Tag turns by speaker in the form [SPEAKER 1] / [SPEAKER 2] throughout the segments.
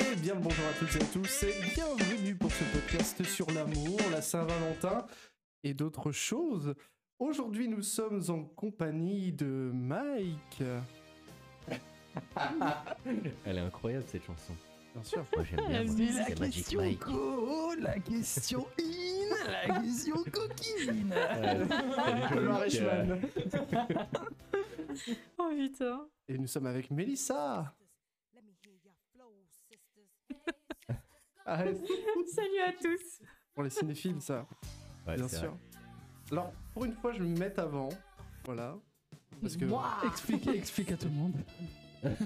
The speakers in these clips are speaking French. [SPEAKER 1] Eh bien le bonjour à toutes et à tous et bienvenue pour ce podcast sur l'amour, la Saint-Valentin et d'autres choses. Aujourd'hui, nous sommes en compagnie de Mike.
[SPEAKER 2] Elle est incroyable cette chanson.
[SPEAKER 1] Bien sûr.
[SPEAKER 2] Moi j'aime bien. moi.
[SPEAKER 3] Mais la
[SPEAKER 2] C'est Magic
[SPEAKER 3] question
[SPEAKER 2] Mike.
[SPEAKER 3] co, la question in, la question coquine.
[SPEAKER 2] Euh, salut,
[SPEAKER 1] Colin
[SPEAKER 2] Mike, euh,
[SPEAKER 1] Reichmann.
[SPEAKER 4] Oh putain.
[SPEAKER 1] Et nous sommes avec Mélissa. Arrête,
[SPEAKER 4] Salut à tous.
[SPEAKER 1] pour les cinéphiles, ça,
[SPEAKER 2] ouais,
[SPEAKER 1] bien
[SPEAKER 2] c'est
[SPEAKER 1] sûr.
[SPEAKER 2] vrai.
[SPEAKER 1] Alors, pour une fois, je vais me mettre avant. Voilà. Parce que.
[SPEAKER 3] Explique, explique à tout le monde.
[SPEAKER 1] Elle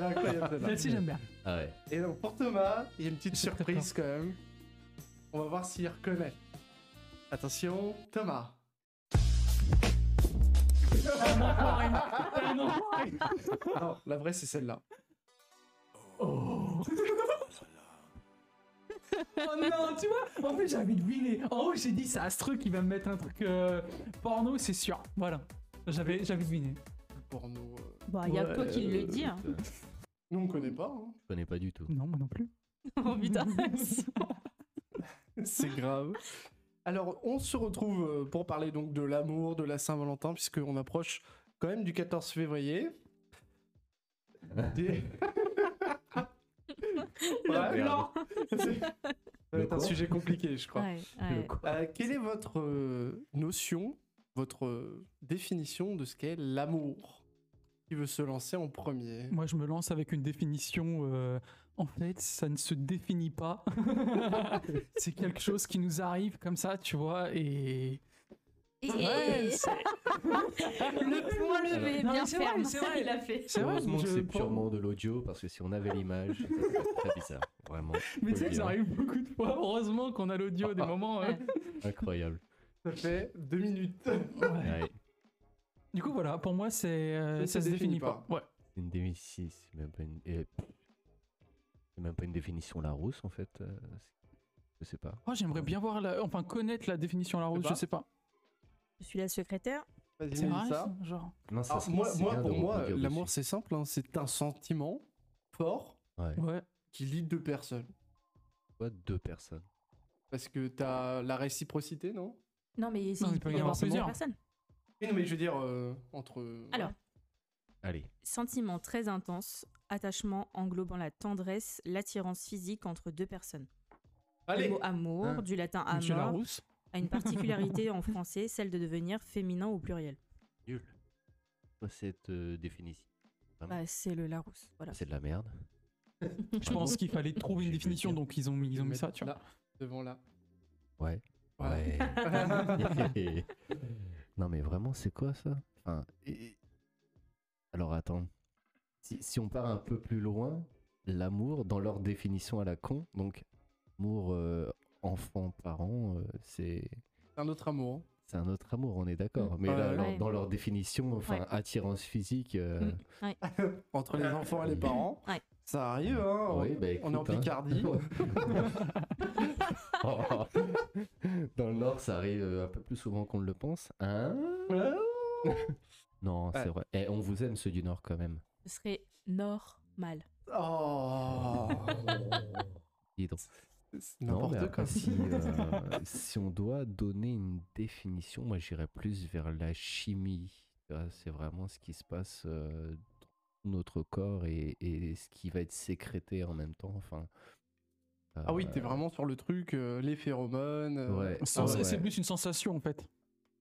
[SPEAKER 1] est incroyable, celle-là.
[SPEAKER 3] Merci, j'aime bien.
[SPEAKER 2] Ah ouais.
[SPEAKER 1] Et donc pour Thomas, il y a une petite surprise quand même. On va voir s'il reconnaît. Attention, Thomas. Non, la vraie c'est celle-là.
[SPEAKER 3] Oh non, tu vois, en plus j'ai envie de viner. En haut j'ai dit c'est Astro qui va me mettre un truc euh, porno, c'est sûr. Voilà, j'avais j'avais deviné.
[SPEAKER 1] Pour nous, euh,
[SPEAKER 4] Bah, il y a
[SPEAKER 2] Ouais,
[SPEAKER 4] quoi qu'il le
[SPEAKER 2] euh,
[SPEAKER 4] dit. hein.
[SPEAKER 2] putain,
[SPEAKER 1] nous on connaît pas. hein.
[SPEAKER 2] Je connais pas du tout.
[SPEAKER 3] Non, moi non plus.
[SPEAKER 4] Oh putain.
[SPEAKER 1] C'est grave. Alors, on se retrouve euh, pour parler donc de l'amour, de la Saint-Valentin, puisqu'on approche quand même du 14 février. Des- Ouais,
[SPEAKER 2] merde.
[SPEAKER 1] non. C'est- Ça va
[SPEAKER 2] Le
[SPEAKER 1] être un
[SPEAKER 2] quoi
[SPEAKER 1] sujet compliqué, je crois.
[SPEAKER 4] Ouais,
[SPEAKER 2] Le
[SPEAKER 4] ouais.
[SPEAKER 2] quoi
[SPEAKER 1] Euh, quelle est votre euh, notion, votre euh, définition de ce qu'est l'amour Qui veut se lancer en premier
[SPEAKER 3] Moi je me lance avec une définition. euh, en fait, ça ne se définit pas. c'est quelque chose qui nous arrive comme ça, tu vois, et.
[SPEAKER 4] Et-
[SPEAKER 3] Ouais,
[SPEAKER 4] et-
[SPEAKER 3] c'est-
[SPEAKER 4] le point levé,
[SPEAKER 3] Non, mais
[SPEAKER 4] bien
[SPEAKER 3] c'est vrai,
[SPEAKER 4] ferme.
[SPEAKER 3] c'est vrai.
[SPEAKER 4] Il a fait.
[SPEAKER 3] C'est vrai,
[SPEAKER 2] Heureusement que
[SPEAKER 3] je-
[SPEAKER 2] c'est
[SPEAKER 3] pour-
[SPEAKER 2] purement de l'audio parce que si on avait l'image, ça serait très bizarre. Vraiment. Faut
[SPEAKER 3] Mais tu sais
[SPEAKER 2] le
[SPEAKER 3] que ça
[SPEAKER 2] dire.
[SPEAKER 3] arrive beaucoup de fois. Heureusement qu'on a l'audio des moments. euh.
[SPEAKER 4] Ouais.
[SPEAKER 2] Incroyable.
[SPEAKER 1] Ça fait deux minutes.
[SPEAKER 2] Ouais.
[SPEAKER 3] Du coup, voilà, pour moi, c'est
[SPEAKER 1] Ça
[SPEAKER 3] euh, ça,
[SPEAKER 1] se
[SPEAKER 3] se définit pas. Ouais.
[SPEAKER 2] C'est une définition. C'est même pas une. eh, pff. C'est même pas une définition Larousse en fait. euh, c'est- Je sais pas.
[SPEAKER 3] Oh, j'aimerais bien voir, la... enfin connaître la définition à la route,
[SPEAKER 1] pas.
[SPEAKER 3] je sais pas.
[SPEAKER 4] Je suis la secrétaire.
[SPEAKER 1] Vas-y,
[SPEAKER 3] C'est vrai,
[SPEAKER 1] Mélissa.
[SPEAKER 3] ça, genre.
[SPEAKER 2] Non, ça
[SPEAKER 1] Alors,
[SPEAKER 2] se-
[SPEAKER 1] moi,
[SPEAKER 2] c'est
[SPEAKER 1] moi,
[SPEAKER 2] bien de
[SPEAKER 1] pour moi,
[SPEAKER 2] rebondir
[SPEAKER 1] l'amour
[SPEAKER 2] dessus.
[SPEAKER 1] c'est simple, hein, c'est un sentiment fort
[SPEAKER 2] Ouais.
[SPEAKER 3] Ouais.
[SPEAKER 1] qui lie deux personnes.
[SPEAKER 2] Quoi, deux personnes.
[SPEAKER 1] Parce que t'as la réciprocité, non
[SPEAKER 4] Non, mais si,
[SPEAKER 3] Non, il peut y avoir plusieurs.
[SPEAKER 4] personnes.
[SPEAKER 1] Oui, non, mais je veux dire, euh, entre...
[SPEAKER 4] Alors,
[SPEAKER 2] Allez.
[SPEAKER 4] Sentiment très intense, attachement englobant la tendresse, l'attirance physique entre deux personnes.
[SPEAKER 1] Allez
[SPEAKER 4] Le mot amour,
[SPEAKER 2] Hein.
[SPEAKER 4] du latin
[SPEAKER 3] Monsieur
[SPEAKER 4] amor,
[SPEAKER 3] Larousse.
[SPEAKER 4] a une particularité en français, celle de devenir féminin au pluriel.
[SPEAKER 2] Nul. Quoi, cette euh, définition
[SPEAKER 4] Bah, c'est le Larousse. Voilà.
[SPEAKER 2] C'est de la merde.
[SPEAKER 3] Je pense qu'il fallait trouver une
[SPEAKER 2] J'ai
[SPEAKER 3] définition,
[SPEAKER 2] vu le
[SPEAKER 3] donc ils ont mis, ils ont mis
[SPEAKER 1] Mettre
[SPEAKER 3] ça, tu vois.
[SPEAKER 1] Là, devant là.
[SPEAKER 2] Ouais.
[SPEAKER 1] Voilà.
[SPEAKER 2] Ouais. non mais vraiment, c'est quoi ça Enfin, et- Alors attends. Si, si on part un peu plus loin, l'amour, dans leur définition à la con, donc amour euh, enfant-parent, euh, c'est...
[SPEAKER 1] C'est un autre amour. hein.
[SPEAKER 2] C'est un autre amour, on est d'accord. Mais
[SPEAKER 1] Ouais.
[SPEAKER 2] là, leur-
[SPEAKER 4] Ouais.
[SPEAKER 2] dans leur définition, enfin,
[SPEAKER 4] Ouais.
[SPEAKER 2] attirance physique, euh,
[SPEAKER 4] Mm.
[SPEAKER 1] hein. Entre
[SPEAKER 3] Euh,
[SPEAKER 1] les enfants et les parents,
[SPEAKER 4] Ouais.
[SPEAKER 1] ça arrive, hein on-
[SPEAKER 2] Ouais, bah,
[SPEAKER 1] On est en
[SPEAKER 2] écoute, hein.
[SPEAKER 1] Picardie.
[SPEAKER 2] dans le Nord, ça arrive euh, un peu plus souvent qu'on ne le pense. Hein non,
[SPEAKER 1] Ouais.
[SPEAKER 2] c'est vrai. Eh, on vous aime ceux du Nord quand même.
[SPEAKER 4] Ce serait normal.
[SPEAKER 1] Oh
[SPEAKER 2] Dis donc.
[SPEAKER 1] C'est
[SPEAKER 2] Non, mais
[SPEAKER 1] N'importe
[SPEAKER 2] après,
[SPEAKER 1] quoi.
[SPEAKER 2] si, euh, si on doit donner une définition, moi j'irais plus vers la chimie. Tu vois, C'est vraiment ce qui se passe euh, dans notre corps et, et ce qui va être sécrété en même temps. Enfin,
[SPEAKER 1] Ah oui,
[SPEAKER 2] euh,
[SPEAKER 1] t'es vraiment sur le truc, euh, les phéromones. euh,
[SPEAKER 2] Ouais.
[SPEAKER 3] C'est
[SPEAKER 1] Ah
[SPEAKER 3] c'est
[SPEAKER 2] ouais.
[SPEAKER 3] plus une sensation en fait.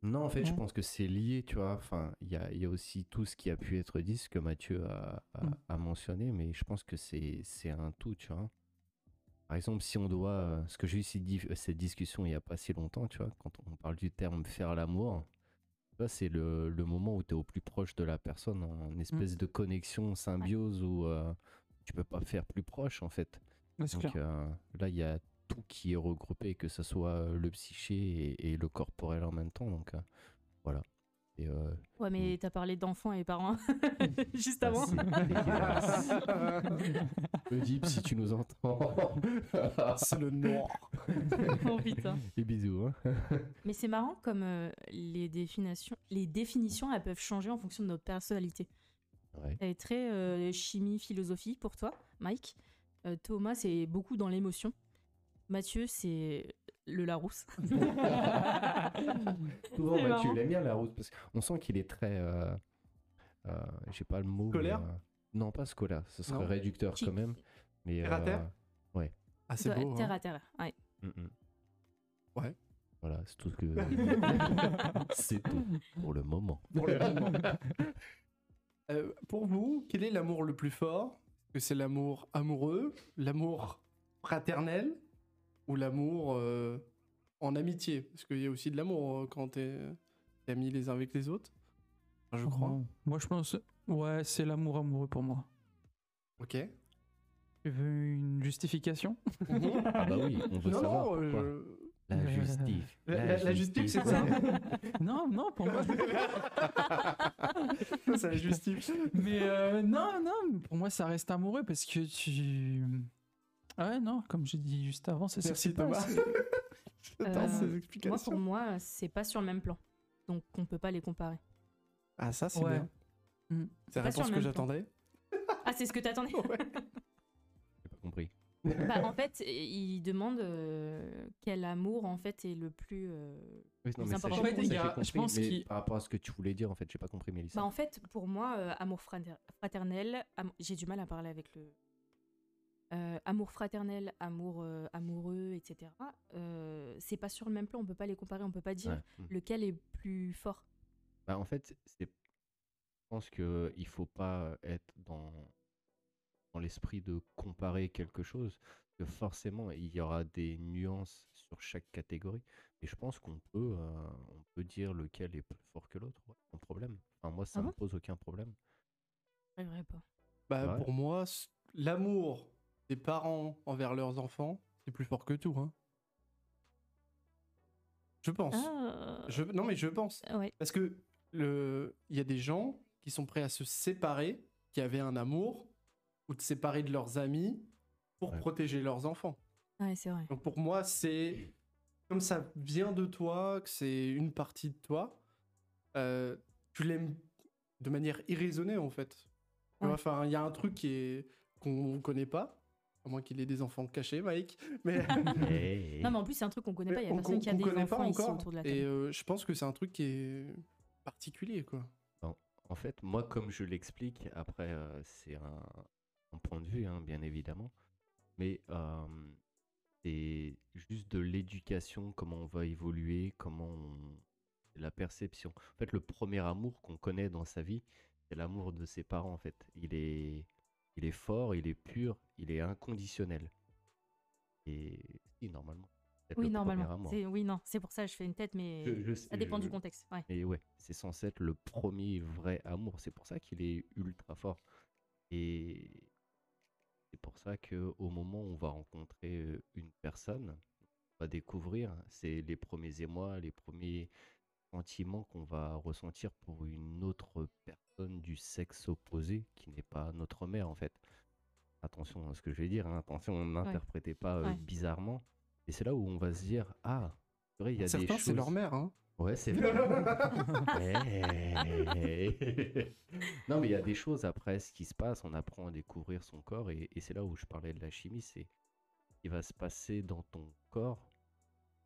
[SPEAKER 2] Non, en fait, je
[SPEAKER 3] Non.
[SPEAKER 2] pense que c'est lié, tu vois. Enfin, il y a, il y a aussi tout ce qui a pu être dit, ce que Mathieu a, a-
[SPEAKER 3] Mm.
[SPEAKER 2] a mentionné, mais je pense que c'est c'est un tout, tu vois. Par exemple, si on doit. euh, Ce que j'ai eu cette dif- cette discussion il n'y a pas si longtemps, tu vois, quand on parle du terme faire l'amour, tu vois, c'est le, le moment où tu es au plus proche de la personne, en espèce de connexion, symbiose, où euh, tu peux pas faire plus proche, en fait.
[SPEAKER 3] Ouais, c'est
[SPEAKER 2] Donc
[SPEAKER 3] clair.
[SPEAKER 2] euh, là, il y a tout qui est regroupé, que ce soit euh, le psyché et, et le corporel en même temps. Donc euh, voilà. Et, euh,
[SPEAKER 4] Ouais, mais t'as parlé d'enfants et parents juste avant.
[SPEAKER 2] ah, c'est dégueulasse. Oedipe, si tu nous entends.
[SPEAKER 1] C'est le noir.
[SPEAKER 4] Oh, putain.
[SPEAKER 2] et bisous. hein.
[SPEAKER 4] Mais c'est marrant comme euh, les définitions, les définitions, elles peuvent changer en fonction de nos personnalités.
[SPEAKER 2] Ouais.
[SPEAKER 4] Elle est très euh, chimie, philosophie pour toi, Mike. Euh, Thomas, c'est beaucoup dans l'émotion. Mathieu, c'est le Larousse.
[SPEAKER 1] Ah,
[SPEAKER 2] Souvent,
[SPEAKER 4] C'est
[SPEAKER 2] Mathieu,
[SPEAKER 4] marrant.
[SPEAKER 2] il aime bien la route parce qu'on sent qu'il est très. Euh, euh, J'ai pas le mot. mais,
[SPEAKER 1] Scolaire
[SPEAKER 2] euh, Non, pas scolaire. Ce serait
[SPEAKER 1] Non.
[SPEAKER 2] réducteur quand même. Mais, euh,
[SPEAKER 1] Terre à terre Ah, c'est
[SPEAKER 4] Toi,
[SPEAKER 1] beau.
[SPEAKER 4] Terre
[SPEAKER 1] hein.
[SPEAKER 4] à terre. ouais.
[SPEAKER 2] mm, mm.
[SPEAKER 1] Ouais.
[SPEAKER 2] Voilà, c'est tout ce que. c'est tout pour le moment.
[SPEAKER 1] Pour, le moment. Euh, pour vous, quel est l'amour le plus fort Est-ce que c'est l'amour amoureux, l'amour fraternel ou l'amour euh, en amitié Parce qu'il y a aussi de l'amour euh, quand t'es t'es ami les uns avec les autres. Enfin, je crois.
[SPEAKER 3] Moi, je pense. Ouais, c'est l'amour amoureux pour moi.
[SPEAKER 1] Ok.
[SPEAKER 3] Tu veux une justification
[SPEAKER 2] Ah bah oui, on veut
[SPEAKER 1] non,
[SPEAKER 2] savoir.
[SPEAKER 1] non,
[SPEAKER 2] pourquoi.
[SPEAKER 1] euh,
[SPEAKER 2] La
[SPEAKER 3] Euh,
[SPEAKER 2] justice.
[SPEAKER 1] la- la- la justice, c'est ça
[SPEAKER 3] Non, non, pour moi.
[SPEAKER 1] je- ça la justifie.
[SPEAKER 3] Mais euh, non, non, pour moi, ça reste amoureux parce que tu. Ouais, non, comme j'ai dit juste avant, c'est ça.
[SPEAKER 1] Merci
[SPEAKER 3] c'est pas-
[SPEAKER 1] Thomas. J'attends
[SPEAKER 4] Euh,
[SPEAKER 1] ces
[SPEAKER 4] Moi, pour
[SPEAKER 1] explications.
[SPEAKER 4] moi, c'est pas sur le même plan. Donc, on peut pas les comparer.
[SPEAKER 1] Ah, ça, c'est
[SPEAKER 3] Ouais.
[SPEAKER 1] bien.
[SPEAKER 3] Mm.
[SPEAKER 1] C'est la
[SPEAKER 4] Mmh. Pas sur
[SPEAKER 1] réponse
[SPEAKER 4] le
[SPEAKER 1] que
[SPEAKER 4] même plan.
[SPEAKER 1] j'attendais.
[SPEAKER 4] Ah, c'est ce que t'attendais
[SPEAKER 1] Ouais.
[SPEAKER 2] J'ai pas compris.
[SPEAKER 4] Bah, en fait, il demande euh, quel amour en fait est le plus.
[SPEAKER 2] Non,
[SPEAKER 4] euh, C'est
[SPEAKER 2] mais ça,
[SPEAKER 4] important.
[SPEAKER 2] j'ai-
[SPEAKER 4] En fait,
[SPEAKER 2] ça,
[SPEAKER 4] il y
[SPEAKER 2] j'ai
[SPEAKER 3] a- je
[SPEAKER 2] compris,
[SPEAKER 3] pense
[SPEAKER 2] mais
[SPEAKER 3] qu'il-
[SPEAKER 2] Par rapport à ce que tu voulais dire, en fait, j'ai pas compris, Mélissa.
[SPEAKER 4] Bah, en fait, pour moi, euh, amour frater- fraternel, am- j'ai du mal à parler avec le. Euh, amour fraternel, amour euh, amoureux, etc. euh, c'est pas sur le même plan, on peut pas les comparer, on peut pas dire
[SPEAKER 2] Ouais. Mm.
[SPEAKER 4] lequel est plus fort.
[SPEAKER 2] Bah, en fait, c'est... je pense que il faut pas être dans, dans l'esprit de comparer quelque chose, que forcément il y aura des nuances sur chaque catégorie. Et je pense qu'on peut, euh, on peut dire lequel est plus fort que l'autre, ouais, sans problème. Enfin, moi, ça
[SPEAKER 4] Ah
[SPEAKER 2] ne
[SPEAKER 4] bon
[SPEAKER 2] me pose aucun problème.
[SPEAKER 4] J'arriverai pas.
[SPEAKER 1] Bah,
[SPEAKER 2] Ouais.
[SPEAKER 1] Pour moi, s- l'amour des parents envers leurs enfants, c'est plus fort que tout. Hein. Je pense.
[SPEAKER 4] Ah,
[SPEAKER 1] Je... Non, mais je pense.
[SPEAKER 4] Ouais.
[SPEAKER 1] Parce que le... il y a des gens qui sont prêts à se séparer, qui avaient un amour, ou de séparer de leurs amis pour
[SPEAKER 2] Ouais.
[SPEAKER 1] protéger leurs enfants.
[SPEAKER 4] Ouais, c'est vrai.
[SPEAKER 1] Donc pour moi, c'est comme ça vient de toi, que c'est une partie de toi, euh, tu l'aimes de manière irraisonnée en fait. Tu vois,
[SPEAKER 4] Ouais.
[SPEAKER 1] Enfin, il y a un truc qui est qu'on connaît pas, à moins qu'il ait des enfants cachés, Mike. Mais
[SPEAKER 2] Hey.
[SPEAKER 4] Non, mais en plus, c'est un truc qu'on connaît pas. Il y a
[SPEAKER 1] on-
[SPEAKER 4] personne qui a
[SPEAKER 1] on
[SPEAKER 4] des
[SPEAKER 1] connaît
[SPEAKER 4] enfants ici autour de la table.
[SPEAKER 1] Et euh, je pense que c'est un truc qui est particulier quoi.
[SPEAKER 2] En fait, moi, comme je l'explique, après, euh, c'est un, un point de vue, hein, bien évidemment, mais euh, c'est juste de l'éducation, comment on va évoluer, comment on... la perception. En fait, le premier amour qu'on connaît dans sa vie, c'est l'amour de ses parents, en fait. Il est, il est fort, il est pur, il est inconditionnel. Et si, normalement. c'est
[SPEAKER 4] Oui,
[SPEAKER 2] le premier
[SPEAKER 4] normalement.
[SPEAKER 2] amour.
[SPEAKER 4] C'est- Oui, non, c'est pour ça que je fais une tête, mais
[SPEAKER 2] Je- je-
[SPEAKER 4] ça dépend
[SPEAKER 2] je-
[SPEAKER 4] du contexte. Ouais.
[SPEAKER 2] et ouais, c'est censé être le premier vrai amour. C'est pour ça qu'il est ultra fort. Et c'est pour ça que au moment où on va rencontrer euh, une personne, on va découvrir, c'est les premiers émois, les premiers sentiments qu'on va ressentir pour une autre personne du sexe opposé qui n'est pas notre mère en fait. Attention à ce que je vais dire, hein, attention, n'interprétez pas euh,
[SPEAKER 4] Ouais.
[SPEAKER 2] bizarrement. Et c'est là où on va se dire, ah, c'est vrai, il y a des
[SPEAKER 1] Certains,
[SPEAKER 2] choses...
[SPEAKER 1] c'est leur mère. Hein.
[SPEAKER 2] Ouais, c'est vrai. Hey. non, mais il y a des choses après ce qui se passe, on apprend à découvrir son corps, et, et c'est là où je parlais de la chimie, c'est ce qui va se passer dans ton corps,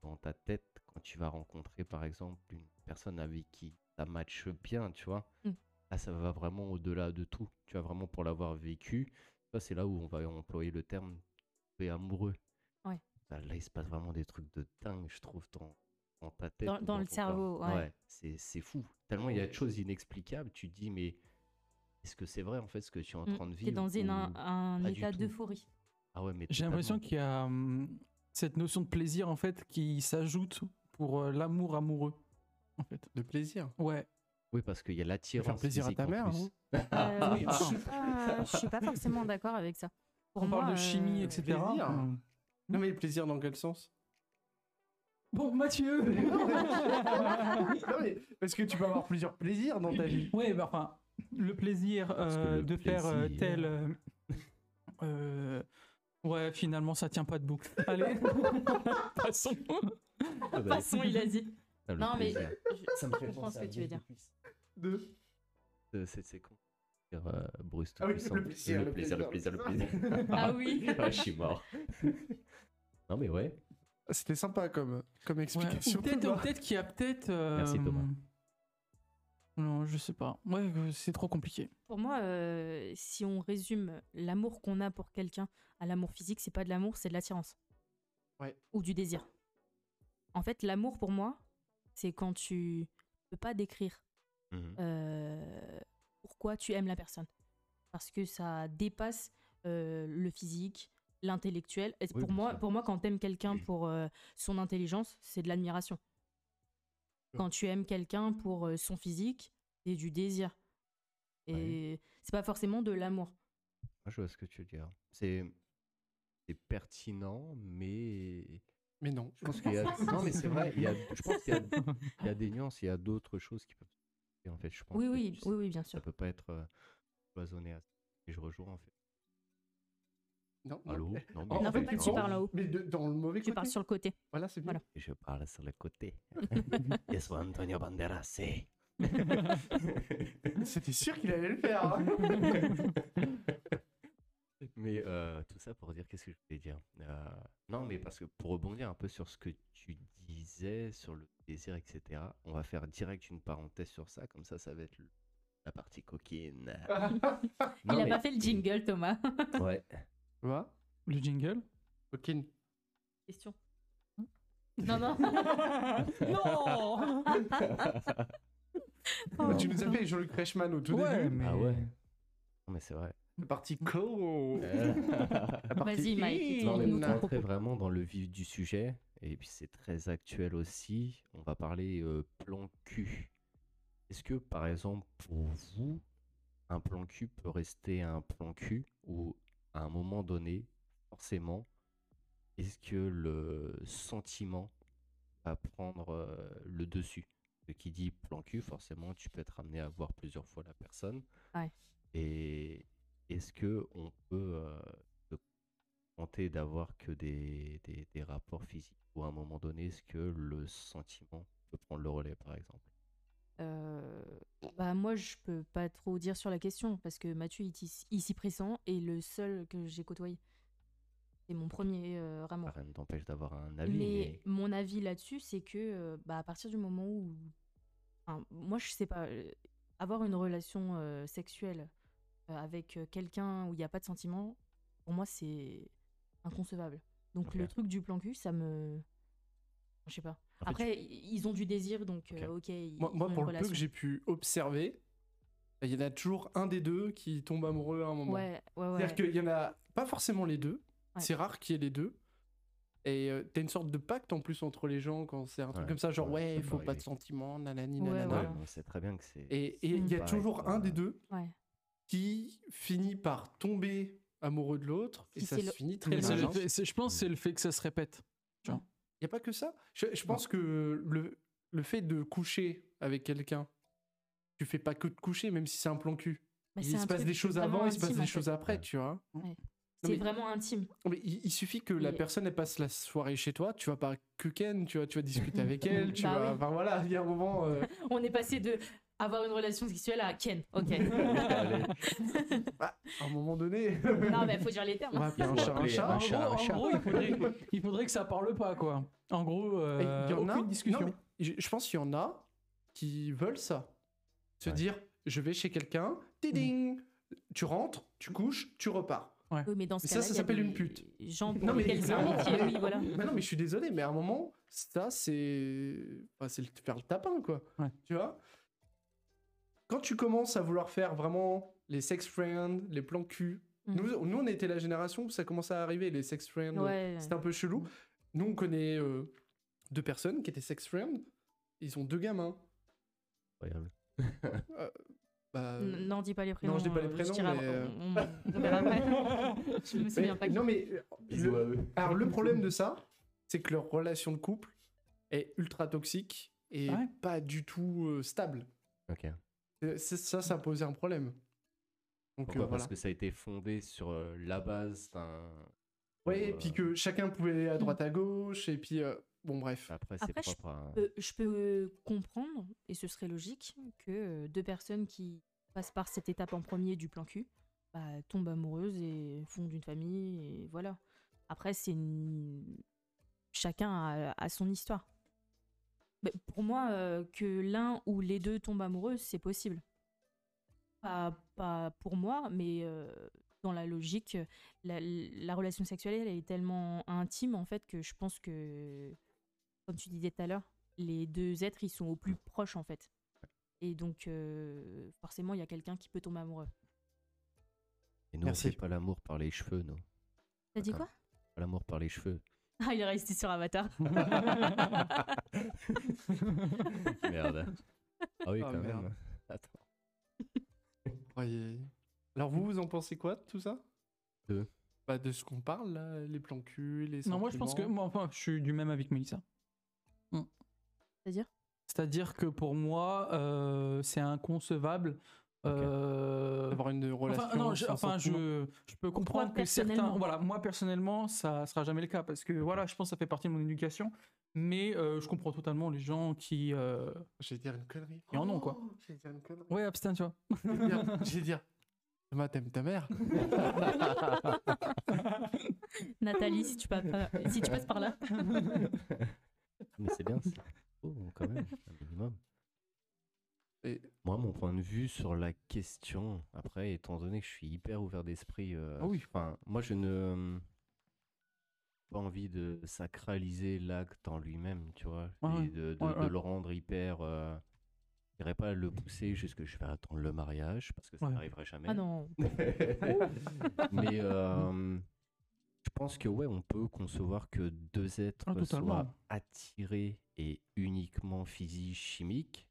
[SPEAKER 2] dans ta tête, quand tu vas rencontrer par exemple une personne avec qui ça matche bien, tu vois.
[SPEAKER 4] Mm.
[SPEAKER 2] Là, ça va vraiment au-delà de tout. Tu vois, vraiment pour l'avoir vécu, ça c'est là où on va employer le terme et amoureux.
[SPEAKER 4] Ouais.
[SPEAKER 2] Bah, là, il se passe vraiment des trucs de dingue, je trouve, dans, dans ta tête.
[SPEAKER 4] Dans-
[SPEAKER 2] ou
[SPEAKER 4] dans le
[SPEAKER 2] ton corps.
[SPEAKER 4] cerveau, ouais.
[SPEAKER 2] c'est, c'est fou. Tellement il y a de choses inexplicables, tu te dis, mais est-ce que c'est vrai en fait ce que tu es en
[SPEAKER 4] Mm.
[SPEAKER 2] train de
[SPEAKER 4] T'es
[SPEAKER 2] vivre
[SPEAKER 4] dans une- un,
[SPEAKER 2] ou-
[SPEAKER 4] un
[SPEAKER 2] pas du
[SPEAKER 4] état
[SPEAKER 2] tout.
[SPEAKER 4] d'euphorie.
[SPEAKER 2] Ah ouais, mais
[SPEAKER 3] J'ai l'impression
[SPEAKER 2] totalement.
[SPEAKER 3] qu'il y a hum, cette notion de plaisir en fait qui s'ajoute pour euh, l'amour amoureux. En fait.
[SPEAKER 1] De plaisir.
[SPEAKER 3] Ouais.
[SPEAKER 2] Oui, parce qu'il y a l'attirance.
[SPEAKER 1] Faire plaisir à
[SPEAKER 2] physique
[SPEAKER 1] ta
[SPEAKER 2] en
[SPEAKER 1] mère.
[SPEAKER 2] plus.
[SPEAKER 1] hein.
[SPEAKER 4] Euh,
[SPEAKER 3] oui,
[SPEAKER 4] je suis pas- je suis pas forcément d'accord avec ça. Pour
[SPEAKER 3] On parle
[SPEAKER 4] moi,
[SPEAKER 3] de chimie,
[SPEAKER 4] euh,
[SPEAKER 3] etc.
[SPEAKER 1] plaisir.
[SPEAKER 3] Hum.
[SPEAKER 4] Hmm.
[SPEAKER 1] Non mais le plaisir dans quel sens
[SPEAKER 3] Bon, Mathieu
[SPEAKER 1] Non, mais Parce que tu peux avoir plusieurs plaisirs dans ta vie.
[SPEAKER 3] Ouais, bah, enfin, le plaisir
[SPEAKER 2] Parce que
[SPEAKER 3] euh,
[SPEAKER 2] le
[SPEAKER 3] de faire euh,
[SPEAKER 2] plaisir-
[SPEAKER 3] tel. euh, euh, ouais, finalement, ça tient pas debout. Allez, passons.
[SPEAKER 2] Ah bah,
[SPEAKER 4] Façon, il a dit.
[SPEAKER 2] putain, le
[SPEAKER 4] Non, mais
[SPEAKER 2] plaisir.
[SPEAKER 4] je,
[SPEAKER 2] Ça me fait
[SPEAKER 4] je comprends
[SPEAKER 2] penser
[SPEAKER 4] ce
[SPEAKER 2] à
[SPEAKER 4] que tu veux
[SPEAKER 2] beaucoup
[SPEAKER 4] dire.
[SPEAKER 2] plus
[SPEAKER 1] De...
[SPEAKER 2] de Cette séquence. plaisir euh, brusque. tout
[SPEAKER 1] Ah oui, le
[SPEAKER 2] puissant.
[SPEAKER 1] plaisir,
[SPEAKER 2] le
[SPEAKER 1] le
[SPEAKER 2] plaisir, le
[SPEAKER 1] plaisir,
[SPEAKER 2] plaisir, le
[SPEAKER 1] c'est
[SPEAKER 2] plaisir.
[SPEAKER 4] Ah oui.
[SPEAKER 2] Ah, je suis mort. non, mais ouais.
[SPEAKER 1] C'était sympa comme, comme
[SPEAKER 3] Ouais.
[SPEAKER 1] explication.
[SPEAKER 3] Ou peut-être
[SPEAKER 1] Thomas.
[SPEAKER 3] ou peut-être qu'il y a peut-être. euh,
[SPEAKER 2] Merci, Thomas.
[SPEAKER 3] Non, je sais pas. Ouais, euh, c'est trop compliqué.
[SPEAKER 4] Pour moi, euh, si on résume l'amour qu'on a pour quelqu'un à l'amour physique, c'est pas de l'amour, c'est de l'attirance.
[SPEAKER 1] Ouais.
[SPEAKER 4] Ou du désir. En fait, l'amour pour moi, c'est quand tu peux pas décrire
[SPEAKER 1] Mhm.
[SPEAKER 4] euh, pourquoi tu aimes la personne. Parce que ça dépasse euh, le physique, l'intellectuel. Et
[SPEAKER 2] Oui,
[SPEAKER 4] pour,
[SPEAKER 2] bien
[SPEAKER 4] moi,
[SPEAKER 2] sûr.
[SPEAKER 4] pour moi, quand t'aimes quelqu'un pour euh, son intelligence, c'est de l'admiration.
[SPEAKER 1] Sûr.
[SPEAKER 4] Quand tu aimes quelqu'un pour euh, son physique, c'est du désir. Et
[SPEAKER 2] Ouais.
[SPEAKER 4] c'est pas forcément de l'amour.
[SPEAKER 2] Ah, je vois ce que tu veux dire. C'est c'est pertinent, mais
[SPEAKER 1] Mais non.
[SPEAKER 2] je pense qu'il y a non, mais c'est vrai. il y a- Je pense qu'il y, a- il y a des nuances, il y a d'autres choses qui peuvent. Et en fait, je pense
[SPEAKER 4] Oui,
[SPEAKER 2] que
[SPEAKER 4] oui,
[SPEAKER 2] tu-
[SPEAKER 4] oui, oui, bien
[SPEAKER 2] ça
[SPEAKER 4] sûr.
[SPEAKER 2] peut pas être euh, cloisonné à ça. Et je rejoins en fait.
[SPEAKER 1] Non, non.
[SPEAKER 2] Allô. Non,
[SPEAKER 1] Oh,
[SPEAKER 4] Non,
[SPEAKER 1] en
[SPEAKER 4] faut
[SPEAKER 1] fait,
[SPEAKER 4] pas que
[SPEAKER 1] non.
[SPEAKER 4] tu parles en haut.
[SPEAKER 1] Mais de- dans le mauvais
[SPEAKER 4] Tu
[SPEAKER 1] côté.
[SPEAKER 4] parles sur le côté.
[SPEAKER 1] Voilà, c'est bien.
[SPEAKER 4] Voilà.
[SPEAKER 2] hein. Je parle sur le côté. Je suis Antonio Banderas. eh.
[SPEAKER 1] C'était sûr qu'il allait le faire. hein.
[SPEAKER 2] mais euh, tout ça pour dire, qu'est-ce que je voulais dire Euh, Non, mais parce que pour rebondir un peu sur ce que tu disais, sur le désir, etc., on va faire direct une parenthèse sur ça, comme ça, ça va être le- la partie coquine.
[SPEAKER 4] Il
[SPEAKER 2] Non,
[SPEAKER 4] a
[SPEAKER 2] mais-
[SPEAKER 4] pas fait le jingle, Thomas.
[SPEAKER 2] Ouais.
[SPEAKER 1] Tu vois
[SPEAKER 3] Le jingle
[SPEAKER 1] Ok.
[SPEAKER 4] Question. Non, non.
[SPEAKER 3] Non
[SPEAKER 4] Oh.
[SPEAKER 1] Ah, tu nous as fait Jean-Luc Reichmann au tout
[SPEAKER 3] Ouais,
[SPEAKER 1] début.
[SPEAKER 3] mais.
[SPEAKER 2] Ah ouais. Non, mais c'est vrai.
[SPEAKER 1] La partie co.
[SPEAKER 2] Euh,
[SPEAKER 1] La partie
[SPEAKER 4] Vas-y, Mike,
[SPEAKER 1] in.
[SPEAKER 2] Non, mais
[SPEAKER 4] Nous,
[SPEAKER 2] on
[SPEAKER 4] ton
[SPEAKER 2] va
[SPEAKER 4] propos.
[SPEAKER 2] rentrer vraiment dans le vif du sujet, et puis c'est très actuel aussi. On va parler euh, plan cul. Est-ce que, par exemple, pour vous, un plan cul peut rester un plan cul, ou à un moment donné, forcément, est-ce que le sentiment va prendre euh, le dessus Ce qui dit plan cul, forcément, tu peux être amené à voir plusieurs fois la personne.
[SPEAKER 4] Ouais.
[SPEAKER 2] Et est-ce que on peut euh, tenter d'avoir que des, des, des rapports physiques ou à un moment donné, est-ce que le sentiment peut prendre le relais par exemple
[SPEAKER 4] Euh, bah moi je peux pas trop dire sur la question parce que Mathieu il est ici- ici présent et le seul que j'ai côtoyé. C'est mon premier euh, vraiment.
[SPEAKER 2] Rien ne t'empêche d'avoir un
[SPEAKER 4] mais,
[SPEAKER 2] avis, Ah, bah mais,
[SPEAKER 4] mon avis là-dessus c'est que euh, bah, à partir du moment où enfin, moi je sais pas euh, avoir une relation euh, sexuelle euh, avec euh, quelqu'un où il n'y a pas de sentiment pour moi c'est inconcevable. Donc
[SPEAKER 2] Ok.
[SPEAKER 4] le truc du plan cul ça me je sais pas.
[SPEAKER 2] En fait,
[SPEAKER 4] Après i- ils ont du désir donc
[SPEAKER 2] Ok.
[SPEAKER 4] euh, OK ils-
[SPEAKER 1] Moi,
[SPEAKER 4] ils
[SPEAKER 1] moi,
[SPEAKER 4] ont une
[SPEAKER 1] pour le peu
[SPEAKER 4] relation.
[SPEAKER 1] que j'ai pu observer, il y en a toujours un des deux qui tombe amoureux à un moment.
[SPEAKER 4] Ouais, ouais, ouais.
[SPEAKER 1] C'est-à-dire qu'il y en a pas forcément les deux.
[SPEAKER 4] Ouais.
[SPEAKER 1] C'est rare qu'il y ait les deux. Et euh, t'as une sorte de pacte en plus entre les gens quand c'est un truc
[SPEAKER 2] Ouais,
[SPEAKER 1] comme ça, genre
[SPEAKER 2] ouais,
[SPEAKER 1] ouais,
[SPEAKER 2] ça
[SPEAKER 1] il
[SPEAKER 2] peut
[SPEAKER 1] faut pas de
[SPEAKER 2] arriver.
[SPEAKER 1] sentiments, nanani,
[SPEAKER 4] Ouais,
[SPEAKER 1] nanana.
[SPEAKER 2] ouais,
[SPEAKER 4] euh, voilà.
[SPEAKER 2] mais on sait très bien que c'est euh,
[SPEAKER 1] Et
[SPEAKER 4] Hmm.
[SPEAKER 1] et il y a
[SPEAKER 3] Bah,
[SPEAKER 2] Pareil,
[SPEAKER 1] toujours un
[SPEAKER 2] ouais.
[SPEAKER 3] euh,
[SPEAKER 1] des deux
[SPEAKER 4] Ouais.
[SPEAKER 1] qui finit par tomber amoureux de l'autre et
[SPEAKER 4] Si
[SPEAKER 1] ça
[SPEAKER 4] c'est
[SPEAKER 1] se
[SPEAKER 4] le-
[SPEAKER 1] finit très
[SPEAKER 3] Mais c'est
[SPEAKER 1] mal.
[SPEAKER 3] le
[SPEAKER 1] hein.
[SPEAKER 3] fait- c'est- Je pense que c'est le fait que ça se répète.
[SPEAKER 1] Il n'y a pas que ça. Je, je pense que le, le fait de coucher avec quelqu'un, tu fais pas que de coucher, même si c'est un plan cul.
[SPEAKER 4] Bah, c'est
[SPEAKER 1] il
[SPEAKER 4] un
[SPEAKER 1] se passe
[SPEAKER 4] truc
[SPEAKER 1] des choses
[SPEAKER 4] vraiment
[SPEAKER 1] avant, il se passe
[SPEAKER 4] intime,
[SPEAKER 1] des
[SPEAKER 4] en
[SPEAKER 1] choses
[SPEAKER 4] fait.
[SPEAKER 1] après,
[SPEAKER 2] Ouais.
[SPEAKER 1] tu vois.
[SPEAKER 4] C'est
[SPEAKER 1] mais-
[SPEAKER 4] vraiment intime.
[SPEAKER 1] Mais il, il suffit que la
[SPEAKER 4] Et-
[SPEAKER 1] personne elle passe la soirée chez toi, tu vas pas que Ken, tu vois, tu vas discuter avec elle, tu
[SPEAKER 4] Bah
[SPEAKER 1] vas.
[SPEAKER 4] oui.
[SPEAKER 1] Enfin voilà, il y a un moment. euh,
[SPEAKER 4] On est passé de avoir une relation sexuelle à Ken. Ok.
[SPEAKER 2] Allez,
[SPEAKER 1] à un moment donné,
[SPEAKER 4] non, mais faut dire les termes.
[SPEAKER 1] on va appeler un
[SPEAKER 2] faut
[SPEAKER 1] chat un
[SPEAKER 2] appeler
[SPEAKER 1] chat.
[SPEAKER 2] Ah, un chat.
[SPEAKER 3] en gros, en gros, il, faudrait, il faudrait que ça parle pas, quoi. En gros,
[SPEAKER 1] Et Il
[SPEAKER 2] Eh,
[SPEAKER 3] euh,
[SPEAKER 1] y en a.
[SPEAKER 3] aucune discussion.
[SPEAKER 1] non, mais je, je pense qu'il y en a qui veulent ça. Se
[SPEAKER 2] Ouais.
[SPEAKER 1] dire, je vais chez quelqu'un, ding, tu rentres, tu couches, tu repars.
[SPEAKER 4] Oui, mais dans ce
[SPEAKER 1] Mais ça,
[SPEAKER 4] cas-là,
[SPEAKER 1] ça
[SPEAKER 4] il y a
[SPEAKER 1] s'appelle
[SPEAKER 4] des
[SPEAKER 1] une pute.
[SPEAKER 4] Gens pour
[SPEAKER 1] Non, mais
[SPEAKER 4] lesquels c'est un
[SPEAKER 1] clairement.
[SPEAKER 4] métier, oui, voilà.
[SPEAKER 1] Mais non, mais je suis désolé, mais à un moment, ça, c'est. enfin, c'est le- faire le tapin, quoi.
[SPEAKER 3] Ouais.
[SPEAKER 1] Tu vois Quand tu commences à vouloir faire vraiment les sex friends, les plans cul.
[SPEAKER 4] Mm.
[SPEAKER 1] Nous, nous, on était la génération où ça commençait à arriver, les sex friends.
[SPEAKER 4] Ouais.
[SPEAKER 1] C'était un peu chelou.
[SPEAKER 4] Mm.
[SPEAKER 1] Nous, on connaît euh, deux personnes qui étaient sex friends. Ils ont deux gamins.
[SPEAKER 2] incroyable.
[SPEAKER 1] Bah,
[SPEAKER 4] N- N'en dis pas les prénoms.
[SPEAKER 1] je dis pas les
[SPEAKER 4] euh,
[SPEAKER 1] prénoms,
[SPEAKER 4] dirai
[SPEAKER 1] mais,
[SPEAKER 4] après.
[SPEAKER 1] euh,
[SPEAKER 4] On- on- on verra après. Je me souviens
[SPEAKER 1] mais-
[SPEAKER 4] pas.
[SPEAKER 1] non, mais. euh, le- Alors, le problème de ça, c'est que leur relation de couple est ultra toxique et
[SPEAKER 3] Ah Ouais.
[SPEAKER 1] pas du tout euh, stable.
[SPEAKER 2] Ok.
[SPEAKER 1] Euh, c'est- Ça, ça a posé un problème. Donc
[SPEAKER 2] Pourquoi
[SPEAKER 1] euh, voilà.
[SPEAKER 2] Parce que ça a été fondé sur euh, la base d'un.
[SPEAKER 1] Ouais,
[SPEAKER 2] Euh,
[SPEAKER 1] et puis que chacun pouvait aller à
[SPEAKER 3] Mm.
[SPEAKER 1] droite à gauche, et puis euh, bon, bref.
[SPEAKER 2] Après, c'est
[SPEAKER 4] Après, je
[SPEAKER 2] propre à.
[SPEAKER 4] Euh, je peux comprendre, et ce serait logique, que euh, deux euh, personnes qui passent par cette étape en premier du plan cul, bah, tombent amoureuses et fondent une famille, et voilà. Après, c'est une- chacun a, a son histoire. Mais pour moi, euh, que l'un ou les deux tombent amoureux, c'est possible. Pas, pas pour moi, mais euh, dans la logique, la, la relation sexuelle, elle est tellement intime en fait que je pense que, comme tu disais tout à l'heure, les deux êtres, ils sont au plus proche en fait. Et donc, euh, forcément, il y a quelqu'un qui peut tomber amoureux.
[SPEAKER 2] Et nous,
[SPEAKER 1] Merci.
[SPEAKER 2] on fait pas l'amour par les cheveux, nous.
[SPEAKER 4] T'as dit
[SPEAKER 2] Attends.
[SPEAKER 4] quoi
[SPEAKER 2] Pas l'amour par les cheveux.
[SPEAKER 4] Ah, il est resté sur Avatar.
[SPEAKER 2] Merde. Ah oui,
[SPEAKER 1] Ah,
[SPEAKER 2] quand
[SPEAKER 1] merde.
[SPEAKER 2] même. Attends.
[SPEAKER 1] Croyez- Alors
[SPEAKER 3] Mm.
[SPEAKER 1] vous, vous en pensez quoi de tout ça
[SPEAKER 2] De
[SPEAKER 1] Bah, de ce qu'on parle là, les plans cul, les
[SPEAKER 3] Non, moi je pense que.
[SPEAKER 1] sentiments.
[SPEAKER 3] Moi, enfin, je suis du même avec Melissa.
[SPEAKER 4] Mm. C'est-à-dire
[SPEAKER 3] Mm. C'est-à-dire que pour moi, euh, c'est inconcevable.
[SPEAKER 2] Ok.
[SPEAKER 3] euh,
[SPEAKER 1] D'avoir une relation.
[SPEAKER 3] Enfin, non, je,
[SPEAKER 1] sans
[SPEAKER 3] enfin,
[SPEAKER 1] sentiment.
[SPEAKER 3] je, je peux comprendre que certains.
[SPEAKER 4] personnellement.
[SPEAKER 3] Voilà, moi personnellement, ça sera jamais le cas parce que voilà, je pense que ça fait partie de mon éducation. Mais euh, je comprends totalement les gens qui. euh,
[SPEAKER 1] J'ai dire une connerie.
[SPEAKER 3] Et en nom, quoi.
[SPEAKER 1] Oh, J'ai dire une connerie.
[SPEAKER 3] Ouais, abstain, tu vois.
[SPEAKER 1] J'ai dire. J'ai Eh dire. Thomas, t'aimes ta mère
[SPEAKER 4] Nathalie, si tu, passes par- si tu passes par là.
[SPEAKER 2] Mais c'est bien. c'est- Oh, quand même, un minimum.
[SPEAKER 1] Et-
[SPEAKER 2] Moi, mon point de vue sur la question, après, étant donné que je suis hyper ouvert d'esprit, euh,
[SPEAKER 3] Ah oui.
[SPEAKER 2] enfin, moi, je ne euh, pas envie de sacraliser l'acte en lui-même, tu vois,
[SPEAKER 3] Ouais,
[SPEAKER 2] et de, de-
[SPEAKER 3] ouais,
[SPEAKER 2] de
[SPEAKER 3] ouais.
[SPEAKER 2] le rendre hyper. euh, Je dirais pas le pousser jusque je vais attendre le mariage parce que ça
[SPEAKER 3] Ouais.
[SPEAKER 2] n'arriverait jamais.
[SPEAKER 4] Ah non.
[SPEAKER 2] Mais euh, je pense que ouais, on peut concevoir que deux êtres
[SPEAKER 3] Ah, totalement.
[SPEAKER 2] soient attirés et uniquement physique, chimique.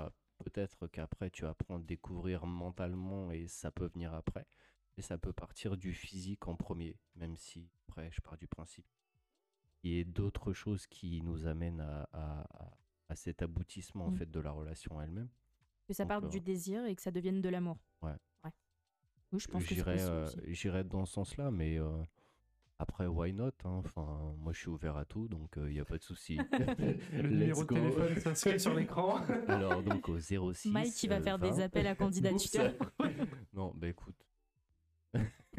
[SPEAKER 2] Euh, Peut-être qu'après tu apprends à découvrir mentalement et ça peut venir après. Et ça peut partir du physique en premier, même si après je pars du principe. Et d'autres choses qui nous amènent à, à- à- à cet aboutissement en
[SPEAKER 3] Mm.
[SPEAKER 2] fait de la relation elle-même.
[SPEAKER 4] Que ça parte
[SPEAKER 2] Encore.
[SPEAKER 4] du désir et que ça devienne de l'amour.
[SPEAKER 2] Ouais.
[SPEAKER 4] Oui, je pense que c'est
[SPEAKER 2] J'irais
[SPEAKER 4] possible
[SPEAKER 2] euh,
[SPEAKER 4] aussi.
[SPEAKER 2] j'irais dans ce sens-là, mais euh, après, why not hein. Enfin, moi, je suis ouvert à tout, donc il n'y a pas de souci.
[SPEAKER 1] Le
[SPEAKER 2] Let's
[SPEAKER 1] numéro
[SPEAKER 2] go.
[SPEAKER 1] de téléphone s'inscrit sur l'écran.
[SPEAKER 2] Alors, donc, au 06.
[SPEAKER 4] Mike, qui va
[SPEAKER 2] euh,
[SPEAKER 4] faire
[SPEAKER 2] 20.
[SPEAKER 4] des appels à candidature.
[SPEAKER 2] Non, bah écoute.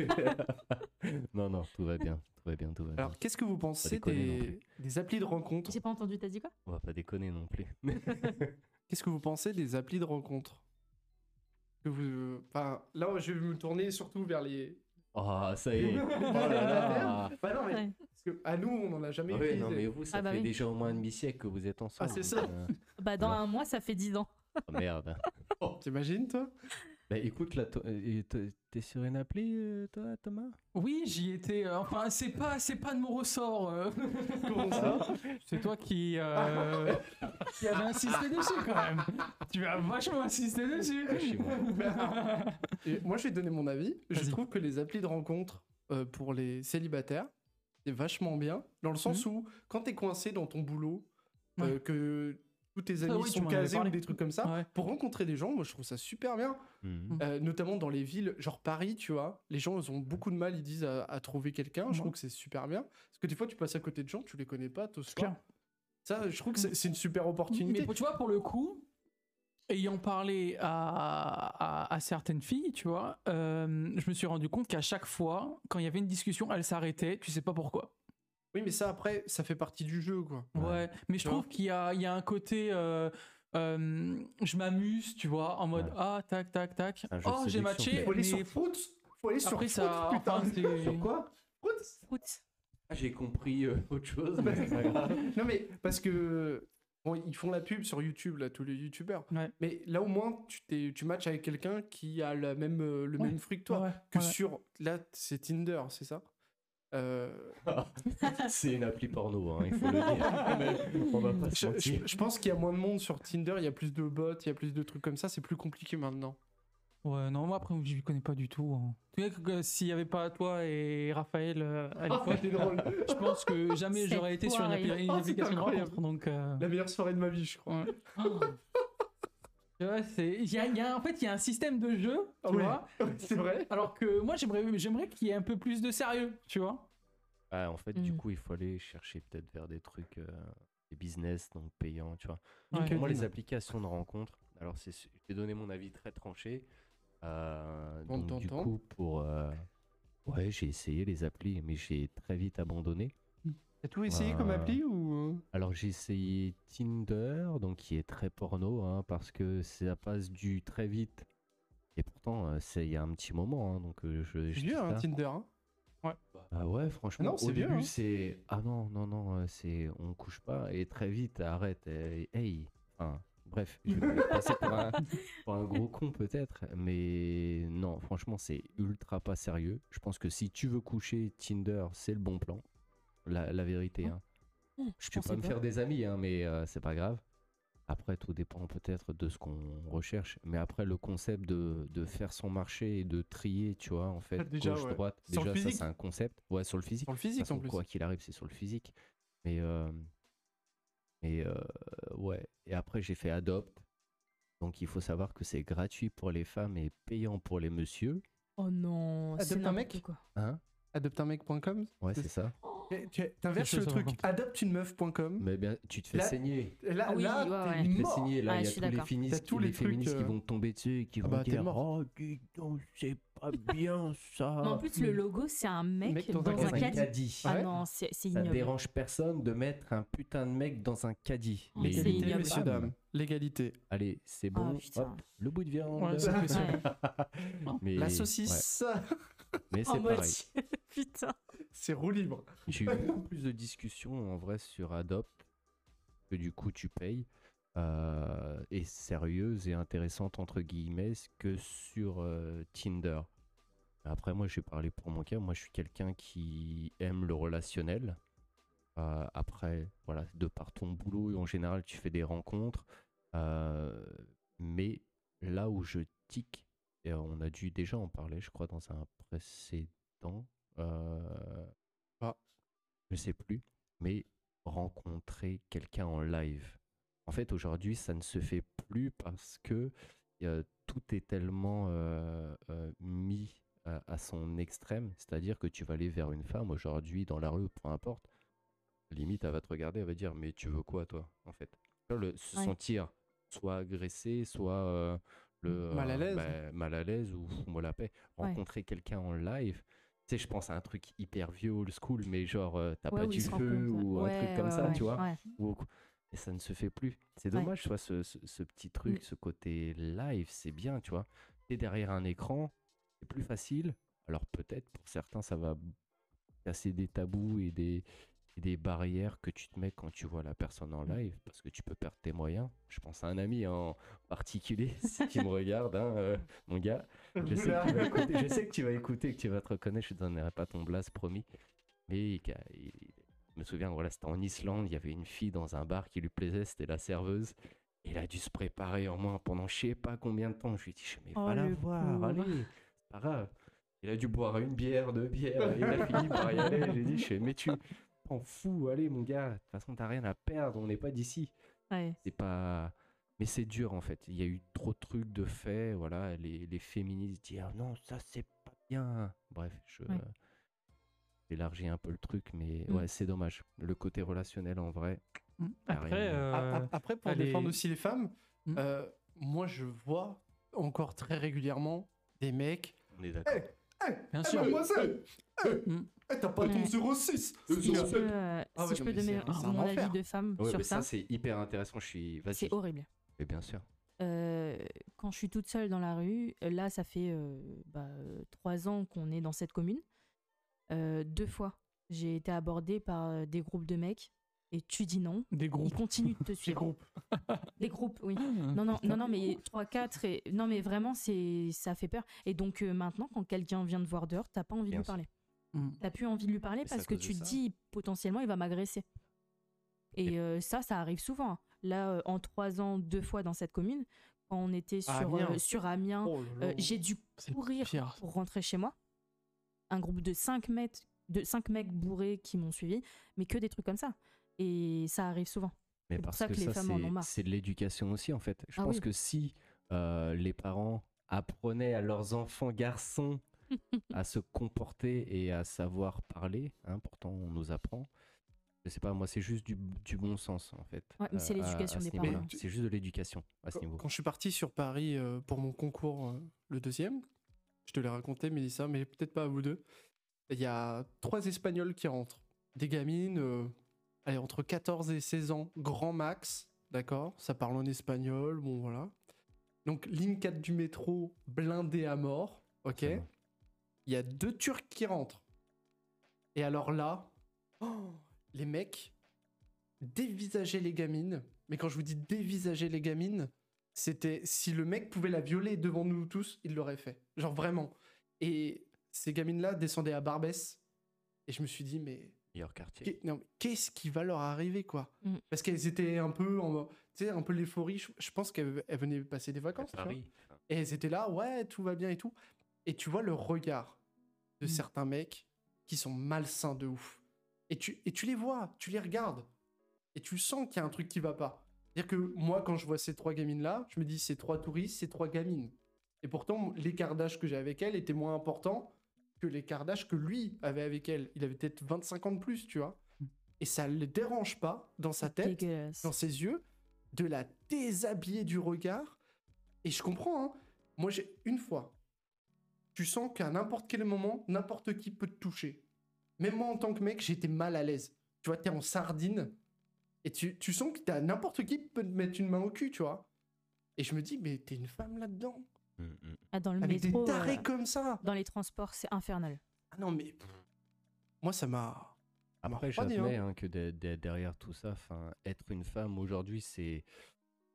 [SPEAKER 2] non, non, tout va bien. Tout va bien, tout va bien.
[SPEAKER 1] Alors, qu'est-ce que vous pensez
[SPEAKER 2] déconner non
[SPEAKER 1] des, des applis de rencontre
[SPEAKER 4] J'ai pas entendu, t'as dit quoi
[SPEAKER 2] On va pas déconner non plus.
[SPEAKER 1] Qu'est-ce que vous pensez des applis de rencontre que vous... enfin, Là, je vais me tourner surtout vers les.
[SPEAKER 2] Ah, ça y est. Oh là là.
[SPEAKER 1] Bah non, mais-
[SPEAKER 4] Ouais.
[SPEAKER 1] parce que à nous, on n'en a jamais
[SPEAKER 2] Ouais,
[SPEAKER 1] utilisé.
[SPEAKER 2] non, mais vous, ça
[SPEAKER 4] Ah bah
[SPEAKER 2] fait
[SPEAKER 4] oui.
[SPEAKER 2] déjà au moins un demi-siècle que vous êtes ensemble.
[SPEAKER 1] c'est
[SPEAKER 2] donc,
[SPEAKER 1] ça.
[SPEAKER 2] euh,
[SPEAKER 4] Bah, dans
[SPEAKER 2] Alors.
[SPEAKER 4] un mois, ça fait 10 ans.
[SPEAKER 2] oh, merde. oh.
[SPEAKER 1] T'imagines, toi
[SPEAKER 2] Bah écoute, là, to- euh, et t- t'es sur une appli, euh, toi, Thomas
[SPEAKER 3] Oui, j'y étais. euh, Enfin, c'est pas, c'est pas de mon ressort. euh.
[SPEAKER 1] Comment ça
[SPEAKER 3] C'est toi qui, euh, Ah. qui avait insisté dessus quand même. Tu as vachement insisté dessus.
[SPEAKER 2] Ah, chez moi.
[SPEAKER 1] Et Moi, je vais donner mon avis. Je
[SPEAKER 3] Vas-y.
[SPEAKER 1] trouve que les applis de rencontre euh, pour les célibataires, c'est vachement bien. Dans le
[SPEAKER 3] Mhm.
[SPEAKER 1] sens où, quand t'es coincé dans ton boulot, euh, que tous tes amis
[SPEAKER 3] Ah oui, tu
[SPEAKER 1] sont
[SPEAKER 3] m'en avais
[SPEAKER 1] casés ou
[SPEAKER 3] parlé.
[SPEAKER 1] des trucs comme ça,
[SPEAKER 3] Ouais.
[SPEAKER 1] pour rencontrer des gens, moi, je trouve ça super bien.
[SPEAKER 2] Mhm.
[SPEAKER 1] Euh, notamment dans les villes, genre Paris, tu vois, les gens ils ont beaucoup de mal, ils disent à, à trouver quelqu'un. Je
[SPEAKER 3] Ouais.
[SPEAKER 1] trouve que c'est super bien parce que des fois tu passes à côté de gens, tu les connais pas, t'oses
[SPEAKER 3] clair.
[SPEAKER 1] pas. Ça, je trouve que c'est c'est une super opportunité.
[SPEAKER 3] Mais pour- tu vois, pour le coup, ayant parlé à, à- à certaines filles, tu vois, euh, je me suis rendu compte qu'à chaque fois, quand il y avait une discussion, elles s'arrêtaient, tu sais pas pourquoi.
[SPEAKER 1] Oui, mais ça après, ça fait partie du jeu, quoi.
[SPEAKER 3] Ouais,
[SPEAKER 2] Ouais.
[SPEAKER 3] mais je
[SPEAKER 1] Tu vois.
[SPEAKER 3] trouve qu'il y a, il y a un côté. euh, euh, je m'amuse, tu vois, en mode
[SPEAKER 2] Ouais.
[SPEAKER 3] ah tac tac tac.
[SPEAKER 2] Un jeu de
[SPEAKER 3] Oh j'ai
[SPEAKER 2] séduction,
[SPEAKER 3] matché.
[SPEAKER 2] quoi.
[SPEAKER 1] Faut aller
[SPEAKER 3] mais
[SPEAKER 1] sur Fruits, faut aller sur
[SPEAKER 3] Après
[SPEAKER 1] Fruits,
[SPEAKER 3] ça,
[SPEAKER 1] putain.
[SPEAKER 3] enfin, c'est-
[SPEAKER 1] sur quoi Fruits
[SPEAKER 4] Fruits.
[SPEAKER 2] Ah, J'ai compris euh, autre chose, mais c'est pas grave.
[SPEAKER 1] Non mais parce que bon, ils font la pub sur YouTube là, tous les YouTubeurs.
[SPEAKER 3] Ouais.
[SPEAKER 1] Mais là au moins tu t'es, tu matches avec quelqu'un qui a la même, euh, le
[SPEAKER 3] Ouais.
[SPEAKER 1] même fruit que toi.
[SPEAKER 3] Ouais,
[SPEAKER 1] Que
[SPEAKER 3] ouais.
[SPEAKER 1] sur là c'est Tinder, c'est ça. Euh,
[SPEAKER 2] C'est une appli porno, hein, il faut le dire. Mais on va pas se
[SPEAKER 1] Je, je-
[SPEAKER 2] mentir.
[SPEAKER 1] je pense qu'il y a moins de monde sur Tinder, il y a plus de bots, il y a plus de trucs comme ça, c'est plus compliqué maintenant.
[SPEAKER 3] Ouais, non, moi après, je lui connais pas du tout. hein. Tu sais que- que s'il y avait pas toi et Raphaël euh,
[SPEAKER 1] Ah,
[SPEAKER 4] Oh.
[SPEAKER 3] à l'époque,
[SPEAKER 1] C'était drôle.
[SPEAKER 3] je pense que jamais
[SPEAKER 4] Cette
[SPEAKER 3] j'aurais été sur une, appli-
[SPEAKER 4] soirée.
[SPEAKER 3] une
[SPEAKER 1] Oh, c'est
[SPEAKER 3] application de
[SPEAKER 1] incroyable.
[SPEAKER 3] rencontre. Donc, euh,
[SPEAKER 1] La meilleure soirée de ma vie, je crois.
[SPEAKER 3] tu vois, c'est- il y a- il y a- en fait, il y a un système de jeu, tu
[SPEAKER 1] Ouais.
[SPEAKER 3] vois,
[SPEAKER 1] c'est vrai.
[SPEAKER 3] alors que moi, j'aimerais j'aimerais qu'il y ait un peu plus de sérieux, tu vois.
[SPEAKER 2] Ah, en fait, du
[SPEAKER 4] Mm.
[SPEAKER 2] coup, il faut aller chercher peut-être vers des trucs, euh, des business, donc payants, tu vois.
[SPEAKER 3] Ouais.
[SPEAKER 2] Pour moi, les applications de rencontre, alors c'est, su- je t'ai donné mon avis très tranché, Euh,
[SPEAKER 1] Bon,
[SPEAKER 2] donc, du
[SPEAKER 1] t'entends.
[SPEAKER 2] coup, pour. euh, Ouais, j'ai essayé les applis, mais j'ai très vite abandonné.
[SPEAKER 1] T'as tout essayé comme
[SPEAKER 2] Euh,
[SPEAKER 1] appli ou
[SPEAKER 2] Alors j'ai essayé Tinder, donc qui est très porno, hein, parce que ça passe du très vite. Et pourtant, euh, c'est il y a un petit moment, hein, donc euh, je.
[SPEAKER 1] C'est
[SPEAKER 2] je dis
[SPEAKER 1] vieux, hein,
[SPEAKER 2] ça.
[SPEAKER 1] Tinder. hein.
[SPEAKER 2] Ah ouais, franchement,
[SPEAKER 1] Ah non,
[SPEAKER 2] au
[SPEAKER 1] c'est vieux,
[SPEAKER 2] début
[SPEAKER 1] hein.
[SPEAKER 2] c'est ah non non non euh, c'est on couche pas et très vite arrête et- hey Enfin, bref je vais passer pour un, pour un gros con peut-être mais non franchement c'est ultra pas sérieux je pense que si tu veux coucher Tinder c'est le bon plan la, la vérité hein. Tu
[SPEAKER 4] Je
[SPEAKER 2] peux
[SPEAKER 4] pensais
[SPEAKER 2] pas me faire des amis, hein, mais euh, c'est pas grave. Après, tout dépend peut-être de ce qu'on recherche. Mais après, le concept de, de faire son marché et de trier, tu vois, en
[SPEAKER 1] Ah,
[SPEAKER 2] fait,
[SPEAKER 1] déjà,
[SPEAKER 2] gauche,
[SPEAKER 1] ouais.
[SPEAKER 2] droite,
[SPEAKER 1] Sur le
[SPEAKER 2] déjà, ça,
[SPEAKER 1] physique.
[SPEAKER 2] c'est un concept. Ouais, sur le physique.
[SPEAKER 1] Sur le
[SPEAKER 2] De toute
[SPEAKER 1] physique en
[SPEAKER 2] façon,
[SPEAKER 1] plus.
[SPEAKER 2] Quoi qu'il arrive, c'est sur le physique. Mais, euh, mais euh, ouais. Et après, j'ai fait Adopt. Donc, il faut savoir que c'est gratuit pour les femmes et payant pour les messieurs.
[SPEAKER 4] Oh non, c'est
[SPEAKER 1] Adopte un
[SPEAKER 4] n'importe
[SPEAKER 1] mec
[SPEAKER 4] quoi.
[SPEAKER 2] Hein
[SPEAKER 1] Adopteunmec.com
[SPEAKER 2] Ouais, c'est ça.
[SPEAKER 1] Eh, tu- T'inverses
[SPEAKER 3] Quelque
[SPEAKER 1] le
[SPEAKER 3] chose
[SPEAKER 1] truc.
[SPEAKER 3] à raconter.
[SPEAKER 1] Adopteunemeuf.com.
[SPEAKER 2] Mais bien, tu te fais
[SPEAKER 1] Là-
[SPEAKER 2] saigner.
[SPEAKER 1] Là,
[SPEAKER 4] Ah oui,
[SPEAKER 1] là,
[SPEAKER 4] ouais,
[SPEAKER 1] t'es
[SPEAKER 4] ouais.
[SPEAKER 2] Il te fait
[SPEAKER 1] mort.
[SPEAKER 2] signer, là,
[SPEAKER 4] Ah,
[SPEAKER 2] il y
[SPEAKER 4] je
[SPEAKER 2] a
[SPEAKER 4] suis
[SPEAKER 2] tous les
[SPEAKER 4] d'accord.
[SPEAKER 1] T'as
[SPEAKER 2] féministes,
[SPEAKER 1] tous
[SPEAKER 2] les
[SPEAKER 1] les trucs,
[SPEAKER 2] féministes qui
[SPEAKER 1] euh,
[SPEAKER 2] vont tomber dessus et qui
[SPEAKER 1] Ah
[SPEAKER 2] vont
[SPEAKER 1] bah, t'es
[SPEAKER 2] dire
[SPEAKER 1] mort.
[SPEAKER 2] Oh, dis donc, c'est pas bien ça. Eh ben,
[SPEAKER 4] Mais en plus, le logo, c'est un mec,
[SPEAKER 1] Mec
[SPEAKER 4] dans, un
[SPEAKER 2] caddy.
[SPEAKER 4] caddie.
[SPEAKER 1] Ah
[SPEAKER 4] Ah
[SPEAKER 1] ouais
[SPEAKER 4] non, c'est c'est
[SPEAKER 2] Ça
[SPEAKER 4] ignoble.
[SPEAKER 2] dérange personne de mettre un putain de mec dans un caddie.
[SPEAKER 4] Mais c'est
[SPEAKER 2] les
[SPEAKER 1] L'égalité,
[SPEAKER 4] ignoble.
[SPEAKER 1] messieurs,
[SPEAKER 2] femmes,
[SPEAKER 1] dames. L'égalité.
[SPEAKER 2] Allez, c'est
[SPEAKER 4] Ah,
[SPEAKER 2] bon.
[SPEAKER 4] putain.
[SPEAKER 2] hop, le bout de viande.
[SPEAKER 3] Ouais, ça fait ça.
[SPEAKER 4] Ouais.
[SPEAKER 2] Mais-
[SPEAKER 1] La saucisse,
[SPEAKER 2] ouais, mais
[SPEAKER 4] Oh
[SPEAKER 2] c'est
[SPEAKER 4] mon
[SPEAKER 2] pareil.
[SPEAKER 4] Dieu, putain.
[SPEAKER 1] c'est roue libre.
[SPEAKER 2] J'ai eu beaucoup plus de discussions en vrai sur Adopt, que du coup tu payes, euh, et sérieuse et intéressante entre guillemets que sur euh, Tinder. Après, moi, je vais parler pour mon cas. Moi, je suis quelqu'un qui aime le relationnel. Euh, après, voilà, de par ton boulot, en général, tu fais des rencontres. Euh, mais là où je tic, et on a dû déjà en parler, je crois, dans un précédent. euh,
[SPEAKER 1] Ah.
[SPEAKER 2] je sais plus, mais rencontrer quelqu'un en live. En fait, aujourd'hui, ça ne se fait plus parce que euh, tout est tellement euh, euh, mis à, à son extrême. C'est-à-dire que tu vas aller vers une femme aujourd'hui dans la rue, peu importe. Limite, elle va te regarder, elle va dire Mais tu veux quoi, toi En fait, Tu vois, le, se
[SPEAKER 4] Ouais.
[SPEAKER 2] sentir soit agressé, soit euh, le,
[SPEAKER 1] Mal à
[SPEAKER 2] euh,
[SPEAKER 1] l'aise.
[SPEAKER 2] bah, mal à l'aise ou fous-moi la paix.
[SPEAKER 4] Ouais.
[SPEAKER 2] Rencontrer quelqu'un en live, tu sais, je pense à un truc hyper vieux, old school, mais genre, euh, t'as
[SPEAKER 4] Ouais,
[SPEAKER 2] pas
[SPEAKER 4] où
[SPEAKER 2] du
[SPEAKER 4] ils se
[SPEAKER 2] feu
[SPEAKER 4] rencontrent.
[SPEAKER 2] ou un
[SPEAKER 4] Ouais,
[SPEAKER 2] truc comme
[SPEAKER 4] ouais,
[SPEAKER 2] ça,
[SPEAKER 4] ouais,
[SPEAKER 2] tu vois.
[SPEAKER 4] ouais.
[SPEAKER 2] ou- Et ça ne se fait plus. C'est
[SPEAKER 4] Ouais.
[SPEAKER 2] dommage, tu vois, ce, ce- ce petit truc,
[SPEAKER 4] Mm.
[SPEAKER 2] ce côté live, c'est bien, tu vois. T'es derrière un écran, c'est plus facile. Alors peut-être, pour certains, ça va casser des tabous et des, et des barrières que tu te mets quand tu vois la personne en
[SPEAKER 4] Mm.
[SPEAKER 2] live, parce que tu peux perdre tes moyens. Je pense à un ami hein, en particulier qui me regarde, hein, euh, mon gars. Je sais, que tu vas écouter, je sais que tu vas écouter, que tu vas te reconnaître, je te donnerai pas ton blase, promis. Mais il- il- je me souviens, voilà, c'était en Islande, il y avait une fille dans un bar qui lui plaisait, c'était la serveuse. Et il a dû se préparer en moi pendant je sais pas combien de temps. Je lui ai dit, mais
[SPEAKER 4] Oh,
[SPEAKER 2] va la
[SPEAKER 4] le
[SPEAKER 2] voir,
[SPEAKER 4] pauvre.
[SPEAKER 2] allez, c'est pas grave. Il a dû boire une bière, deux bières, et il a fini par y aller. J'ai dit, je fais, mais tu t'en fous, allez mon gars, de toute façon t'as rien à perdre, on n'est pas d'ici
[SPEAKER 4] Ouais.
[SPEAKER 2] c'est pas mais c'est dur en fait il y a eu trop de trucs de faits voilà les, les féministes dire non ça c'est pas bien bref je
[SPEAKER 4] Ouais.
[SPEAKER 2] euh, élargis un peu le truc mais
[SPEAKER 4] Mm.
[SPEAKER 2] ouais c'est dommage le côté relationnel en vrai
[SPEAKER 3] hum, Après,
[SPEAKER 2] Rien.
[SPEAKER 1] A-
[SPEAKER 3] euh,
[SPEAKER 2] ah,
[SPEAKER 1] a- Après, pour
[SPEAKER 3] elle est-
[SPEAKER 1] défendre aussi les femmes,
[SPEAKER 3] Mm.
[SPEAKER 1] euh, moi je vois encore très régulièrement des mecs.
[SPEAKER 2] on est d'accord ah.
[SPEAKER 3] bien
[SPEAKER 1] Eh,
[SPEAKER 3] sûr.
[SPEAKER 1] mademoiselle eh,
[SPEAKER 3] Mm.
[SPEAKER 1] eh, T'as pas ton
[SPEAKER 4] Ouais.
[SPEAKER 1] 06
[SPEAKER 4] Si je
[SPEAKER 1] 07.
[SPEAKER 4] peux, euh,
[SPEAKER 1] Ah
[SPEAKER 4] si
[SPEAKER 1] ouais,
[SPEAKER 4] je
[SPEAKER 1] non,
[SPEAKER 4] peux
[SPEAKER 1] mais
[SPEAKER 4] donner
[SPEAKER 1] c'est- c'est un
[SPEAKER 4] mon
[SPEAKER 1] enfer.
[SPEAKER 4] avis de femme
[SPEAKER 2] ouais
[SPEAKER 4] sur
[SPEAKER 2] mais ça,
[SPEAKER 4] ça,
[SPEAKER 2] c'est hyper intéressant je suis vas-y
[SPEAKER 4] c'est horrible.
[SPEAKER 2] mais bien sûr
[SPEAKER 4] Euh, quand je suis toute seule dans la rue, euh, là, ça fait euh, bah, euh, trois ans qu'on est dans cette commune. Euh, deux fois, j'ai été abordée par euh, des groupes de mecs et tu dis non.
[SPEAKER 3] Des
[SPEAKER 4] Ils
[SPEAKER 3] groupes.
[SPEAKER 4] continuent de te suivre.
[SPEAKER 1] groupes.
[SPEAKER 4] Des groupes, oui.
[SPEAKER 1] Mmh.
[SPEAKER 4] Non, non, non, non, mais 3, 4 et. Non, mais vraiment, c'est ça fait peur. Et donc euh, maintenant, quand quelqu'un vient te voir dehors, t'as pas envie de
[SPEAKER 2] Bien
[SPEAKER 4] lui
[SPEAKER 2] sûr.
[SPEAKER 4] parler.
[SPEAKER 1] Mmh.
[SPEAKER 3] Mm.
[SPEAKER 4] T'as plus envie de lui parler
[SPEAKER 2] Mais c'est à
[SPEAKER 4] parce que
[SPEAKER 2] cause de
[SPEAKER 4] tu te
[SPEAKER 2] ça.
[SPEAKER 4] dis potentiellement il va m'agresser. Et euh, ça, ça arrive souvent. hein. Là, euh, en trois ans, deux fois dans cette commune, quand on était sur
[SPEAKER 1] À
[SPEAKER 4] euh,
[SPEAKER 1] Amiens.
[SPEAKER 4] sur Amiens,
[SPEAKER 1] Oh là
[SPEAKER 4] euh,
[SPEAKER 1] là.
[SPEAKER 4] j'ai dû
[SPEAKER 3] C'est
[SPEAKER 4] courir
[SPEAKER 3] pire.
[SPEAKER 4] pour rentrer chez moi. Un groupe de 5 mètres, de cinq mecs bourrés qui m'ont suivi, mais que des trucs comme ça. Et ça arrive souvent.
[SPEAKER 2] Mais
[SPEAKER 4] C'est pour
[SPEAKER 2] parce
[SPEAKER 4] ça
[SPEAKER 2] que,
[SPEAKER 4] que les
[SPEAKER 2] ça,
[SPEAKER 4] femmes en ont
[SPEAKER 2] c'est-
[SPEAKER 4] marre.
[SPEAKER 2] c'est de l'éducation aussi, en fait. Je
[SPEAKER 4] Ah
[SPEAKER 2] pense
[SPEAKER 4] oui.
[SPEAKER 2] que si euh, les parents apprenaient à leurs enfants garçons à se comporter et à savoir parler, hein, pourtant on nous apprend, Je sais pas, moi, c'est juste du, du bon sens, en fait. euh,
[SPEAKER 4] Ouais, mais c'est
[SPEAKER 2] à- à-
[SPEAKER 4] l'éducation
[SPEAKER 2] à ce
[SPEAKER 4] des
[SPEAKER 2] niveau-là.
[SPEAKER 1] parents.
[SPEAKER 2] C'est juste de l'éducation à ce
[SPEAKER 1] Quand-
[SPEAKER 2] niveau.
[SPEAKER 1] Quand je suis parti sur Paris euh, pour mon concours, euh, le deuxième, je te l'ai raconté, Mélissa, mais peut-être pas à vous deux. Il y a trois Espagnols qui rentrent. Des gamines, euh, allez, entre 14 et 16 ans, grand max, d'accord Ça parle en espagnol, bon voilà. Donc, ligne 4 du métro, blindée à mort, ok
[SPEAKER 2] Ça va.
[SPEAKER 1] Il y a deux Turcs qui rentrent. Et alors là, oh, les mecs dévisageaient les gamines. Mais quand je vous dis dévisager les gamines, c'était si le mec pouvait la violer devant nous tous, il l'aurait fait. Genre vraiment. Et ces gamines-là descendaient à Barbès. Et je me suis dit, mais
[SPEAKER 2] Meilleur quartier.
[SPEAKER 1] qu'est- non, mais qu'est-ce qui va leur arriver, quoi
[SPEAKER 4] Mm.
[SPEAKER 1] Parce qu'elles étaient un peu en. Tu sais, un peu l'euphorie. Je, je pense qu'elles elles venaient passer des vacances. tu vois.
[SPEAKER 2] Paris.
[SPEAKER 1] Et elles étaient là, ouais, tout va bien et tout. Et tu vois le regard de
[SPEAKER 3] Mm.
[SPEAKER 1] certains mecs qui sont malsains de ouf. Et tu, et tu les vois, tu les regardes. Et tu sens qu'il y a un truc qui va pas. C'est-à-dire que moi, quand je vois ces trois gamines-là, je me dis, c'est trois touristes, c'est trois gamines. Et pourtant, l'écart d'âge que j'ai avec elles était moins important que l'écart d'âge que lui avait avec elle. Il avait peut-être 25 ans de plus, tu vois. Et ça le dérange pas dans sa tête
[SPEAKER 4] Dégueulasse.
[SPEAKER 1] dans ses yeux, de la déshabiller du regard. Et je comprends, hein. moi j'ai une fois, tu sens qu'à n'importe quel moment, n'importe qui peut te toucher. Même moi en tant que mec, j'étais mal à l'aise. Tu vois, t'es en sardine et tu, tu sens que t'as n'importe qui peut te mettre une main au cul, tu vois. Et je me dis, mais t'es une femme là-dedans,
[SPEAKER 2] Mm, mm.
[SPEAKER 4] Ah, dans le
[SPEAKER 1] avec
[SPEAKER 4] métro,
[SPEAKER 1] des tarés
[SPEAKER 4] euh,
[SPEAKER 1] comme ça.
[SPEAKER 4] dans les transports, c'est infernal.
[SPEAKER 1] Ah non, mais pff, moi ça m'a. ça m'a
[SPEAKER 2] Après,
[SPEAKER 1] refroidi, hein.
[SPEAKER 2] j'admets hein, que de- de- derrière tout ça, 'fin, être une femme aujourd'hui, c'est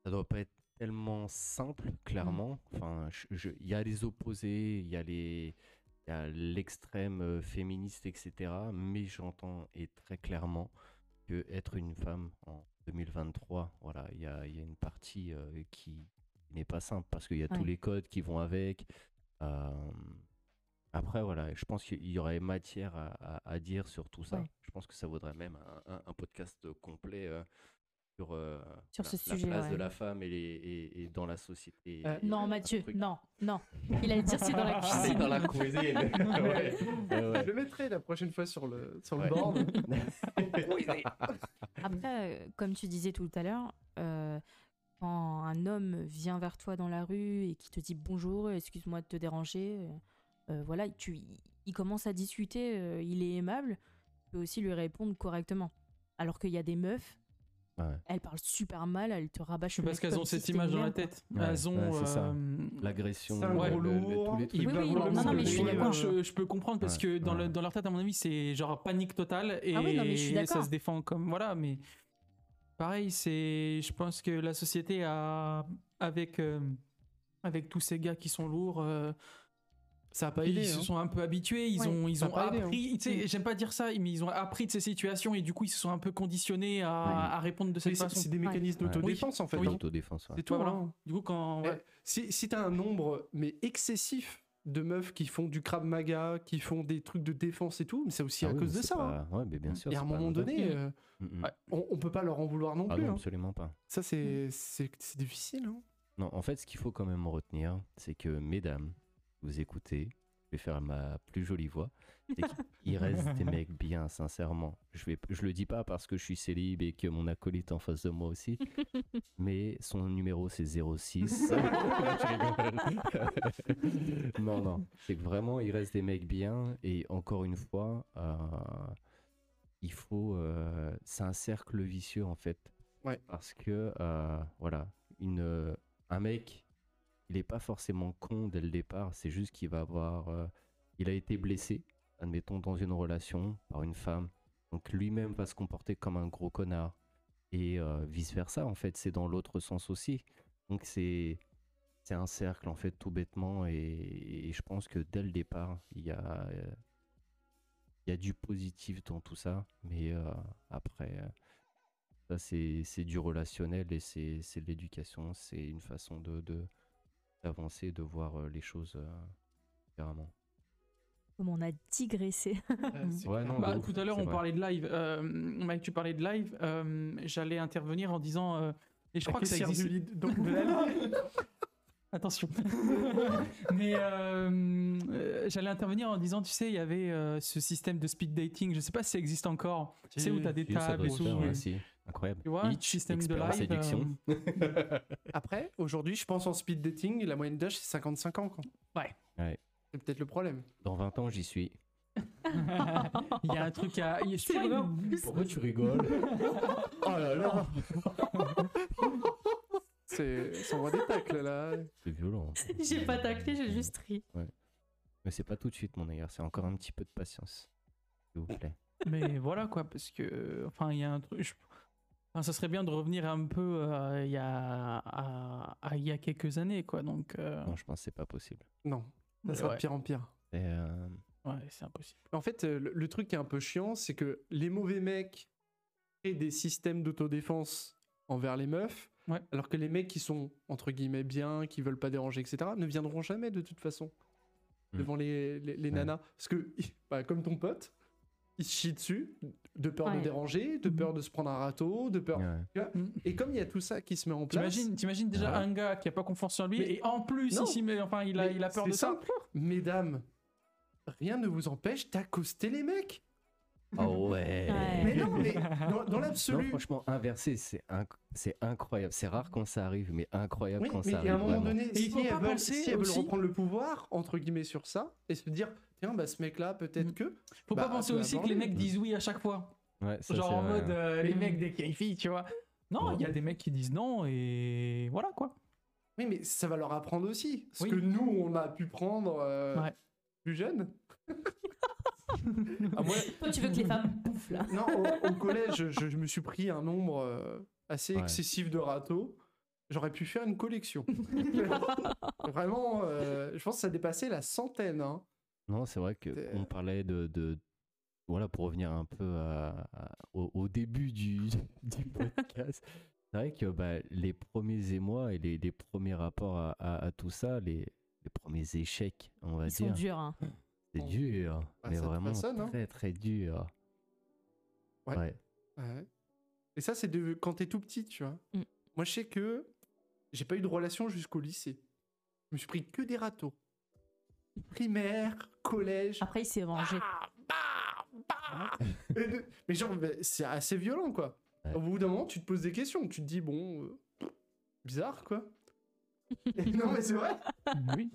[SPEAKER 2] ça doit pas être tellement simple, clairement. Enfin, je- je- il y a les opposés, il y a les, il y a l'extrême euh, féministe, etc. Mais j'entends et très clairement que être une femme en 2023, voilà, il y a, il y a une partie euh, qui n'est pas simple parce qu'il y a tous
[SPEAKER 4] Ouais.
[SPEAKER 2] les codes qui vont avec. Euh, après, voilà, je pense qu'il y aurait matière à, à- à dire sur tout ça.
[SPEAKER 4] Ouais.
[SPEAKER 2] Je pense que ça vaudrait même un, un- un podcast complet euh, sur, euh,
[SPEAKER 4] Sur
[SPEAKER 2] la,
[SPEAKER 4] ce
[SPEAKER 2] la
[SPEAKER 4] sujet,
[SPEAKER 2] place de
[SPEAKER 4] ouais.
[SPEAKER 2] la femme et, les- et- et dans la société.
[SPEAKER 1] Euh,
[SPEAKER 2] et
[SPEAKER 4] Non,
[SPEAKER 2] le-
[SPEAKER 4] Mathieu,
[SPEAKER 2] un truc.
[SPEAKER 4] non, non. Il allait dire c'est dans la
[SPEAKER 2] Ah, c'est
[SPEAKER 4] cuisine.
[SPEAKER 2] dans la cuisine. Ouais, ouais,
[SPEAKER 1] Je
[SPEAKER 2] ouais.
[SPEAKER 1] le mettrai la prochaine fois sur le, sur le
[SPEAKER 2] Ouais.
[SPEAKER 1] board.
[SPEAKER 4] Après, euh, comme tu disais tout à l'heure, euh, quand un homme vient vers toi dans la rue et qui te dit bonjour, excuse-moi de te déranger, euh, euh, voilà, tu, il commence à discuter, euh, il est aimable, tu peux aussi lui répondre correctement. Alors qu'il y a des meufs,
[SPEAKER 2] Ouais.
[SPEAKER 4] elles parlent super mal, elles te rabâchent. le
[SPEAKER 3] Parce
[SPEAKER 4] mec
[SPEAKER 3] qu'elles
[SPEAKER 4] comme
[SPEAKER 3] ont
[SPEAKER 4] si
[SPEAKER 3] cette
[SPEAKER 4] c'était
[SPEAKER 3] image
[SPEAKER 4] une
[SPEAKER 3] dans la
[SPEAKER 4] merde, quoi.
[SPEAKER 3] tête.
[SPEAKER 2] Ouais,
[SPEAKER 3] elles ont.
[SPEAKER 2] ouais, c'est ça.
[SPEAKER 3] euh,
[SPEAKER 2] L'agression,
[SPEAKER 1] C'est un
[SPEAKER 2] le-
[SPEAKER 1] gros
[SPEAKER 2] le- le-
[SPEAKER 1] lourd,
[SPEAKER 2] tous les trucs.
[SPEAKER 1] il
[SPEAKER 4] Oui,
[SPEAKER 1] va
[SPEAKER 4] oui,
[SPEAKER 1] vouloir
[SPEAKER 4] non,
[SPEAKER 1] vous
[SPEAKER 4] non, mais je suis
[SPEAKER 1] enlever,
[SPEAKER 4] d'accord.
[SPEAKER 1] euh,
[SPEAKER 3] Je, je peux comprendre parce
[SPEAKER 2] Ouais,
[SPEAKER 3] que dans,
[SPEAKER 2] ouais.
[SPEAKER 3] le- dans leur tête, à mon avis, c'est genre panique totale et
[SPEAKER 4] Ah oui, non, mais je suis
[SPEAKER 3] ça
[SPEAKER 4] d'accord.
[SPEAKER 3] se défend comme voilà. Mais pareil, c'est je pense que la société a avec euh, avec tous ces gars qui sont lourds, euh,
[SPEAKER 1] Ça a pas
[SPEAKER 3] ils
[SPEAKER 1] aidé.
[SPEAKER 3] se
[SPEAKER 1] hein.
[SPEAKER 3] sont un peu habitués, ils
[SPEAKER 4] Ouais.
[SPEAKER 3] ont ils
[SPEAKER 1] Ça a
[SPEAKER 3] ont
[SPEAKER 1] pas aidé, hein.
[SPEAKER 3] appris. tu sais, J'aime pas dire ça, mais ils ont appris de ces situations et du coup ils se sont un peu conditionnés à, à répondre de
[SPEAKER 1] Mais
[SPEAKER 3] cette
[SPEAKER 1] c'est-
[SPEAKER 3] façon.
[SPEAKER 1] C'est des
[SPEAKER 4] Ouais.
[SPEAKER 1] mécanismes
[SPEAKER 2] Ouais.
[SPEAKER 1] d'autodéfense en fait.
[SPEAKER 2] Oui.
[SPEAKER 1] hein.
[SPEAKER 2] L'autodéfense, ouais.
[SPEAKER 1] C'est tout.
[SPEAKER 3] Ouais, voilà.
[SPEAKER 1] hein.
[SPEAKER 3] Du coup quand ouais.
[SPEAKER 1] Eh, Si, si t'as un nombre mais excessif de meufs qui font du Krav Maga, qui font des trucs de défense et tout, mais c'est aussi
[SPEAKER 2] Ah
[SPEAKER 1] à
[SPEAKER 2] oui,
[SPEAKER 1] cause
[SPEAKER 2] mais
[SPEAKER 1] de
[SPEAKER 2] c'est
[SPEAKER 1] ça. hein.
[SPEAKER 2] pas- ouais, mais bien sûr.
[SPEAKER 1] Et à un
[SPEAKER 2] c'est pas
[SPEAKER 1] moment
[SPEAKER 2] anodin.
[SPEAKER 1] donné, euh,
[SPEAKER 2] Mm, mm.
[SPEAKER 1] ouais, on, on peut pas leur en vouloir non
[SPEAKER 2] Ah
[SPEAKER 1] plus.
[SPEAKER 2] non,
[SPEAKER 1] hein.
[SPEAKER 2] absolument pas.
[SPEAKER 1] Ça c'est c'est c'est difficile. hein.
[SPEAKER 2] Non, en fait, ce qu'il faut quand même retenir, c'est que, mesdames, vous écoutez, je vais faire ma plus jolie voix, c'est qu'il reste des mecs bien, sincèrement. Je, vais, je le dis pas parce que je suis célib et que mon acolyte en face de moi aussi, mais son numéro c'est 06. Je rigole. non, non, c'est que vraiment, il reste des mecs bien, et encore une fois, euh, il faut. euh, c'est un cercle vicieux en fait.
[SPEAKER 1] Ouais.
[SPEAKER 2] Parce que, euh, voilà, une, euh, un mec, il n'est pas forcément con dès le départ, c'est juste qu'il va avoir. euh, il a été blessé, admettons, dans une relation par une femme. Donc lui-même va se comporter comme un gros connard. Et euh, vice-versa, en fait, c'est dans l'autre sens aussi. Donc c'est. C'est un cercle en fait tout bêtement et, et je pense que dès le départ il y a euh, il y a du positif dans tout ça mais euh, après euh, ça, c'est c'est du relationnel et c'est c'est de l'éducation. C'est une façon de de- d'avancer, de, voir euh, les choses euh, différemment.
[SPEAKER 4] Comme on a digressé.
[SPEAKER 1] c'est
[SPEAKER 2] Ouais,
[SPEAKER 1] clair.
[SPEAKER 2] non,
[SPEAKER 3] Bah,
[SPEAKER 2] de ouf,
[SPEAKER 3] tout à l'heure,
[SPEAKER 2] c'est
[SPEAKER 3] on
[SPEAKER 2] vrai.
[SPEAKER 3] parlait de live. Euh, Mike, tu parlais de live. Euh, J'allais intervenir en disant. euh, et je crois que ça
[SPEAKER 1] Acquiescir
[SPEAKER 3] existe.
[SPEAKER 1] du lit- donc de la-
[SPEAKER 3] Attention. Mais euh, euh, euh, j'allais intervenir en disant, tu sais, il y avait euh, ce système de speed dating. Je sais pas si ça existe encore. Tu sais, où t'as des
[SPEAKER 2] Si, ça
[SPEAKER 3] tables
[SPEAKER 2] doit
[SPEAKER 3] et
[SPEAKER 2] se
[SPEAKER 3] tout.
[SPEAKER 2] faire, ouais,
[SPEAKER 3] et-
[SPEAKER 2] si. Incroyable.
[SPEAKER 3] Tu vois,
[SPEAKER 2] Hitch,
[SPEAKER 3] système de
[SPEAKER 2] expert en
[SPEAKER 3] live, euh,
[SPEAKER 2] séduction.
[SPEAKER 1] Après, aujourd'hui, je pense en speed dating, la moyenne d'âge, c'est 55 ans. Quoi.
[SPEAKER 3] Ouais.
[SPEAKER 2] Ouais.
[SPEAKER 1] C'est peut-être le problème.
[SPEAKER 2] Dans 20 ans, j'y suis.
[SPEAKER 3] Il y a un truc à. il y a- je
[SPEAKER 4] C'est
[SPEAKER 3] crois,
[SPEAKER 4] vrai, en
[SPEAKER 3] il-
[SPEAKER 2] Pourquoi tu rigoles Oh là là
[SPEAKER 1] C'est son roi des tacles, là.
[SPEAKER 2] C'est violent.
[SPEAKER 4] J'ai pas taclé, j'ai juste ri.
[SPEAKER 2] Mais c'est pas tout de suite, mon égard. C'est encore un petit peu de patience. S'il vous plaît.
[SPEAKER 3] Mais voilà quoi, parce que. Enfin, il y a un truc. je- Enfin, ça serait bien de revenir un peu euh, il y a, à, à il y a quelques années quoi. Donc. euh,
[SPEAKER 2] Non, je pense que c'est pas possible.
[SPEAKER 1] Non, ça sera
[SPEAKER 3] ouais.
[SPEAKER 1] de pire en pire.
[SPEAKER 2] C'est, euh,
[SPEAKER 3] Ouais, c'est impossible.
[SPEAKER 1] En fait, euh, le, le truc qui est un peu chiant, c'est que les mauvais mecs créent des systèmes d'autodéfense envers les meufs,
[SPEAKER 3] Ouais.
[SPEAKER 1] alors que les mecs qui sont, entre guillemets, bien, qui veulent pas déranger, etc., ne viendront jamais de toute façon
[SPEAKER 2] Hmm.
[SPEAKER 1] devant les, les, les
[SPEAKER 2] Ouais.
[SPEAKER 1] nanas. Parce que, bah, comme ton pote, il se chie dessus, de peur
[SPEAKER 4] Ouais.
[SPEAKER 1] de déranger, de peur de se prendre un râteau, de peur...
[SPEAKER 2] ouais.
[SPEAKER 1] Et comme il y a tout ça qui se met en place...
[SPEAKER 3] Mmh. T'imagines, t'imagines déjà
[SPEAKER 2] Ouais.
[SPEAKER 3] un gars qui a pas confiance en lui
[SPEAKER 1] Mais-
[SPEAKER 3] et en plus
[SPEAKER 1] Non.
[SPEAKER 3] il s'y met- enfin il a,
[SPEAKER 1] Mais
[SPEAKER 3] il a peur
[SPEAKER 1] c'est
[SPEAKER 3] de ça.
[SPEAKER 1] simple. Mesdames, rien ne vous empêche d'accoster les mecs
[SPEAKER 2] Oh ouais.
[SPEAKER 4] Ouais.
[SPEAKER 1] Mais non, mais dans, dans
[SPEAKER 2] Non,
[SPEAKER 1] l'absolu...
[SPEAKER 2] franchement, inverser, c'est inc- c'est incroyable. C'est rare quand ça arrive, mais incroyable
[SPEAKER 1] Oui,
[SPEAKER 2] Euh, quand
[SPEAKER 1] mais et
[SPEAKER 2] ça arrive.
[SPEAKER 1] à un moment
[SPEAKER 2] vraiment.
[SPEAKER 1] donné,
[SPEAKER 3] il
[SPEAKER 1] si
[SPEAKER 3] faut pas
[SPEAKER 1] elles, veulent,
[SPEAKER 3] penser
[SPEAKER 1] si elles veulent
[SPEAKER 3] aussi-
[SPEAKER 1] reprendre le pouvoir, entre guillemets, sur ça, et se dire, tiens, bah, ce mec-là, peut-être
[SPEAKER 3] Mm.
[SPEAKER 1] que.
[SPEAKER 3] Faut
[SPEAKER 1] Bah,
[SPEAKER 3] pas penser
[SPEAKER 1] peu
[SPEAKER 3] aussi que
[SPEAKER 1] importe.
[SPEAKER 3] les mecs disent oui à chaque fois.
[SPEAKER 2] Ouais, ça,
[SPEAKER 3] Genre
[SPEAKER 2] c'est
[SPEAKER 3] en
[SPEAKER 2] vrai.
[SPEAKER 3] mode euh, les
[SPEAKER 4] Mm.
[SPEAKER 3] mecs dès qu'il y a une fille, tu vois. Non, il y a
[SPEAKER 2] Ouais.
[SPEAKER 3] des mecs qui disent non et voilà quoi.
[SPEAKER 1] Oui, mais ça va leur apprendre aussi. Ce
[SPEAKER 3] Oui.
[SPEAKER 1] que nous, on a pu prendre euh,
[SPEAKER 3] Ouais.
[SPEAKER 1] plus jeune. Ah, moi,
[SPEAKER 4] Toi, tu veux que les femmes bouffent là.
[SPEAKER 1] non, au, au collège, je, je me suis pris un nombre euh, assez
[SPEAKER 2] Ouais.
[SPEAKER 1] excessif de râteaux. J'aurais pu faire une collection. Vraiment, euh, je pense que ça dépassait la centaine. hein.
[SPEAKER 2] Non, c'est vrai que
[SPEAKER 1] C'est-
[SPEAKER 2] on parlait de, de- voilà pour revenir un peu à- à- au, au début du, du podcast. C'est vrai que bah, les premiers émois et les, les premiers rapports à, à- à tout ça, les, les premiers échecs, on va
[SPEAKER 4] Ils sont
[SPEAKER 2] dire,
[SPEAKER 4] durs, hein.
[SPEAKER 2] c'est dur,
[SPEAKER 1] Bah,
[SPEAKER 2] mais
[SPEAKER 1] ça te
[SPEAKER 2] vraiment
[SPEAKER 1] façonne, hein.
[SPEAKER 2] très très dur.
[SPEAKER 1] Ouais. Ouais. Et ça, c'est de... quand t'es tout petit, tu vois.
[SPEAKER 4] Mm.
[SPEAKER 1] Moi, je sais que j'ai pas eu de relation jusqu'au lycée. Je me suis pris que des râteaux. Primaire, collège.
[SPEAKER 4] Après, il s'est vengé.
[SPEAKER 1] Bah, bah, bah. Et de- Mais genre, bah, c'est assez violent, quoi.
[SPEAKER 2] Ouais.
[SPEAKER 1] Au bout d'un moment, tu te poses des questions. Tu te dis, bon, euh, pff, bizarre, quoi. Et non, mais c'est vrai.
[SPEAKER 3] oui.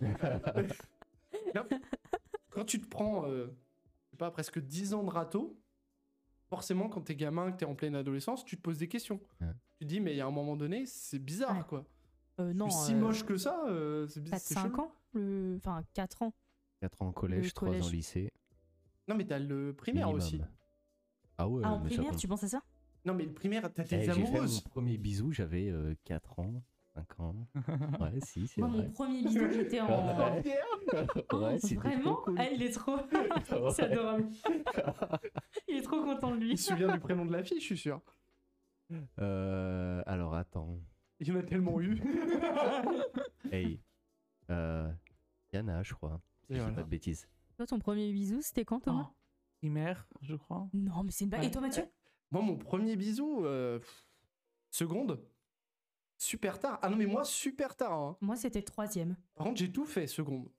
[SPEAKER 1] Quand tu te prends, euh, je sais pas, presque 10 ans de râteau, forcément, quand t'es gamin, que t'es en pleine adolescence, tu te poses des questions.
[SPEAKER 2] Ouais.
[SPEAKER 1] Tu te dis, mais il y a un moment donné, c'est bizarre,
[SPEAKER 4] Ouais.
[SPEAKER 1] quoi.
[SPEAKER 4] Euh, non,
[SPEAKER 1] si
[SPEAKER 4] euh,
[SPEAKER 1] moche que ça, euh, c'est
[SPEAKER 4] t'as
[SPEAKER 1] bizarre.
[SPEAKER 4] 5 ans le- Enfin, 4 ans.
[SPEAKER 2] 4 ans au collège,
[SPEAKER 4] Le
[SPEAKER 2] 3 ans au
[SPEAKER 4] collège.
[SPEAKER 2] lycée.
[SPEAKER 1] Non, mais t'as le primaire
[SPEAKER 2] minimum.
[SPEAKER 1] aussi.
[SPEAKER 2] Ah ouais,
[SPEAKER 4] ah, en
[SPEAKER 2] mais ça
[SPEAKER 4] primaire,
[SPEAKER 2] compte.
[SPEAKER 4] tu penses à ça
[SPEAKER 1] Non, mais le primaire, t'as tes
[SPEAKER 2] Eh, J'ai fait mon
[SPEAKER 1] amoureuses.
[SPEAKER 2] premier bisou, j'avais 4 ans, 5 ans. Ouais, si, c'est
[SPEAKER 4] Moi,
[SPEAKER 2] vrai.
[SPEAKER 4] mon premier bisou, j'étais en.
[SPEAKER 2] Ouais.
[SPEAKER 4] Oh,
[SPEAKER 2] Ouais, c'était trop
[SPEAKER 4] vraiment
[SPEAKER 2] cool.
[SPEAKER 4] Ah, il est trop. C'est
[SPEAKER 2] Ouais.
[SPEAKER 4] adorable. il est trop content de
[SPEAKER 1] Il
[SPEAKER 4] lui.
[SPEAKER 1] se souvient du prénom de la fille, je suis sûr.
[SPEAKER 2] Euh, alors attends.
[SPEAKER 1] Il y en a tellement eu.
[SPEAKER 2] Hey. Euh, Yana, je crois. Si
[SPEAKER 1] Et
[SPEAKER 2] je dis
[SPEAKER 1] voilà.
[SPEAKER 2] pas de bêtises.
[SPEAKER 4] Toi, ton premier bisou, c'était quand,
[SPEAKER 3] Oh.
[SPEAKER 4] Thomas
[SPEAKER 3] Primaire, je crois.
[SPEAKER 4] Ah. Non, mais c'est une blague.
[SPEAKER 3] Ouais.
[SPEAKER 4] Et toi, Mathieu
[SPEAKER 1] Moi, mon premier bisou, euh, pff, seconde, super tard. Ah non, mais moi, super tard. hein.
[SPEAKER 4] Moi, c'était troisième.
[SPEAKER 1] Par contre, j'ai tout fait, seconde.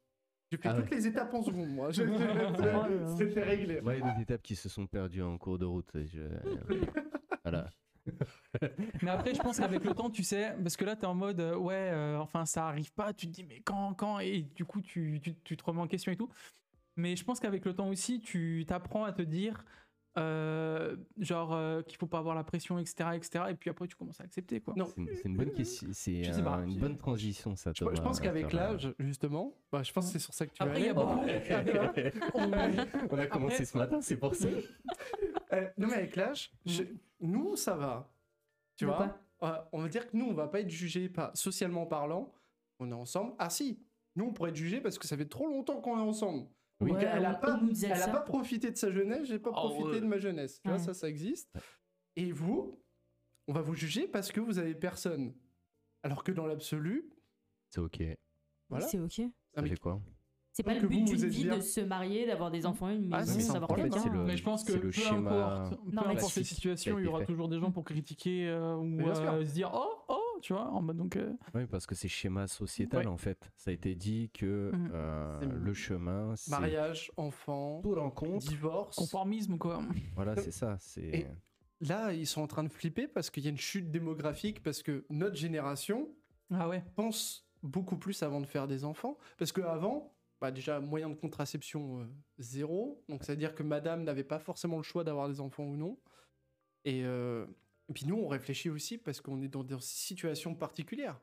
[SPEAKER 1] J'ai fait
[SPEAKER 2] Ah
[SPEAKER 1] toutes les étapes en seconde, moi. Je-
[SPEAKER 4] là là.
[SPEAKER 1] C'était réglé.
[SPEAKER 2] Moi, il y a des étapes qui se sont perdues en cours de route. Je... voilà.
[SPEAKER 3] Mais après, je pense qu'avec le temps, tu sais, parce que là, t'es en mode, euh, ouais, euh, enfin, ça arrive pas, tu te dis, mais quand, quand, et du coup, tu, tu, tu te remets en question et tout. Mais je pense qu'avec le temps aussi, tu t'apprends à te dire, euh, genre, euh, qu'il faut pas avoir la pression, etc., etc., et puis après, tu commences à accepter, quoi.
[SPEAKER 1] Non.
[SPEAKER 2] C'est une, c'est une bonne question. C'est
[SPEAKER 3] Je sais pas.
[SPEAKER 2] un- une bonne transition, ça.
[SPEAKER 1] Je, je
[SPEAKER 2] Thomas,
[SPEAKER 1] pense
[SPEAKER 2] à
[SPEAKER 1] qu'avec
[SPEAKER 2] euh, faire,
[SPEAKER 1] l'âge, justement, bah, je pense que c'est sur ça que tu vas
[SPEAKER 3] Après, il y a
[SPEAKER 1] aller.
[SPEAKER 3] beaucoup.
[SPEAKER 2] euh. On a commencé
[SPEAKER 3] Après-
[SPEAKER 2] ce matin, c'est pour ça.
[SPEAKER 1] Euh, non, mais avec l'âge, je- nous, ça va. Tu
[SPEAKER 4] De
[SPEAKER 1] vois Euh, On va dire que nous, on va pas être jugés, pas socialement parlant. On est ensemble. Ah si, nous, on pourrait être jugés parce que ça fait trop longtemps qu'on est ensemble.
[SPEAKER 2] Oui.
[SPEAKER 1] Donc, elle a
[SPEAKER 4] on-
[SPEAKER 1] pas-
[SPEAKER 4] on nous disait
[SPEAKER 1] Elle n'a
[SPEAKER 4] ça.
[SPEAKER 1] pas profité de sa jeunesse, j'ai pas
[SPEAKER 3] Oh,
[SPEAKER 1] profité
[SPEAKER 3] ouais.
[SPEAKER 1] de ma jeunesse. Tu vois,
[SPEAKER 4] Ouais.
[SPEAKER 1] ça, ça existe. Et vous, on va vous juger parce que vous avez personne. Alors que dans l'absolu,
[SPEAKER 2] C'est ok.
[SPEAKER 1] voilà.
[SPEAKER 4] C'est ok.
[SPEAKER 1] Ah,
[SPEAKER 2] Ça
[SPEAKER 1] mais-
[SPEAKER 2] fait quoi
[SPEAKER 4] C'est pas
[SPEAKER 1] Donc
[SPEAKER 4] le
[SPEAKER 1] que
[SPEAKER 4] but
[SPEAKER 1] vous,
[SPEAKER 4] d'une
[SPEAKER 1] vous êtes
[SPEAKER 4] vie
[SPEAKER 1] bien.
[SPEAKER 4] de se marier, d'avoir des enfants, une
[SPEAKER 1] Ah,
[SPEAKER 4] maison,
[SPEAKER 1] c'est
[SPEAKER 4] de
[SPEAKER 1] sans
[SPEAKER 4] savoir
[SPEAKER 2] problème,
[SPEAKER 4] quelqu'un.
[SPEAKER 2] c'est le-
[SPEAKER 3] Mais je pense que
[SPEAKER 2] C'est
[SPEAKER 3] peu
[SPEAKER 2] le schéma
[SPEAKER 3] importe, peu
[SPEAKER 4] Non, mais-
[SPEAKER 3] importe les
[SPEAKER 2] classique
[SPEAKER 3] situations,
[SPEAKER 2] qui a
[SPEAKER 3] il y
[SPEAKER 2] été
[SPEAKER 3] aura
[SPEAKER 2] fait.
[SPEAKER 3] toujours des gens pour critiquer euh, ou
[SPEAKER 1] Bien sûr.
[SPEAKER 3] euh, se dire oh oh tu vois. En mode donc. euh,
[SPEAKER 2] Oui, parce que c'est schéma sociétal
[SPEAKER 3] Ouais.
[SPEAKER 2] en fait. Ça a été dit que
[SPEAKER 3] Mhm.
[SPEAKER 2] euh,
[SPEAKER 1] C'est-
[SPEAKER 2] le chemin, c'est
[SPEAKER 1] Mariage, enfant,
[SPEAKER 2] tout rencontre.
[SPEAKER 1] divorce.
[SPEAKER 3] conformisme quoi.
[SPEAKER 2] Voilà, c'est ça. C'est
[SPEAKER 1] Euh, Et- Là, ils sont en train de flipper parce qu'il y a une chute démographique, parce que notre génération
[SPEAKER 3] Ah ouais.
[SPEAKER 1] pense beaucoup plus avant de faire des enfants. Parce qu'avant, bah déjà, moyen de contraception euh, zéro. Donc, c'est-à-dire que madame n'avait pas forcément le choix d'avoir des enfants ou non. Et, euh, et puis, nous, on réfléchit aussi parce qu'on est dans des situations particulières.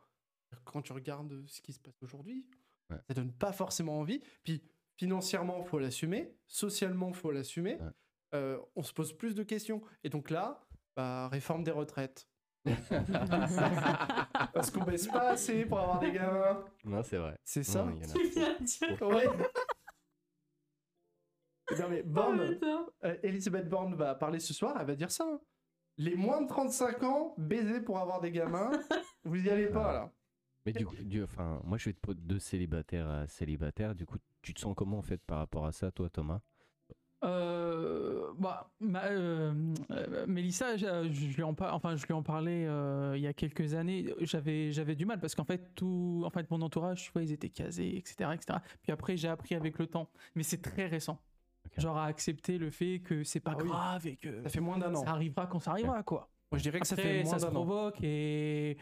[SPEAKER 1] Quand tu regardes ce qui se passe aujourd'hui,
[SPEAKER 2] Ouais.
[SPEAKER 1] ça donne pas forcément envie. Puis, financièrement, faut l'assumer. Socialement, faut l'assumer.
[SPEAKER 2] Ouais.
[SPEAKER 1] Euh, on se pose plus de questions. Et donc là, bah, réforme des retraites. Parce qu'on baisse pas assez pour avoir des gamins.
[SPEAKER 2] non, c'est vrai.
[SPEAKER 1] C'est
[SPEAKER 2] Non,
[SPEAKER 1] ça
[SPEAKER 2] il y en a-
[SPEAKER 4] Tu viens de dire.
[SPEAKER 1] Ouais. non mais
[SPEAKER 4] Oh,
[SPEAKER 1] Borne,
[SPEAKER 4] putain.
[SPEAKER 1] euh, Elisabeth Borne va parler ce soir, elle va dire ça. hein. Les moins de 35 ans, baiser pour avoir des gamins, vous y allez pas là.
[SPEAKER 2] Mais du coup, du- enfin, moi je vais te po- de célibataire à célibataire. Du coup, tu te sens comment en fait par rapport à ça, toi, Thomas
[SPEAKER 3] Euh, bah, ma- euh, euh, Mélissa, je, euh, je lui en par- enfin, je lui en parlais euh, il y a quelques années. J'avais, j'avais du mal parce qu'en fait, tout, en fait, mon entourage, tu vois, ils étaient casés, etc., etc. Puis après, j'ai appris avec le temps, mais c'est très récent.
[SPEAKER 2] Ok.
[SPEAKER 3] Genre à accepter le fait que c'est pas
[SPEAKER 1] Ah oui.
[SPEAKER 3] grave et que
[SPEAKER 1] Ça fait moins d'un an.
[SPEAKER 3] ça arrivera quand ça arrivera, quoi.
[SPEAKER 1] Moi je dirais que ça
[SPEAKER 3] Après,
[SPEAKER 1] fait moins
[SPEAKER 3] se
[SPEAKER 1] d'un an.
[SPEAKER 3] provoque et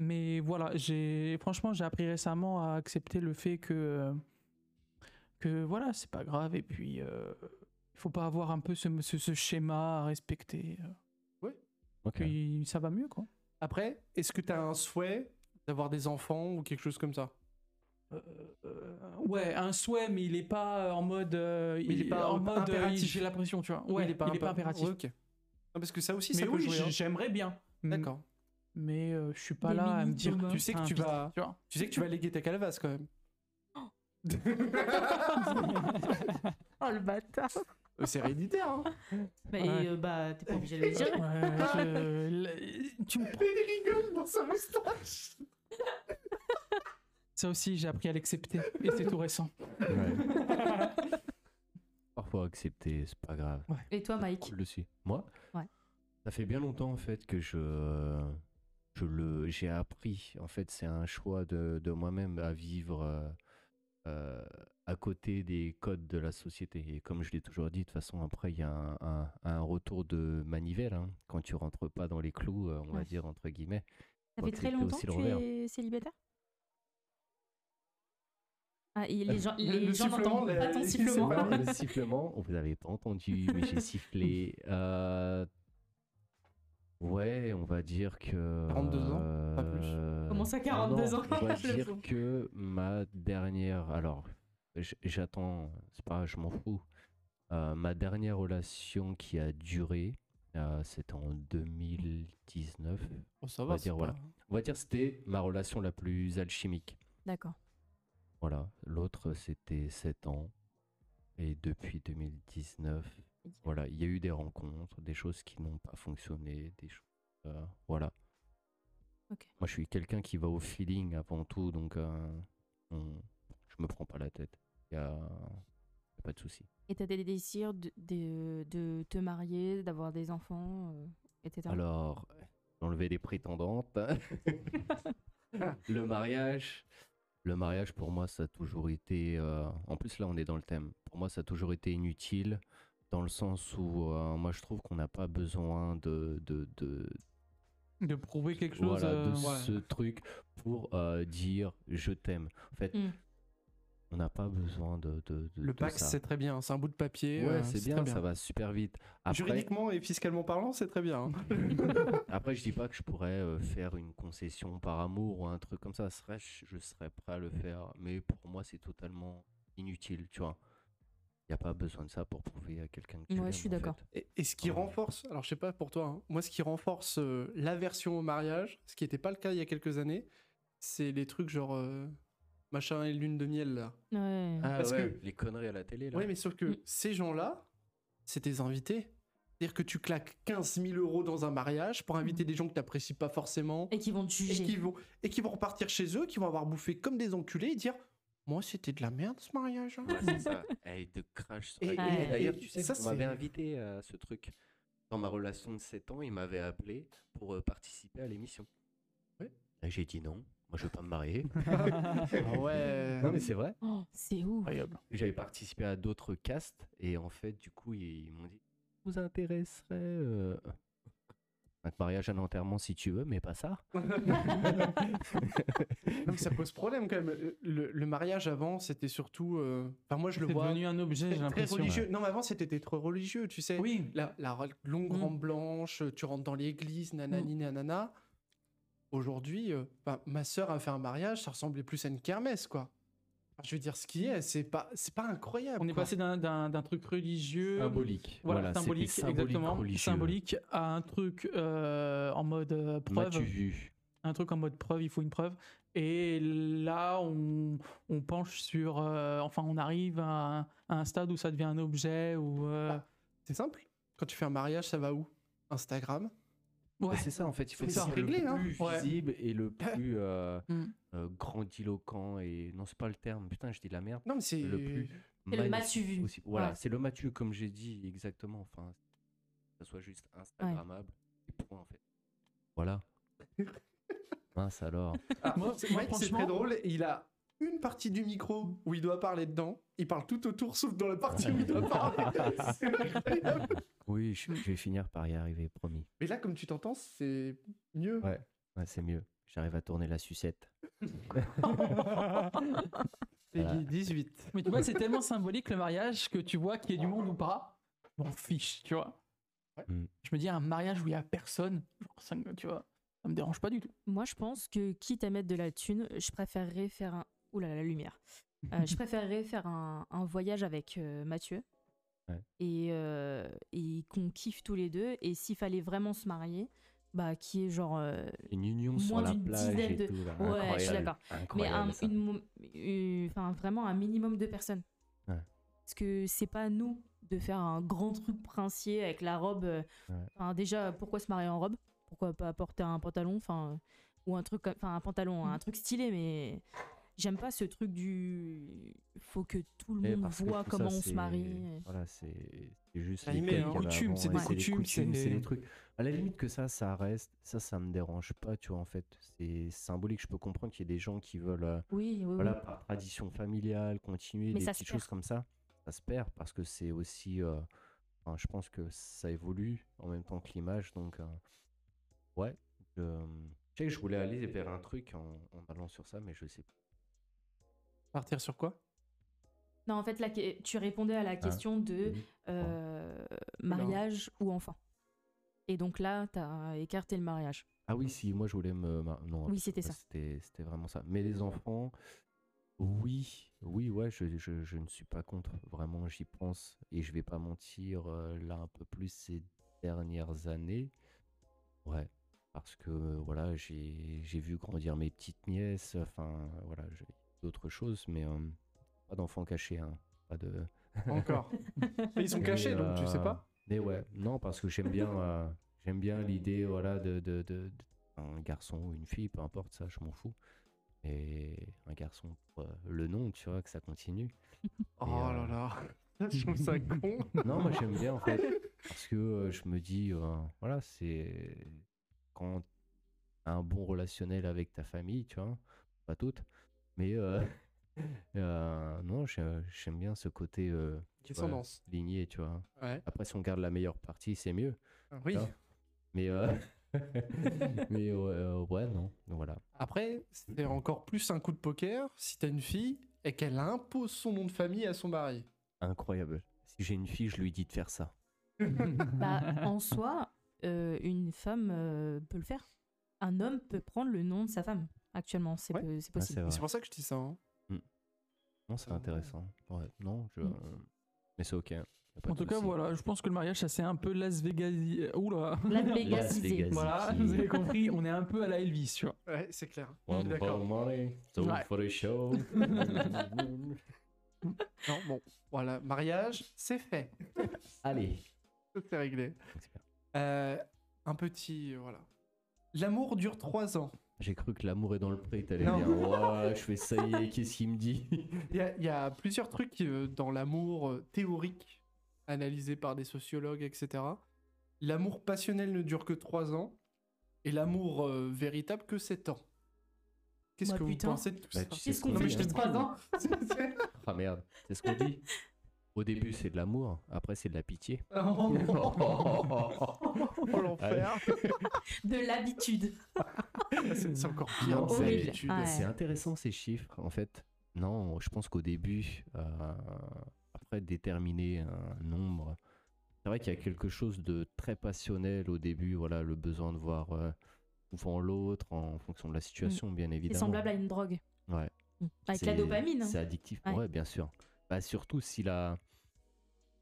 [SPEAKER 3] mais voilà, j'ai franchement j'ai appris récemment à accepter le fait que que voilà c'est pas grave et puis euh, il faut pas avoir un peu ce, ce- ce schéma à respecter. euh,
[SPEAKER 2] Ok.
[SPEAKER 3] Puis ça va mieux quoi.
[SPEAKER 1] Après, est-ce que t'as un souhait d'avoir des enfants ou quelque chose comme ça
[SPEAKER 3] Euh, euh, ouais, un souhait mais il est pas en mode euh,
[SPEAKER 1] il est pas
[SPEAKER 3] en
[SPEAKER 1] imp-
[SPEAKER 3] mode euh,
[SPEAKER 1] impératif.
[SPEAKER 3] il- j'ai la pression tu vois. Ouais, il est pas,
[SPEAKER 1] impa-
[SPEAKER 3] impératif.
[SPEAKER 1] Ouais, ok. Non, parce que ça aussi,
[SPEAKER 3] mais
[SPEAKER 1] ça peut
[SPEAKER 3] oui,
[SPEAKER 1] jouer. hein.
[SPEAKER 3] j'ai- j'aimerais bien.
[SPEAKER 1] D'accord.
[SPEAKER 3] Mais euh, je suis pas
[SPEAKER 4] Des
[SPEAKER 3] là à me
[SPEAKER 4] mini
[SPEAKER 3] dire
[SPEAKER 4] Thomas.
[SPEAKER 1] Tu sais que
[SPEAKER 3] putain,
[SPEAKER 1] tu
[SPEAKER 3] putain,
[SPEAKER 1] vas-
[SPEAKER 3] Hein, tu vois.
[SPEAKER 1] Tu sais que tu vas léguer ta calvasse quand même.
[SPEAKER 3] Oh le bâtard.
[SPEAKER 1] Euh, C'est héréditaire. Hein.
[SPEAKER 4] Bah,
[SPEAKER 3] Ouais.
[SPEAKER 4] et, euh, bah, t'es pas obligé de le dire.
[SPEAKER 1] Ah.
[SPEAKER 3] Ouais, je- tu me prends-
[SPEAKER 1] rigole dans sa moustache.
[SPEAKER 3] Ça aussi, j'ai appris à l'accepter. Et c'est tout récent.
[SPEAKER 2] Ouais. Parfois accepter, c'est pas grave.
[SPEAKER 4] Et toi, Mike
[SPEAKER 2] Ah, Cool dessus. Moi
[SPEAKER 4] Ouais.
[SPEAKER 2] Ça fait bien longtemps en fait que je, je le, j'ai appris. En fait, c'est un choix de, de moi-même à vivre euh, euh, à côté des codes de la société. Et comme je l'ai toujours dit, de toute façon, après, il y a un, un- un retour de manivelle. hein. Quand tu rentres pas dans les clous, euh, on va
[SPEAKER 4] Ouais.
[SPEAKER 2] dire entre guillemets.
[SPEAKER 4] Ça
[SPEAKER 2] Quand
[SPEAKER 4] fait
[SPEAKER 2] tu
[SPEAKER 4] très
[SPEAKER 2] étais au
[SPEAKER 4] longtemps que tu
[SPEAKER 2] Silver.
[SPEAKER 4] es célibataire ah, et les gens, les
[SPEAKER 1] Euh, le
[SPEAKER 4] gens n'entendent
[SPEAKER 1] sifflement,
[SPEAKER 4] pas
[SPEAKER 1] le-
[SPEAKER 4] ton
[SPEAKER 1] il s'est
[SPEAKER 4] sifflement.
[SPEAKER 1] pas
[SPEAKER 2] Voilà, le sifflement, oh, vous n'avez pas entendu, mais j'ai sifflé. Euh, Ouais, on va dire que.
[SPEAKER 1] 42 ans, pas plus.
[SPEAKER 2] euh,
[SPEAKER 4] Comment ça,
[SPEAKER 2] non,
[SPEAKER 4] 42 ans
[SPEAKER 2] On va
[SPEAKER 4] Le
[SPEAKER 2] dire
[SPEAKER 4] pauvre.
[SPEAKER 2] que ma dernière. Alors, j- j'attends, c'est pas, je m'en fous. Euh, ma dernière relation qui a duré, euh, c'était en 2019.
[SPEAKER 1] Oh, ça
[SPEAKER 2] va
[SPEAKER 1] va,
[SPEAKER 2] dire,
[SPEAKER 1] c'est
[SPEAKER 2] voilà.
[SPEAKER 1] pas-
[SPEAKER 2] On va dire que c'était ma relation la plus alchimique.
[SPEAKER 4] D'accord.
[SPEAKER 2] Voilà, l'autre c'était 7 ans. Et depuis 2019, voilà, il y a eu des rencontres, des choses qui n'ont pas fonctionné, des choses. euh, voilà.
[SPEAKER 4] Ok.
[SPEAKER 2] Moi je suis quelqu'un qui va au feeling avant tout, donc euh, on- je me prends pas la tête. Il y a... y a pas de souci.
[SPEAKER 4] Et t'as des désirs de, de, de te marier, d'avoir des enfants, euh, etc.
[SPEAKER 2] Alors, enlever des prétendantes. le mariage. Le mariage, pour moi, ça a toujours été. euh, En plus, là, on est dans le thème. Pour moi, ça a toujours été inutile, dans le sens où, euh, moi, je trouve qu'on n'a pas besoin de, de, de,
[SPEAKER 3] De prouver quelque chose.
[SPEAKER 2] voilà, de
[SPEAKER 3] euh, ouais.
[SPEAKER 2] ce truc pour euh, dire je t'aime. En fait,
[SPEAKER 4] Mm.
[SPEAKER 2] on n'a pas besoin de. de, de-
[SPEAKER 1] Le
[SPEAKER 2] de
[SPEAKER 1] Pax,
[SPEAKER 2] ça.
[SPEAKER 1] c'est très bien. C'est un bout de papier.
[SPEAKER 2] Ouais,
[SPEAKER 1] euh,
[SPEAKER 2] c'est bien,
[SPEAKER 1] très
[SPEAKER 2] ça va super vite. Après,
[SPEAKER 1] Juridiquement et fiscalement parlant, c'est très bien. hein.
[SPEAKER 2] Après, je dis pas que je pourrais euh, faire une concession par amour ou un truc comme ça. Serais je, je serais prêt à le faire, mais pour moi, c'est totalement inutile, tu vois. Il n'y a pas besoin de ça pour prouver à quelqu'un que tu
[SPEAKER 4] Ouais, je
[SPEAKER 2] l'aimes,
[SPEAKER 4] suis
[SPEAKER 2] en
[SPEAKER 4] d'accord.
[SPEAKER 2] fait.
[SPEAKER 1] Et, et ce qui
[SPEAKER 2] Ouais.
[SPEAKER 1] renforce, alors je sais pas pour toi, hein, moi ce qui renforce euh, l'aversion au mariage, ce qui n'était pas le cas il y a quelques années, c'est les trucs genre euh, machin et lune de miel là.
[SPEAKER 4] Ouais.
[SPEAKER 2] Ah
[SPEAKER 1] Parce ouais,
[SPEAKER 2] les conneries à la télé, là.
[SPEAKER 1] Oui, mais sauf que
[SPEAKER 4] Mm.
[SPEAKER 1] ces gens-là, c'est tes invités. C'est-à-dire que tu claques 15 000 euros dans un mariage pour inviter
[SPEAKER 4] Mm.
[SPEAKER 1] des gens que tu n'apprécies pas forcément
[SPEAKER 4] Et qui vont te
[SPEAKER 1] et
[SPEAKER 4] juger.
[SPEAKER 1] qui, vont, et qui vont repartir chez eux, qui vont avoir bouffé comme des enculés et dire Moi c'était de la merde ce mariage. hein.
[SPEAKER 2] c'est ça. Elle te crache sur
[SPEAKER 1] Et-
[SPEAKER 2] la
[SPEAKER 4] et-
[SPEAKER 2] gueule.
[SPEAKER 4] et-
[SPEAKER 2] D'ailleurs,
[SPEAKER 1] et
[SPEAKER 2] tu sais,
[SPEAKER 1] ça,
[SPEAKER 2] on
[SPEAKER 1] c'est-
[SPEAKER 2] m'avait invité à ce truc. Dans ma relation de 7 ans, il m'avait appelé pour euh, participer à l'émission.
[SPEAKER 1] Ouais.
[SPEAKER 2] Là, j'ai dit non. Moi, je veux pas me marier.
[SPEAKER 1] Ah ouais.
[SPEAKER 2] non, mais c'est vrai.
[SPEAKER 4] Oh, c'est ouf.
[SPEAKER 3] Incroyable.
[SPEAKER 2] J'avais participé à d'autres castes et en fait, du coup, ils, ils m'ont dit vous intéresserait euh, un mariage, un enterrement si tu veux, mais pas ça.
[SPEAKER 1] Non, mais ça pose problème quand même. Euh, Le, le mariage avant, c'était surtout. euh, Enfin, moi, je le
[SPEAKER 3] C'est
[SPEAKER 1] vois.
[SPEAKER 3] devenu un objet,
[SPEAKER 1] très-
[SPEAKER 3] j'ai
[SPEAKER 1] très
[SPEAKER 3] l'impression.
[SPEAKER 1] religieux. Non, mais avant, c'était trop religieux, tu sais.
[SPEAKER 3] Oui.
[SPEAKER 1] La, la ro- longue
[SPEAKER 3] Mm.
[SPEAKER 1] rampe blanche, tu rentres dans l'église, nanani, nanana. Aujourd'hui, euh, enfin, ma sœur a fait un mariage, ça ressemblait plus à une kermesse, quoi. Enfin, je veux dire, ce qui est, c'est pas, c'est pas incroyable.
[SPEAKER 3] On est
[SPEAKER 1] quoi.
[SPEAKER 3] passé d'un- d'un d'un truc religieux.
[SPEAKER 2] Symbolique.
[SPEAKER 3] Euh, Voilà,
[SPEAKER 2] c'était
[SPEAKER 3] symbolique, exactement.
[SPEAKER 2] religieux.
[SPEAKER 3] Symbolique à un truc euh, en mode euh, preuve.
[SPEAKER 2] M'as-tu vu
[SPEAKER 3] un truc en mode preuve, il faut une preuve. Et là, on, on penche sur. euh, enfin, on arrive à, un- à un stade où ça devient un objet ou. euh,
[SPEAKER 1] C'est simple. Quand tu fais un mariage, ça va où Instagram.
[SPEAKER 3] ouais.
[SPEAKER 2] Bah, c'est ça en fait, il faut
[SPEAKER 1] Mais
[SPEAKER 2] que
[SPEAKER 1] c'est
[SPEAKER 2] ce soit
[SPEAKER 1] réglé,
[SPEAKER 2] le
[SPEAKER 1] hein.
[SPEAKER 2] plus
[SPEAKER 3] Ouais.
[SPEAKER 2] visible et le plus euh,
[SPEAKER 3] Mm.
[SPEAKER 2] euh, grandiloquent et non c'est pas le terme, putain je dis de la merde.
[SPEAKER 1] Non, mais c'est.
[SPEAKER 2] Le plus.
[SPEAKER 4] C'est le
[SPEAKER 2] Magnifique
[SPEAKER 4] matu vu.
[SPEAKER 2] aussi. Voilà,
[SPEAKER 4] Ouais.
[SPEAKER 2] c'est le Mathieu comme j'ai dit exactement. Enfin, que ça soit juste Instagrammable et point en fait. Voilà. Mince alors.
[SPEAKER 1] Ah,
[SPEAKER 3] Moi-
[SPEAKER 1] c'est-
[SPEAKER 3] moi,
[SPEAKER 1] ouais, c'est
[SPEAKER 3] franchement-
[SPEAKER 1] très drôle. et Il a une partie du micro où il doit parler dedans. Il parle tout autour, sauf dans la partie où il doit parler. C'est incroyable.
[SPEAKER 2] Oui,
[SPEAKER 4] Mmh.
[SPEAKER 2] je, je vais finir par y arriver, promis.
[SPEAKER 1] Mais là, comme tu t'entends, c'est mieux.
[SPEAKER 2] Ouais. Ouais, c'est mieux. J'arrive à tourner la sucette.
[SPEAKER 1] Peggy
[SPEAKER 2] Voilà.
[SPEAKER 1] 18.
[SPEAKER 3] Mais tu vois, c'est tellement symbolique le mariage que tu vois qu'il y a du monde ou pas, je m'en fiche, tu vois.
[SPEAKER 1] Ouais.
[SPEAKER 2] Mm.
[SPEAKER 3] Je me dis, un mariage où il y a personne, genre ça, tu vois, ça me dérange pas du tout.
[SPEAKER 4] Moi, je pense que quitte à mettre de la thune, je préférerais faire un. Ouh là là, la lumière. Euh, je préférerais faire un, un voyage avec euh, Mathieu.
[SPEAKER 2] Ouais.
[SPEAKER 4] Et, euh, et qu'on kiffe tous les deux. Et s'il fallait vraiment se marier, bah, qui est genre. euh,
[SPEAKER 2] Une union sur
[SPEAKER 4] Moins
[SPEAKER 2] la
[SPEAKER 4] d'une
[SPEAKER 2] plage
[SPEAKER 4] dizaine
[SPEAKER 2] et
[SPEAKER 4] de-
[SPEAKER 2] tout. là.
[SPEAKER 4] Ouais, je suis
[SPEAKER 2] Incroyable.
[SPEAKER 4] d'accord. Mais
[SPEAKER 2] Incroyable,
[SPEAKER 4] un,
[SPEAKER 2] ça.
[SPEAKER 4] une mo- une- enfin, vraiment un minimum de personnes.
[SPEAKER 2] Ouais.
[SPEAKER 4] Parce que c'est pas à nous de faire un grand truc princier avec la robe. euh,
[SPEAKER 2] Ouais.
[SPEAKER 4] enfin, déjà, pourquoi se marier en robe Pourquoi pas porter un pantalon Enfin, euh, ou un truc, comme- enfin un pantalon, un truc stylé, mais j'aime pas ce truc du. Faut que tout le
[SPEAKER 2] Eh,
[SPEAKER 4] monde
[SPEAKER 2] parce que je
[SPEAKER 4] voit
[SPEAKER 2] trouve
[SPEAKER 4] comment
[SPEAKER 2] ça,
[SPEAKER 4] on
[SPEAKER 2] c'est-
[SPEAKER 4] se marie. euh.
[SPEAKER 2] Voilà, c'est c'est juste
[SPEAKER 1] Ça
[SPEAKER 2] les
[SPEAKER 1] y met,
[SPEAKER 2] codes
[SPEAKER 1] hein.
[SPEAKER 2] qu'il y avait
[SPEAKER 3] Coutume,
[SPEAKER 2] avant,
[SPEAKER 3] c'est
[SPEAKER 2] ouais,
[SPEAKER 3] des
[SPEAKER 2] les
[SPEAKER 3] coutumes,
[SPEAKER 2] coutumes, c'est
[SPEAKER 3] c'est-
[SPEAKER 2] des trucs. À la limite que ça, ça reste, ça, ça me dérange pas, tu vois, en fait. C'est symbolique, je peux comprendre qu'il y ait des gens qui veulent, euh,
[SPEAKER 4] Oui, oui, oui.
[SPEAKER 2] voilà, par tradition familiale, continuer
[SPEAKER 4] Mmh. Mais
[SPEAKER 2] des
[SPEAKER 4] ça se
[SPEAKER 2] petites
[SPEAKER 4] perd.
[SPEAKER 2] choses comme ça. Ça se perd parce que c'est aussi, euh, enfin, je pense que ça évolue en même temps que l'image, donc euh, ouais. Je, je sais que je voulais aller vers un truc en, en allant sur ça, mais je sais pas.
[SPEAKER 1] Partir sur quoi
[SPEAKER 4] Non, en fait, là, que- tu répondais
[SPEAKER 2] Ah.
[SPEAKER 4] à la question de euh, mariage ou enfant. Et donc là, t'as écarté le mariage.
[SPEAKER 2] Ah oui, si, moi je voulais me. mar- Non,
[SPEAKER 4] Oui, c'était
[SPEAKER 2] Ouais,
[SPEAKER 4] ça.
[SPEAKER 2] C'était, c'était vraiment ça. Mais les enfants, oui, oui, ouais, je, je- je ne suis pas contre. Vraiment, j'y pense. Et je vais pas mentir, euh, là, un peu plus ces dernières années. Ouais. Parce que, euh, voilà, j'ai, j'ai vu grandir mes petites nièces. Enfin, voilà, j'ai d'autres choses, mais euh, pas d'enfants cachés, hein. Pas de.
[SPEAKER 1] Encore. Mais ils sont cachés,
[SPEAKER 2] Mais,
[SPEAKER 1] donc tu sais
[SPEAKER 2] euh,
[SPEAKER 1] pas.
[SPEAKER 2] Mais ouais, non, parce que j'aime bien, euh, j'aime bien l'idée, voilà, de, de, de- de- un garçon ou une fille, peu importe ça, je m'en fous. Et un garçon pour euh, le nom, tu vois, que ça continue.
[SPEAKER 1] Oh
[SPEAKER 2] euh,
[SPEAKER 1] là là. Je trouve ça con.
[SPEAKER 2] Non, moi j'aime bien en fait, parce que euh, je me dis, euh, voilà, c'est quand t'as un bon relationnel avec ta famille, tu vois, pas toutes, mais euh, euh, non, j'ai- j'aime bien ce côté euh,
[SPEAKER 1] Descendance.
[SPEAKER 2] ligné, tu vois.
[SPEAKER 1] Ouais.
[SPEAKER 2] Après, si on garde la meilleure partie, c'est mieux.
[SPEAKER 1] Oui.
[SPEAKER 2] Ah. Mais, euh, mais euh, ouais, non. Donc Voilà.
[SPEAKER 1] Après, c'est encore plus un coup de poker si t'as une fille et qu'elle impose son nom de famille à son mari.
[SPEAKER 2] Incroyable. Si j'ai une fille, je lui dis de faire ça. Ah,
[SPEAKER 4] Bah, en soi, euh, une femme euh, peut le faire. Un homme peut prendre le nom de sa femme. Actuellement, c'est
[SPEAKER 1] Ouais.
[SPEAKER 4] peu- c'est
[SPEAKER 2] Ah,
[SPEAKER 4] possible.
[SPEAKER 2] c'est vrai.
[SPEAKER 1] C'est pour ça que je dis ça. hein.
[SPEAKER 2] Non, c'est intéressant. Ouais, non, je...
[SPEAKER 4] Mm.
[SPEAKER 2] Mais c'est ok. hein. Y a pas
[SPEAKER 3] En
[SPEAKER 2] de
[SPEAKER 3] tout cas,
[SPEAKER 2] souci.
[SPEAKER 3] voilà, je pense que le mariage, ça c'est un peu Las Vegas. euh, Oula
[SPEAKER 4] Las
[SPEAKER 2] Las
[SPEAKER 4] Vegasisé.
[SPEAKER 2] Vegas.
[SPEAKER 3] Voilà,
[SPEAKER 2] Ziki.
[SPEAKER 3] vous avez compris, on est un peu à la Elvis, tu vois.
[SPEAKER 1] Ouais, c'est clair.
[SPEAKER 2] One for
[SPEAKER 1] D'accord.
[SPEAKER 2] money, two
[SPEAKER 3] Ouais.
[SPEAKER 2] for the show.
[SPEAKER 1] Non, bon, voilà, mariage, c'est fait.
[SPEAKER 2] Allez.
[SPEAKER 1] Tout est réglé. Euh, un petit, euh, voilà. L'amour dure trois ans.
[SPEAKER 2] J'ai cru que l'amour est dans le pré. T'allais
[SPEAKER 1] Non.
[SPEAKER 2] dire, Ouah, je fais ça y est, qu'est-ce qu'il me dit Bah,
[SPEAKER 1] Il y, a- il y a plusieurs trucs euh, dans l'amour euh, théorique, analysé par des sociologues, etc. L'amour passionnel ne dure que trois ans, et l'amour euh, véritable que sept ans. Qu'est-ce
[SPEAKER 4] Bah,
[SPEAKER 1] que
[SPEAKER 4] putain.
[SPEAKER 1] vous pensez de tout
[SPEAKER 2] Bah,
[SPEAKER 1] ça
[SPEAKER 2] tu sais
[SPEAKER 5] Qu'est-ce
[SPEAKER 2] ce qu'on
[SPEAKER 5] qu'on fait
[SPEAKER 2] dit,
[SPEAKER 5] depuis
[SPEAKER 2] hein.
[SPEAKER 5] trois ans
[SPEAKER 2] Ah merde, c'est ce qu'on dit. Au début, c'est de l'amour, après, c'est de la pitié.
[SPEAKER 1] Oh,
[SPEAKER 2] l'enfer.
[SPEAKER 4] De l'habitude.
[SPEAKER 1] c'est c'est encore pire.
[SPEAKER 2] Non,
[SPEAKER 1] dans
[SPEAKER 2] c'est- Ah,
[SPEAKER 1] l'habitude.
[SPEAKER 4] Ouais.
[SPEAKER 2] C'est intéressant ces chiffres, en fait. Non, je pense qu'au début, euh, après déterminer un nombre, c'est vrai qu'il y a quelque chose de très passionnel au début, voilà, le besoin de voir euh, souvent l'autre en fonction de la situation, bien
[SPEAKER 4] Mm. C'est
[SPEAKER 2] évidemment.
[SPEAKER 4] semblable à une drogue.
[SPEAKER 2] Ouais.
[SPEAKER 4] Avec
[SPEAKER 2] C'est-
[SPEAKER 4] la dopamine. hein.
[SPEAKER 2] C'est addictif,
[SPEAKER 4] Ouais.
[SPEAKER 2] ouais, bien sûr. Bah, surtout si la...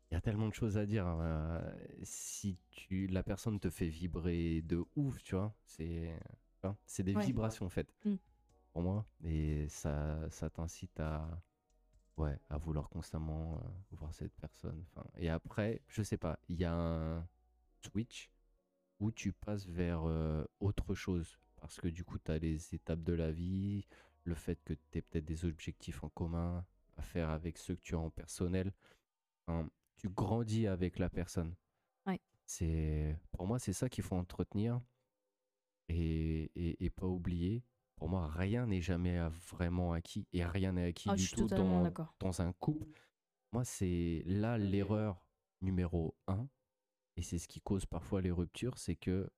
[SPEAKER 2] Il y a tellement de choses à dire. hein. Euh, si tu... la personne te fait vibrer de ouf, tu vois, c'est enfin, c'est des
[SPEAKER 4] Ouais.
[SPEAKER 2] vibrations en fait,
[SPEAKER 4] Mm.
[SPEAKER 2] pour moi. Et ça, ça t'incite à... Ouais, à vouloir constamment euh, voir cette personne. Enfin, et après, je sais pas, il y a un switch où tu passes vers euh, autre chose. Parce que du coup, tu as les étapes de la vie, le fait que tu aies peut-être des objectifs en commun à faire avec ceux que tu as en personnel. Enfin, tu grandis avec la personne.
[SPEAKER 4] Ouais.
[SPEAKER 2] C'est Pour moi, c'est ça qu'il faut entretenir et, et, et pas oublier. Pour moi, rien n'est jamais à- vraiment acquis et rien n'est acquis
[SPEAKER 4] Ah, je
[SPEAKER 2] du
[SPEAKER 4] suis
[SPEAKER 2] tout
[SPEAKER 4] totalement
[SPEAKER 2] dans,
[SPEAKER 4] d'accord.
[SPEAKER 2] dans un couple. Moi, c'est là l'erreur numéro un, et c'est ce qui cause parfois les ruptures, c'est que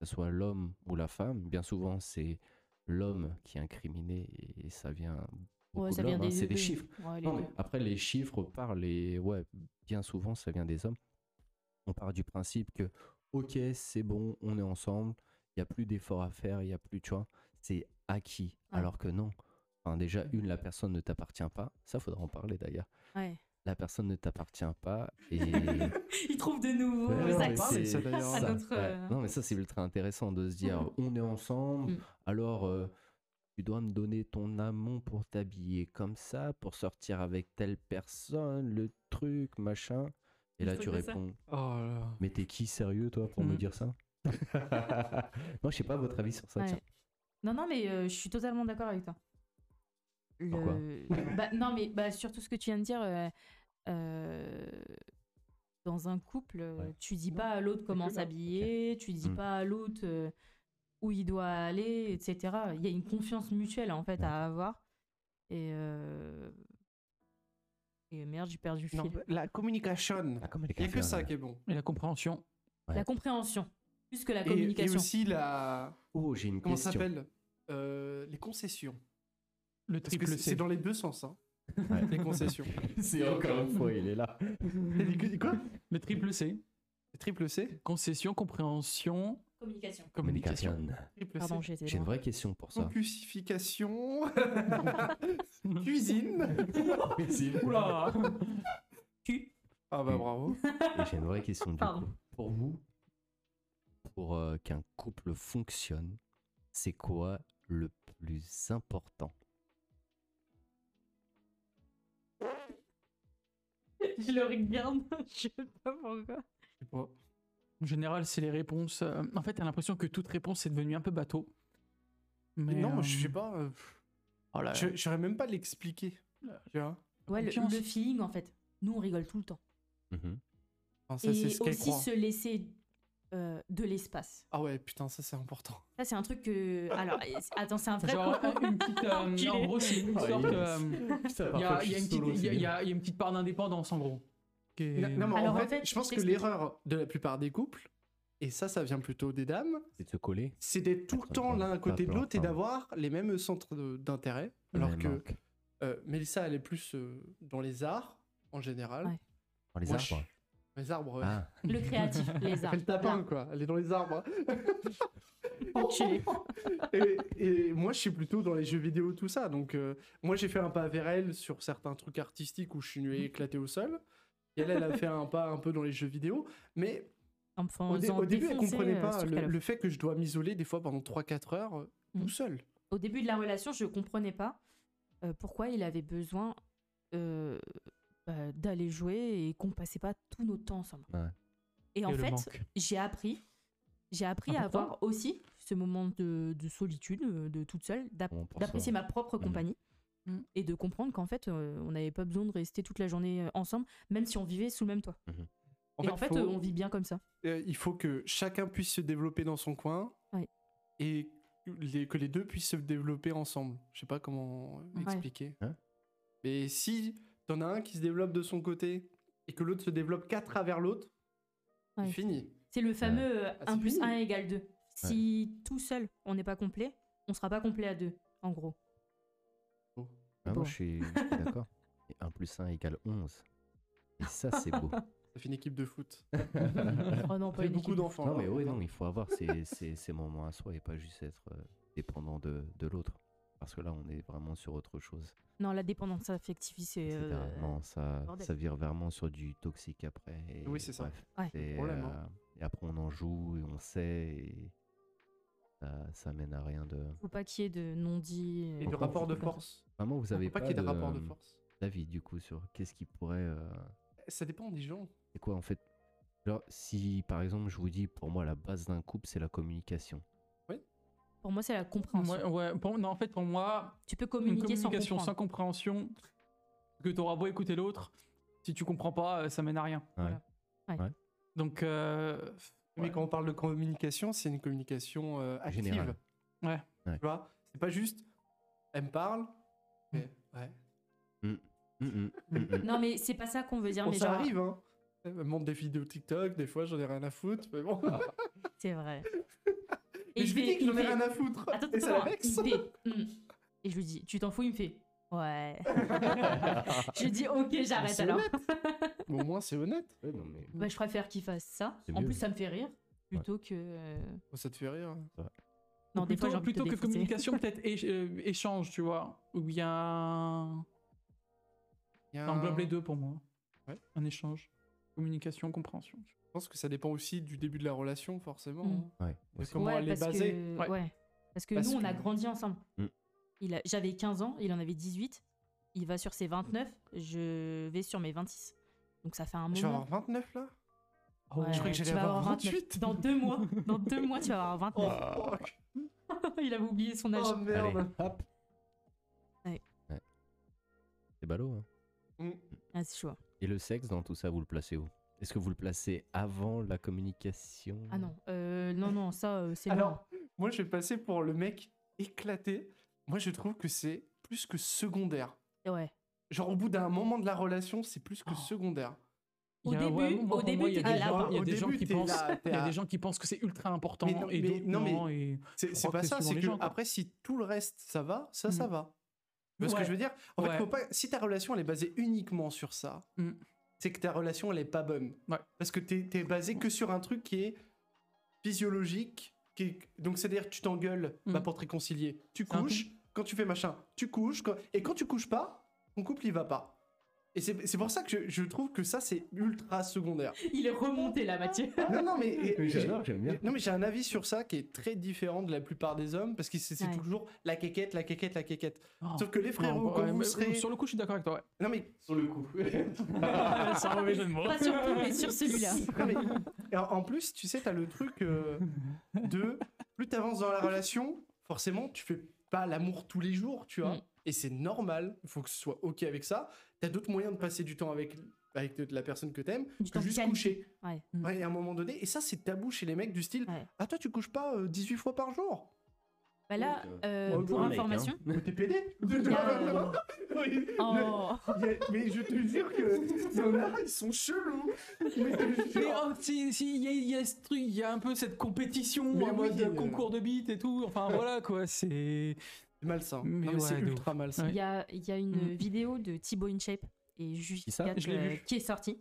[SPEAKER 2] ce soit l'homme ou la femme, bien souvent c'est l'homme qui est incriminé et ça vient beaucoup
[SPEAKER 4] Ouais, ça
[SPEAKER 2] de
[SPEAKER 4] vient
[SPEAKER 2] l'homme, hein,
[SPEAKER 4] des
[SPEAKER 2] c'est des
[SPEAKER 4] des-
[SPEAKER 2] chiffres.
[SPEAKER 4] Ouais, les
[SPEAKER 2] Non, mais
[SPEAKER 4] deux.
[SPEAKER 2] après, les chiffres parlent et ouais, bien souvent, ça vient des hommes. On part du principe que, ok, c'est bon, on est ensemble, il n'y a plus d'efforts à faire, il n'y a plus, tu vois, c'est acquis.
[SPEAKER 4] Ouais.
[SPEAKER 2] Alors que non. Enfin, déjà, une, la personne ne t'appartient pas. Ça, faudra en parler d'ailleurs.
[SPEAKER 4] Ouais.
[SPEAKER 2] La personne ne t'appartient pas et.
[SPEAKER 4] Il trouve de nouveaux
[SPEAKER 2] Ouais, non, mais
[SPEAKER 4] axes.
[SPEAKER 1] parler,
[SPEAKER 2] c'est-
[SPEAKER 1] ça, d'ailleurs.
[SPEAKER 4] À
[SPEAKER 2] ça,
[SPEAKER 4] notre,
[SPEAKER 2] ouais.
[SPEAKER 4] euh,
[SPEAKER 2] Non, mais ça, c'est ultra intéressant de se dire
[SPEAKER 4] Mhm.
[SPEAKER 2] on est ensemble,
[SPEAKER 4] Mm.
[SPEAKER 2] alors euh, tu dois me donner ton amant pour t'habiller comme ça, pour sortir avec telle personne, le truc, machin. Et
[SPEAKER 4] Le
[SPEAKER 2] là,
[SPEAKER 4] truc
[SPEAKER 2] tu
[SPEAKER 4] de ça. Mm.
[SPEAKER 2] réponds
[SPEAKER 1] Oh là là.
[SPEAKER 2] mais t'es qui sérieux, toi, pour me
[SPEAKER 3] Mhm.
[SPEAKER 2] dire ça Moi, je sais pas votre avis sur ça.
[SPEAKER 4] Ouais.
[SPEAKER 2] tiens.
[SPEAKER 4] Non, non, mais euh, je suis totalement d'accord avec toi. Le-
[SPEAKER 2] Pourquoi
[SPEAKER 4] bah, Non, mais bah, surtout ce que tu viens de dire, euh, euh, dans un couple, euh,
[SPEAKER 2] Ouais.
[SPEAKER 4] tu dis pas à l'autre comment
[SPEAKER 3] là.
[SPEAKER 4] s'habiller, tu dis
[SPEAKER 2] Mm.
[SPEAKER 4] pas à l'autre euh, où il doit aller, etc. Il y a une confiance mutuelle, en fait,
[SPEAKER 2] Ouais.
[SPEAKER 4] à avoir. Et, euh, et merde, j'ai perdu le fil.
[SPEAKER 1] Non, la communication.
[SPEAKER 2] Ah, comme elle est
[SPEAKER 1] Il n'y a que
[SPEAKER 2] café,
[SPEAKER 1] ça
[SPEAKER 2] hein.
[SPEAKER 1] qui est bon.
[SPEAKER 3] Et la compréhension.
[SPEAKER 4] La compréhension, plus que la
[SPEAKER 1] Et- Et,
[SPEAKER 4] communication.
[SPEAKER 1] aussi la.
[SPEAKER 2] Oh, j'ai une
[SPEAKER 1] Comment ça
[SPEAKER 2] question.
[SPEAKER 1] s'appelle Euh, Les concessions.
[SPEAKER 3] Le
[SPEAKER 1] Parce que
[SPEAKER 3] triple
[SPEAKER 1] c'est- c'est
[SPEAKER 3] C.
[SPEAKER 1] dans les deux sens, hein.
[SPEAKER 2] Ouais.
[SPEAKER 1] Les concessions.
[SPEAKER 2] C'est encore une fois, il est là.
[SPEAKER 1] T'as dit que- quoi
[SPEAKER 3] Le triple C.
[SPEAKER 1] C'est Triple C
[SPEAKER 3] Concession, compréhension,
[SPEAKER 4] Communication.
[SPEAKER 3] communication.
[SPEAKER 1] Triple C.
[SPEAKER 4] Pardon, j'étais
[SPEAKER 2] J'ai une
[SPEAKER 4] loin.
[SPEAKER 2] vraie question pour ça.
[SPEAKER 1] Concussification. Cuisine.
[SPEAKER 3] Oula
[SPEAKER 4] Cul.
[SPEAKER 1] Ah bah bravo.
[SPEAKER 2] Et j'ai une vraie question du
[SPEAKER 4] Pardon.
[SPEAKER 2] coup. Pour vous, pour euh, qu'un couple fonctionne, c'est quoi le plus important
[SPEAKER 4] Je le regarde, je sais pas pourquoi.
[SPEAKER 1] Je sais pas.
[SPEAKER 3] En général, c'est les réponses. euh, En fait, t'as l'impression que toute réponse est devenue un peu bateau. Mais
[SPEAKER 1] non,
[SPEAKER 3] euh,
[SPEAKER 1] je sais pas. euh, pff,
[SPEAKER 3] oh là,
[SPEAKER 1] je- J'aurais même pas l'expliquer.
[SPEAKER 3] Là.
[SPEAKER 1] Tu vois
[SPEAKER 4] Ouais, le,
[SPEAKER 3] Confiance.
[SPEAKER 4] le feeling, en fait. Nous, on rigole tout le temps.
[SPEAKER 1] Enfin, ça, c'est
[SPEAKER 4] et
[SPEAKER 1] ce qu'elle
[SPEAKER 4] aussi
[SPEAKER 1] croit.
[SPEAKER 4] se laisser euh, de l'espace.
[SPEAKER 1] Ah ouais, putain, ça c'est important.
[SPEAKER 4] Ça, c'est un truc que. Alors, euh, c'est- attends, c'est un vrai.
[SPEAKER 3] Genre,
[SPEAKER 4] propos.
[SPEAKER 3] une petite. euh,
[SPEAKER 4] Enculé.
[SPEAKER 3] en gros, c'est une
[SPEAKER 2] Ah,
[SPEAKER 3] sorte.
[SPEAKER 2] yes.
[SPEAKER 3] euh, Il y, a- il y a une petite- il y a- il y a- il y a une petite part d'indépendance en gros. qui est-
[SPEAKER 1] Non, non, mais
[SPEAKER 4] Alors,
[SPEAKER 1] en,
[SPEAKER 4] en
[SPEAKER 1] fait,
[SPEAKER 4] fait,
[SPEAKER 1] je pense que
[SPEAKER 4] t'expliques.
[SPEAKER 1] l'erreur de la plupart des couples, et ça, ça vient plutôt des dames,
[SPEAKER 2] C'est de se coller
[SPEAKER 1] c'est d'être tout le
[SPEAKER 2] Attends,
[SPEAKER 1] temps
[SPEAKER 2] attends,
[SPEAKER 1] l'un à côté de
[SPEAKER 2] attends,
[SPEAKER 1] l'autre et
[SPEAKER 2] attends.
[SPEAKER 1] d'avoir les mêmes centres de- d'intérêt. Alors que
[SPEAKER 2] hein.
[SPEAKER 1] euh, Mélissa, elle est plus euh, dans les arts, en général.
[SPEAKER 4] Ouais.
[SPEAKER 2] Dans les
[SPEAKER 1] Moi,
[SPEAKER 2] arbres
[SPEAKER 1] Les arbres, ouais.
[SPEAKER 2] Ah,
[SPEAKER 4] le créatif, les arts.
[SPEAKER 1] euh, Elle fait le tapin, quoi. Elle est dans les arbres.
[SPEAKER 4] Enculé.
[SPEAKER 1] et, et moi, je suis plutôt dans les jeux vidéo, tout ça. Donc, euh, moi, j'ai fait un pas vers elle sur certains trucs artistiques où je
[SPEAKER 4] Mm.
[SPEAKER 1] suis éclaté au sol. Et elle, elle a fait un pas un peu dans les jeux vidéo. Mais
[SPEAKER 4] Enfin,
[SPEAKER 1] Au, dé-
[SPEAKER 4] ils ont
[SPEAKER 1] au début, elle
[SPEAKER 4] défoncé,
[SPEAKER 1] comprenait
[SPEAKER 4] euh,
[SPEAKER 1] pas
[SPEAKER 4] sur
[SPEAKER 1] le,
[SPEAKER 4] Call of.
[SPEAKER 1] le fait que je dois m'isoler des fois pendant 3-4 heures euh,
[SPEAKER 4] Mm.
[SPEAKER 1] tout seul.
[SPEAKER 4] Au début de la relation, je comprenais pas euh, pourquoi il avait besoin euh, bah, d'aller jouer et qu'on passait pas tout notre temps ensemble.
[SPEAKER 2] Ouais.
[SPEAKER 4] Et en
[SPEAKER 3] le
[SPEAKER 4] fait,
[SPEAKER 3] manque.
[SPEAKER 4] j'ai appris, j'ai
[SPEAKER 1] Ah,
[SPEAKER 4] appris à
[SPEAKER 3] Important.
[SPEAKER 4] avoir aussi ce moment de, de solitude, euh, de toute seule, d'ap-
[SPEAKER 2] bon, pour ça.
[SPEAKER 4] d'apprécier ma propre
[SPEAKER 2] Mhm.
[SPEAKER 4] compagnie Mm.
[SPEAKER 3] Mhm.
[SPEAKER 4] et de comprendre qu'en fait, euh, on n'avait pas besoin de rester toute la journée euh, ensemble, même si on vivait sous le même toit.
[SPEAKER 1] En
[SPEAKER 4] et
[SPEAKER 1] fait,
[SPEAKER 4] en fait,
[SPEAKER 1] faut-
[SPEAKER 4] euh, on vit bien comme ça.
[SPEAKER 1] euh, il faut que chacun puisse se développer dans son coin
[SPEAKER 4] Ouais.
[SPEAKER 1] et les- que les deux puissent se développer ensemble. Je sais pas comment
[SPEAKER 4] Ouais.
[SPEAKER 1] expliquer.
[SPEAKER 2] Hein
[SPEAKER 1] Mais si t'en as un qui se développe de son côté et que l'autre se développe qu'à travers l'autre,
[SPEAKER 4] Ouais.
[SPEAKER 1] c'est fini.
[SPEAKER 4] C'est le fameux euh,
[SPEAKER 1] Ah, c'est
[SPEAKER 4] 1 plus
[SPEAKER 1] fini.
[SPEAKER 4] 1 égale 2. Si tout seul, on n'est pas complet, on sera pas complet à deux, en gros.
[SPEAKER 2] Ah,
[SPEAKER 4] Bon.
[SPEAKER 2] Moi, je suis je suis d'accord. Et 1 plus 1 égale 11. Et ça, c'est beau.
[SPEAKER 1] Ça fait une équipe de foot.
[SPEAKER 4] oh non,
[SPEAKER 1] Ça
[SPEAKER 4] pas
[SPEAKER 1] fait
[SPEAKER 4] une
[SPEAKER 1] beaucoup
[SPEAKER 4] équipe.
[SPEAKER 1] d'enfants.
[SPEAKER 2] non, mais
[SPEAKER 1] là.
[SPEAKER 2] oui, non, il faut avoir ces, ces- ces moments à soi et pas juste être euh, dépendant de, de l'autre. Parce que là, on est vraiment sur autre chose.
[SPEAKER 4] Non, la dépendance affective, c'est.
[SPEAKER 2] C'est
[SPEAKER 4] euh,
[SPEAKER 2] vraiment- ça,
[SPEAKER 4] bordel.
[SPEAKER 2] ça vire vraiment sur du toxique après. et
[SPEAKER 1] Oui, c'est ça.
[SPEAKER 2] bref,
[SPEAKER 4] Ouais.
[SPEAKER 2] c'est,
[SPEAKER 1] Problème,
[SPEAKER 2] euh, et après, on en joue et on sait. Et ça, ça mène à rien de.
[SPEAKER 4] Faut pas qu'il y ait de non-dit.
[SPEAKER 1] Et
[SPEAKER 4] euh,
[SPEAKER 1] du
[SPEAKER 2] Pourquoi
[SPEAKER 1] rapport
[SPEAKER 4] faut
[SPEAKER 1] de
[SPEAKER 4] pas-
[SPEAKER 1] force.
[SPEAKER 2] Vraiment, vous avez
[SPEAKER 1] Faut pas
[SPEAKER 2] pas, euh,
[SPEAKER 1] qu'il y ait de rapport de force.
[SPEAKER 2] d'avis du coup sur qu'est-ce qui pourrait. euh,
[SPEAKER 1] Ça dépend des gens.
[SPEAKER 2] C'est quoi en fait Genre, si par exemple je vous dis pour moi la base d'un couple c'est la communication.
[SPEAKER 4] Pour moi, c'est la compréhension.
[SPEAKER 3] Ouais, ouais, pour- non, en fait, pour moi,
[SPEAKER 4] Tu peux
[SPEAKER 3] une
[SPEAKER 4] communiquer sans
[SPEAKER 3] communication sans
[SPEAKER 4] comprendre.
[SPEAKER 3] compréhension, que t'auras beau écouter l'autre, si tu comprends pas, euh, ça mène à rien. Voilà.
[SPEAKER 4] Ouais.
[SPEAKER 2] Ouais.
[SPEAKER 3] Donc, euh,
[SPEAKER 1] Mais
[SPEAKER 3] ouais.
[SPEAKER 1] quand on parle de communication, c'est une communication euh, active.
[SPEAKER 2] Générale.
[SPEAKER 3] Ouais.
[SPEAKER 2] Ouais.
[SPEAKER 1] Tu vois C'est pas juste, elle me parle, mais ouais.
[SPEAKER 2] Mm, mm, mm, mm.
[SPEAKER 4] Non, mais c'est pas ça qu'on veut dire.
[SPEAKER 1] Bon,
[SPEAKER 4] mais
[SPEAKER 1] ça
[SPEAKER 4] genre, euh,
[SPEAKER 1] arrive, hein. Elle me montre des vidéos TikTok, des fois j'en ai rien à foutre, mais bon.
[SPEAKER 4] C'est vrai.
[SPEAKER 1] mais je
[SPEAKER 4] Ah. il
[SPEAKER 1] lui
[SPEAKER 4] fait-
[SPEAKER 1] dis que j'en
[SPEAKER 4] il
[SPEAKER 1] ai
[SPEAKER 4] fait-
[SPEAKER 1] rien à foutre.
[SPEAKER 4] Attends,
[SPEAKER 1] et
[SPEAKER 4] attends,
[SPEAKER 1] ça la
[SPEAKER 4] attends,
[SPEAKER 1] vexe.
[SPEAKER 4] il fait, hmm. Et je lui dis, tu t'en fous, il me fait. Ouais. je lui dis, ok, j'arrête
[SPEAKER 1] C'est
[SPEAKER 4] alors.
[SPEAKER 1] honnête. Bon, au moins, c'est honnête.
[SPEAKER 2] Ouais, non, mais-
[SPEAKER 4] Bah, je préfère qu'il fasse ça.
[SPEAKER 2] C'est
[SPEAKER 4] En
[SPEAKER 2] mieux.
[SPEAKER 4] plus, ça me fait rire. Plutôt que. euh,
[SPEAKER 1] Bon, ça te fait rire.
[SPEAKER 4] Non, des
[SPEAKER 3] plutôt,
[SPEAKER 4] fois, j'ai envie
[SPEAKER 3] plutôt
[SPEAKER 4] de
[SPEAKER 3] que
[SPEAKER 4] défoncer.
[SPEAKER 3] communication, peut-être éche- euh, échange, tu vois. Ou bien.
[SPEAKER 1] Il y a
[SPEAKER 3] Ça englobe
[SPEAKER 1] un-
[SPEAKER 3] les deux pour moi.
[SPEAKER 1] Euh. Ouais.
[SPEAKER 3] Un échange. Communication, compréhension.
[SPEAKER 1] Je pense que ça dépend aussi du début de la relation, forcément.
[SPEAKER 4] Mm.
[SPEAKER 1] hein.
[SPEAKER 2] Ouais,
[SPEAKER 1] De
[SPEAKER 2] aussi.
[SPEAKER 1] comment
[SPEAKER 4] Ouais,
[SPEAKER 1] elle est
[SPEAKER 4] parce
[SPEAKER 1] basée.
[SPEAKER 4] que-
[SPEAKER 3] Ouais.
[SPEAKER 4] ouais. Parce que
[SPEAKER 1] Parce
[SPEAKER 4] nous, on a
[SPEAKER 1] que-
[SPEAKER 4] grandi ensemble.
[SPEAKER 2] Mm.
[SPEAKER 4] Il a- J'avais 15 ans, il en avait 18. Il va sur ses 29, je vais sur mes 26. Donc ça fait un
[SPEAKER 1] Je vais
[SPEAKER 4] moment.
[SPEAKER 1] avoir 29 là
[SPEAKER 4] Ouais,
[SPEAKER 1] Oh, je croyais que
[SPEAKER 4] tu
[SPEAKER 1] j'allais
[SPEAKER 4] vas
[SPEAKER 1] avoir
[SPEAKER 4] 29.
[SPEAKER 1] 28.
[SPEAKER 4] Dans deux mois, dans deux mois, tu vas avoir 29.
[SPEAKER 1] Oh, fuck.
[SPEAKER 4] il avait oublié son âge.
[SPEAKER 1] Oh,
[SPEAKER 2] Allez,
[SPEAKER 1] merde
[SPEAKER 2] hop.
[SPEAKER 4] Ouais.
[SPEAKER 2] Ouais. C'est ballot. hein.
[SPEAKER 4] Ah, c'est chaud.
[SPEAKER 2] Et le sexe dans tout ça, vous le placez où Est-ce que vous le placez avant la communication
[SPEAKER 4] Ah non, euh, non, non, ça, euh, c'est
[SPEAKER 1] Alors,
[SPEAKER 4] mort.
[SPEAKER 1] Moi, je vais passer pour le mec éclaté. Moi, je trouve que c'est plus que secondaire.
[SPEAKER 4] Et Ouais.
[SPEAKER 1] Genre, au bout d'un moment de la relation, c'est plus
[SPEAKER 4] Oh.
[SPEAKER 1] que secondaire.
[SPEAKER 4] Au
[SPEAKER 3] Il y a- ouais,
[SPEAKER 4] début-
[SPEAKER 3] moi,
[SPEAKER 4] au
[SPEAKER 3] pour moi,
[SPEAKER 4] début,
[SPEAKER 3] il y a
[SPEAKER 4] t'es
[SPEAKER 3] des
[SPEAKER 4] là,
[SPEAKER 3] gens-
[SPEAKER 4] bah,
[SPEAKER 3] il y a
[SPEAKER 1] au
[SPEAKER 3] des gens
[SPEAKER 1] début,
[SPEAKER 3] qui
[SPEAKER 1] t'es
[SPEAKER 3] pensent.
[SPEAKER 1] là, t'es
[SPEAKER 3] Il y a
[SPEAKER 1] là.
[SPEAKER 3] des gens qui pensent que c'est ultra important
[SPEAKER 1] Mais non,
[SPEAKER 3] et
[SPEAKER 1] mais-
[SPEAKER 3] d'autres
[SPEAKER 1] non, mais-
[SPEAKER 3] non, et-
[SPEAKER 1] C'est
[SPEAKER 3] Je
[SPEAKER 1] c'est
[SPEAKER 3] crois
[SPEAKER 1] pas
[SPEAKER 3] que
[SPEAKER 1] ça,
[SPEAKER 3] c'est
[SPEAKER 1] c'est
[SPEAKER 3] souvent
[SPEAKER 1] que
[SPEAKER 3] les gens, quoi.
[SPEAKER 1] après, si tout le reste ça va, ça, ça
[SPEAKER 3] Mhm.
[SPEAKER 1] va. Tu vois ce
[SPEAKER 3] Ouais.
[SPEAKER 1] que je veux dire En fait,
[SPEAKER 3] Ouais.
[SPEAKER 1] faut pas... si ta relation elle est basée uniquement sur ça,
[SPEAKER 3] Mm.
[SPEAKER 1] c'est que ta relation elle est pas bonne.
[SPEAKER 3] Ouais.
[SPEAKER 1] Parce que t'es es basé que sur un truc qui est physiologique. Qui est- Donc c'est-à-dire tu t'engueules
[SPEAKER 3] Mm.
[SPEAKER 1] bah, pour te réconcilier. Tu
[SPEAKER 3] un
[SPEAKER 1] couches, quand tu fais machin, tu couches. quand- Et quand tu couches pas, ton couple il va pas. Et c'est c'est pour ça que je, je trouve que ça c'est ultra secondaire.
[SPEAKER 4] Il est remonté là, Mathieu.
[SPEAKER 1] Ah, non, non, mais. et-
[SPEAKER 2] Mais
[SPEAKER 1] j'ai-
[SPEAKER 2] J'adore, j'aime bien.
[SPEAKER 1] non mais j'ai un avis sur ça qui est très différent de la plupart des hommes parce que c'est c'est
[SPEAKER 4] Ouais.
[SPEAKER 1] toujours la quéquette, la quéquette, la quéquette.
[SPEAKER 3] Oh,
[SPEAKER 1] Sauf que les frérots,
[SPEAKER 3] non,
[SPEAKER 1] quand
[SPEAKER 3] ouais,
[SPEAKER 1] vous
[SPEAKER 3] mais euh,
[SPEAKER 1] serez...
[SPEAKER 3] Sur le coup, je suis d'accord avec toi. ouais.
[SPEAKER 1] Non mais... Sur le coup.
[SPEAKER 3] C'est un mauvais jeu de mots.
[SPEAKER 4] Pas sur tout, mais sur celui-là.
[SPEAKER 1] en en plus, tu sais, t'as le truc euh, de... Plus t'avances dans la relation, forcément, tu fais pas l'amour tous les jours, tu vois.
[SPEAKER 4] Mm.
[SPEAKER 1] Et c'est normal, il faut que ce soit OK avec ça. T'as d'autres moyens de passer du temps avec, avec de- de la personne que t'aimes
[SPEAKER 4] Du
[SPEAKER 1] que
[SPEAKER 4] temps de
[SPEAKER 1] juste
[SPEAKER 4] qualité.
[SPEAKER 1] coucher.
[SPEAKER 4] Ouais.
[SPEAKER 1] Ouais, à un moment donné. Et ça, c'est tabou chez les mecs du style
[SPEAKER 4] Ouais.
[SPEAKER 1] Ah toi, tu couches pas euh, 18 fois par jour
[SPEAKER 4] Bah là, euh,
[SPEAKER 1] Ouais,
[SPEAKER 4] pour
[SPEAKER 1] ouais, mec, hein.
[SPEAKER 4] information.
[SPEAKER 1] Mais t'es pédé
[SPEAKER 4] y a-
[SPEAKER 1] Oui,
[SPEAKER 4] Oh.
[SPEAKER 1] le- y a- Mais je te jure que il y en a, ils sont chelous Mais je te
[SPEAKER 3] Mais
[SPEAKER 1] jure.
[SPEAKER 3] oh, si, si, il y, a- il y a ce truc, il y a un peu cette compétition
[SPEAKER 1] Mais
[SPEAKER 3] en
[SPEAKER 1] oui,
[SPEAKER 3] mode
[SPEAKER 1] euh.
[SPEAKER 3] concours de beats et tout. Enfin voilà quoi, c'est.
[SPEAKER 1] C'est malsain.
[SPEAKER 3] Mais
[SPEAKER 1] non, mais c'est
[SPEAKER 3] ouais, de
[SPEAKER 1] ultra malsain.
[SPEAKER 3] Ouais.
[SPEAKER 4] Il y a, il y a une
[SPEAKER 3] Mm.
[SPEAKER 4] vidéo de Thibaut InShape et Julie
[SPEAKER 2] Qui ça
[SPEAKER 4] Cat,
[SPEAKER 3] Je l'ai
[SPEAKER 4] euh,
[SPEAKER 3] vu.
[SPEAKER 4] qui est sortie.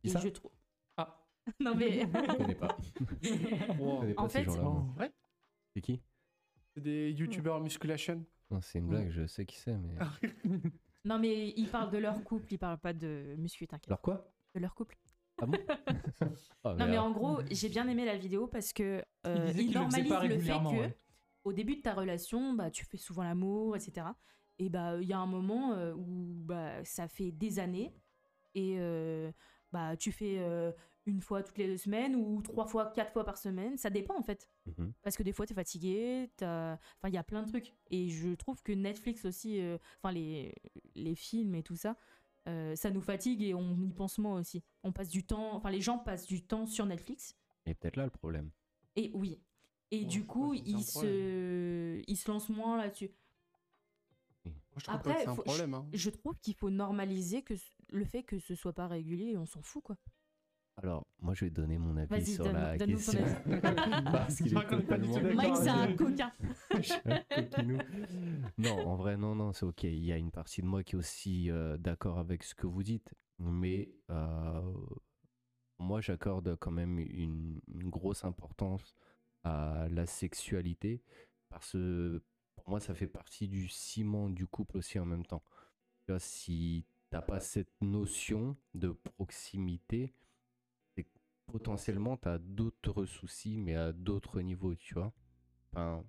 [SPEAKER 2] Qui
[SPEAKER 4] et
[SPEAKER 2] ça
[SPEAKER 4] je trouve.
[SPEAKER 3] Ah.
[SPEAKER 4] Non mais
[SPEAKER 2] Je connais pas. Je
[SPEAKER 1] Wow.
[SPEAKER 2] connais pas
[SPEAKER 4] En
[SPEAKER 2] ces
[SPEAKER 4] fait-
[SPEAKER 2] gens-là,
[SPEAKER 3] Oh.
[SPEAKER 2] moi.
[SPEAKER 1] Ouais.
[SPEAKER 2] C'est qui
[SPEAKER 1] C'est des youtubeurs musculation.
[SPEAKER 2] Non, c'est une
[SPEAKER 3] Ouais.
[SPEAKER 2] blague, je sais qui c'est, mais.
[SPEAKER 1] Ah.
[SPEAKER 4] non mais ils parlent de leur couple, ils parlent pas de muscu, t'inquiète.
[SPEAKER 2] Alors quoi
[SPEAKER 4] De leur couple.
[SPEAKER 2] Ah bon Ah,
[SPEAKER 4] Non mais
[SPEAKER 2] merde.
[SPEAKER 4] en gros, j'ai bien aimé la vidéo parce que euh,
[SPEAKER 3] disait
[SPEAKER 4] il
[SPEAKER 3] qu'il le faisait
[SPEAKER 4] normalise
[SPEAKER 3] pas
[SPEAKER 4] le, fait
[SPEAKER 3] régulièrement,
[SPEAKER 4] que
[SPEAKER 3] ouais.
[SPEAKER 4] au début de ta relation, bah tu fais souvent l'amour, etc. Et bah il y a un moment euh, où bah ça fait des années et euh, bah tu fais euh, une fois toutes les deux semaines ou trois fois, quatre fois par semaine, ça dépend en fait.
[SPEAKER 2] Mhm.
[SPEAKER 4] Parce que des fois, t'es fatigué, t'as... Enfin, il y a
[SPEAKER 1] Mm.
[SPEAKER 4] plein de trucs. Et je trouve que Netflix aussi, euh, enfin, les, les films et tout ça, euh, ça nous fatigue et on y pense moins aussi. On passe du temps... Enfin, les gens passent du temps sur Netflix.
[SPEAKER 2] Il est peut-être là le problème.
[SPEAKER 4] Et oui. Et
[SPEAKER 1] Bon,
[SPEAKER 4] du
[SPEAKER 1] c'est pas-
[SPEAKER 4] coup,
[SPEAKER 1] c'est un Mm.
[SPEAKER 4] ils se... ils se lancent moins là-dessus.
[SPEAKER 1] Moi, je trouve
[SPEAKER 4] Après,
[SPEAKER 1] pas que c'est un
[SPEAKER 4] faut-
[SPEAKER 1] problème. hein.
[SPEAKER 4] Je trouve qu'il faut normaliser que ce- le fait que ce soit pas régulier et on s'en fout, quoi.
[SPEAKER 2] Alors, moi, je vais donner mon avis
[SPEAKER 4] Vas-y,
[SPEAKER 2] sur
[SPEAKER 4] donne-
[SPEAKER 2] la
[SPEAKER 4] donne-nous ton
[SPEAKER 2] question.
[SPEAKER 1] avis.
[SPEAKER 2] Parce qu'il
[SPEAKER 1] Je
[SPEAKER 2] est
[SPEAKER 1] raconte pas du tout
[SPEAKER 2] totalement-
[SPEAKER 1] D'accord,
[SPEAKER 4] Mike, c'est un
[SPEAKER 1] vas-y.
[SPEAKER 4] coquin.
[SPEAKER 2] Coquinou. Non, en vrai, non, non, c'est ok. Il y a une partie de moi qui est aussi euh, d'accord avec ce que vous dites. Mais euh, moi, j'accorde quand même une, une grosse importance à la sexualité. Parce que pour moi, ça fait partie du ciment du couple aussi en même temps. Tu vois, si t'as pas cette notion de proximité, c'est que potentiellement, t'as d'autres soucis, mais à d'autres niveaux, tu vois. Enfin,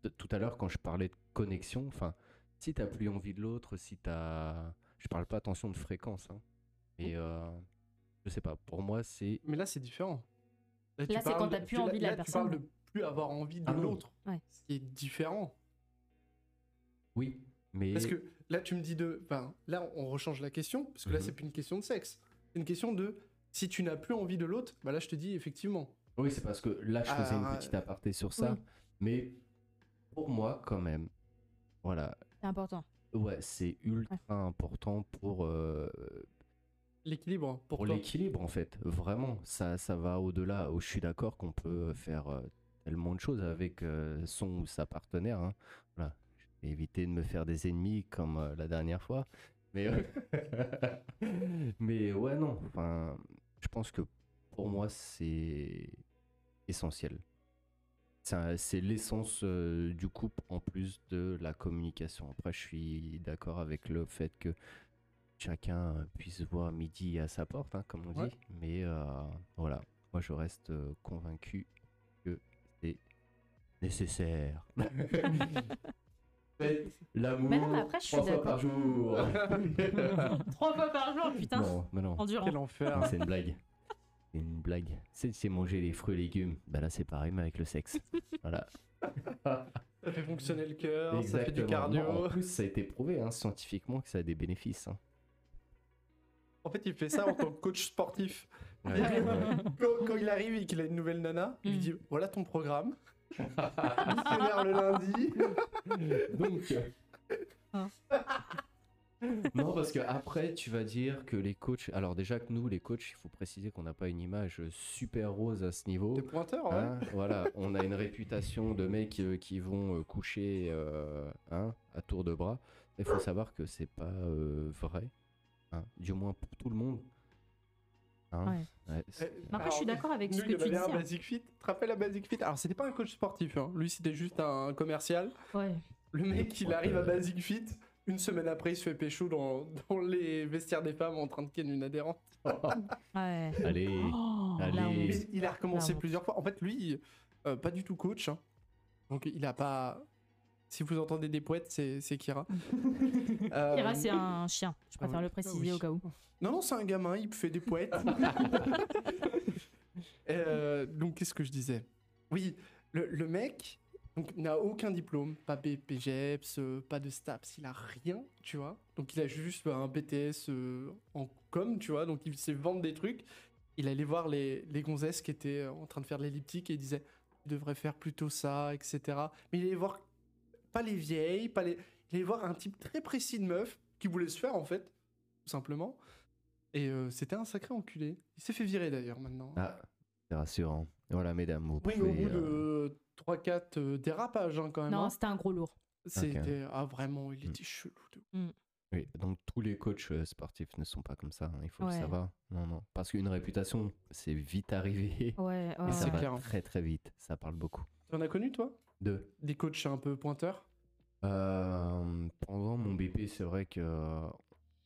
[SPEAKER 2] t- tout à l'heure, quand je parlais de connexion, enfin, si t'as plus envie de l'autre, si t'as. Je parle pas, attention, de fréquence. Hein. Et
[SPEAKER 1] Oh.
[SPEAKER 2] euh, je sais pas, pour moi, c'est.
[SPEAKER 1] Mais là, c'est différent. tu
[SPEAKER 4] Là, c'est
[SPEAKER 1] parles-
[SPEAKER 4] quand t'as plus
[SPEAKER 1] là-
[SPEAKER 4] envie de la
[SPEAKER 1] là,
[SPEAKER 4] personne.
[SPEAKER 1] Tu parles de plus avoir envie de
[SPEAKER 2] Ah non.
[SPEAKER 1] l'autre.
[SPEAKER 4] Ouais.
[SPEAKER 1] Ce qui est différent.
[SPEAKER 2] Oui, mais.
[SPEAKER 1] Parce que là, tu me dis de. Enfin, là, on rechange la question, parce que là,
[SPEAKER 2] Mhm.
[SPEAKER 1] c'est plus une question de sexe. C'est une question de si tu n'as plus envie de l'autre, bah là, je te dis effectivement.
[SPEAKER 2] Oui, c'est parce que là, je faisais
[SPEAKER 1] Ah,
[SPEAKER 2] une petite aparté sur ça.
[SPEAKER 4] oui.
[SPEAKER 2] Mais pour moi, quand même, voilà.
[SPEAKER 4] C'est important.
[SPEAKER 2] Ouais, c'est ultra important pour, euh,
[SPEAKER 1] L'équilibre, pour,
[SPEAKER 2] pour
[SPEAKER 1] toi.
[SPEAKER 2] l'équilibre, en fait. Vraiment, ça, ça va au-delà. Oh, je suis d'accord qu'on peut faire euh, tellement de choses avec euh, son ou sa partenaire. hein. Voilà. Je vais éviter de me faire des ennemis comme euh, la dernière fois. Mais, euh, mais ouais, non. Enfin, je pense que pour moi, c'est essentiel. C'est un- C'est l'essence euh, du couple en plus de la communication. Après, je suis d'accord avec le fait que chacun puisse voir midi à sa porte, hein, comme on
[SPEAKER 1] Ouais.
[SPEAKER 2] dit. Mais euh, voilà, moi je reste euh, convaincu que c'est nécessaire. Faites L'amour
[SPEAKER 4] Mais non, mais après, je suis
[SPEAKER 2] trois fois par jour.
[SPEAKER 4] Trois fois par jour, Oh, putain.
[SPEAKER 2] non, mais non.
[SPEAKER 4] Endurant.
[SPEAKER 1] Quel enfer.
[SPEAKER 2] Non, c'est une blague. C'est une blague. C'est c'est manger les fruits et légumes. Bah là, c'est pareil, mais avec le sexe. Voilà.
[SPEAKER 1] ça fait fonctionner le cœur, ça fait du
[SPEAKER 2] Exactement.
[SPEAKER 1] cardio.
[SPEAKER 2] Non, en plus, ça a été prouvé hein, scientifiquement que ça a des bénéfices. hein.
[SPEAKER 1] En fait, il fait ça en tant que coach sportif.
[SPEAKER 2] Ouais, Ah ouais, ouais.
[SPEAKER 1] Quand, quand il arrive et qu'il a une nouvelle nana, il lui
[SPEAKER 4] Mm.
[SPEAKER 1] dit Voilà ton programme. Missionnaire le lundi.
[SPEAKER 2] Donc.
[SPEAKER 4] Hein.
[SPEAKER 2] non, parce que après, tu vas dire que les coachs. Alors, déjà que nous, les coachs, il faut préciser qu'on n'a pas une image super rose à ce niveau.
[SPEAKER 1] T'es pointeur, ouais.
[SPEAKER 2] Hein, voilà, on a une réputation de mecs euh, qui vont euh, coucher euh, hein, à tour de bras. Il faut savoir que c'est pas euh, vrai, hein, du moins pour tout le monde. Hein, ouais, c'est-
[SPEAKER 1] Euh,
[SPEAKER 4] Après, je suis
[SPEAKER 1] Alors,
[SPEAKER 4] d'accord avec
[SPEAKER 1] Nous,
[SPEAKER 4] ce
[SPEAKER 1] il y en
[SPEAKER 4] que tu
[SPEAKER 1] avait
[SPEAKER 4] dis.
[SPEAKER 1] un
[SPEAKER 4] hein.
[SPEAKER 1] Basic Fit. Tu te rappelles la Basic Fit Alors, c'était pas un coach sportif, hein. lui, c'était juste un commercial.
[SPEAKER 4] Ouais.
[SPEAKER 1] Le mec, il
[SPEAKER 2] Ouais,
[SPEAKER 1] arrive à
[SPEAKER 2] euh.
[SPEAKER 1] Basic Fit. Une semaine après, il se fait pécho dans, dans les vestiaires des femmes en train de ken une adhérente.
[SPEAKER 4] Ouais.
[SPEAKER 2] Allez,
[SPEAKER 3] Oh,
[SPEAKER 4] là, on-
[SPEAKER 2] allez.
[SPEAKER 1] Mais il a recommencé
[SPEAKER 4] Clairement.
[SPEAKER 1] plusieurs fois. En fait, lui, euh, pas du tout coach. hein. Donc, il a pas. Si vous entendez des poètes, c'est c'est Kira. Euh,
[SPEAKER 4] Kira, c'est un chien. Je
[SPEAKER 1] Ah oui.
[SPEAKER 4] préfère le préciser
[SPEAKER 1] Ah oui.
[SPEAKER 4] au cas où.
[SPEAKER 1] Non, non, c'est un gamin, il fait des poètes. Euh, donc, qu'est-ce que je disais Oui, le, le mec donc, n'a aucun diplôme, pas BPGEPS, euh, pas de STAPS, il a rien, tu vois. Donc, il a juste bah, un BTS euh, en com, tu vois. Donc, il sait vendre des trucs. Il allait voir les, les gonzesses qui étaient euh, en train de faire de l'elliptique et il disait Tu devrais faire plutôt ça, etc. Mais il allait voir pas les vieilles, pas les. Il allait voir un type très précis de meuf qui voulait se faire, en fait, tout simplement. Et euh, c'était un sacré enculé. Il s'est fait virer d'ailleurs maintenant.
[SPEAKER 2] Ah, c'est rassurant. Voilà, mesdames, vous
[SPEAKER 1] oui, au
[SPEAKER 2] pouvez,
[SPEAKER 1] bout
[SPEAKER 2] euh,
[SPEAKER 1] de 3-4 dérapages hein, quand même.
[SPEAKER 4] Non,
[SPEAKER 1] hein.
[SPEAKER 4] c'était un gros lourd.
[SPEAKER 1] C'était. Ah, vraiment,
[SPEAKER 2] Hmm.
[SPEAKER 1] il était chelou. de ouf.
[SPEAKER 2] Oui, donc tous les coachs euh, sportifs ne sont pas comme ça, hein, il faut
[SPEAKER 4] Ouais.
[SPEAKER 2] le savoir. Non, non, parce qu'une réputation, c'est vite arrivé.
[SPEAKER 4] Ouais, ouais,
[SPEAKER 2] Et ça
[SPEAKER 1] c'est
[SPEAKER 4] ouais.
[SPEAKER 2] va
[SPEAKER 1] clair, hein.
[SPEAKER 2] très très vite, ça parle beaucoup.
[SPEAKER 1] T'en as connu, toi
[SPEAKER 2] Deux.
[SPEAKER 1] Des coachs un peu pointeurs
[SPEAKER 2] Euh, pendant mon BP, c'est vrai que euh,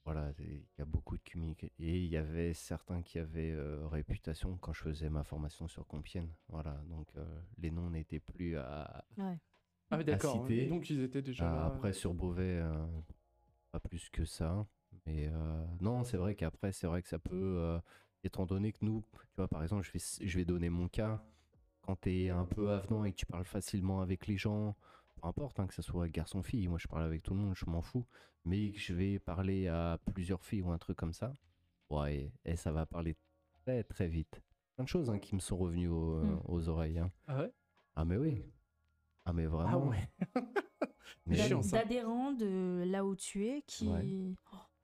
[SPEAKER 2] voilà, il y a beaucoup de communication. Et il y avait certains qui avaient euh, réputation quand je faisais ma formation sur Compiègne. Voilà, donc euh, les noms n'étaient plus à.
[SPEAKER 1] Ah, mais d'accord.
[SPEAKER 2] citer.
[SPEAKER 1] hein. Donc ils étaient déjà
[SPEAKER 2] à-
[SPEAKER 1] là.
[SPEAKER 2] Euh, après sur Beauvais, euh, pas plus que ça. Mais euh, non, c'est vrai qu'après, c'est vrai que ça peut. euh, étant donné que nous, tu vois, par exemple, je vais, je vais donner mon cas. Quand t'es un peu avenant et que tu parles facilement avec les gens, peu importe, hein, que ce soit garçon-fille, moi je parle avec tout le monde, je m'en fous. Mais que je vais parler à plusieurs filles ou un truc comme ça, ouais, et, et ça va parler très très vite. Plein de choses hein, qui me sont revenues au-
[SPEAKER 4] Mm.
[SPEAKER 2] aux oreilles. hein.
[SPEAKER 1] Hmm. Ah ouais
[SPEAKER 2] Ah, mais oui. Ah, mais vraiment. Mais
[SPEAKER 4] Bah,
[SPEAKER 1] C'est
[SPEAKER 2] oui.
[SPEAKER 1] chiant, ça.
[SPEAKER 4] d'adhérents de là où tu es qui.
[SPEAKER 2] Ouais.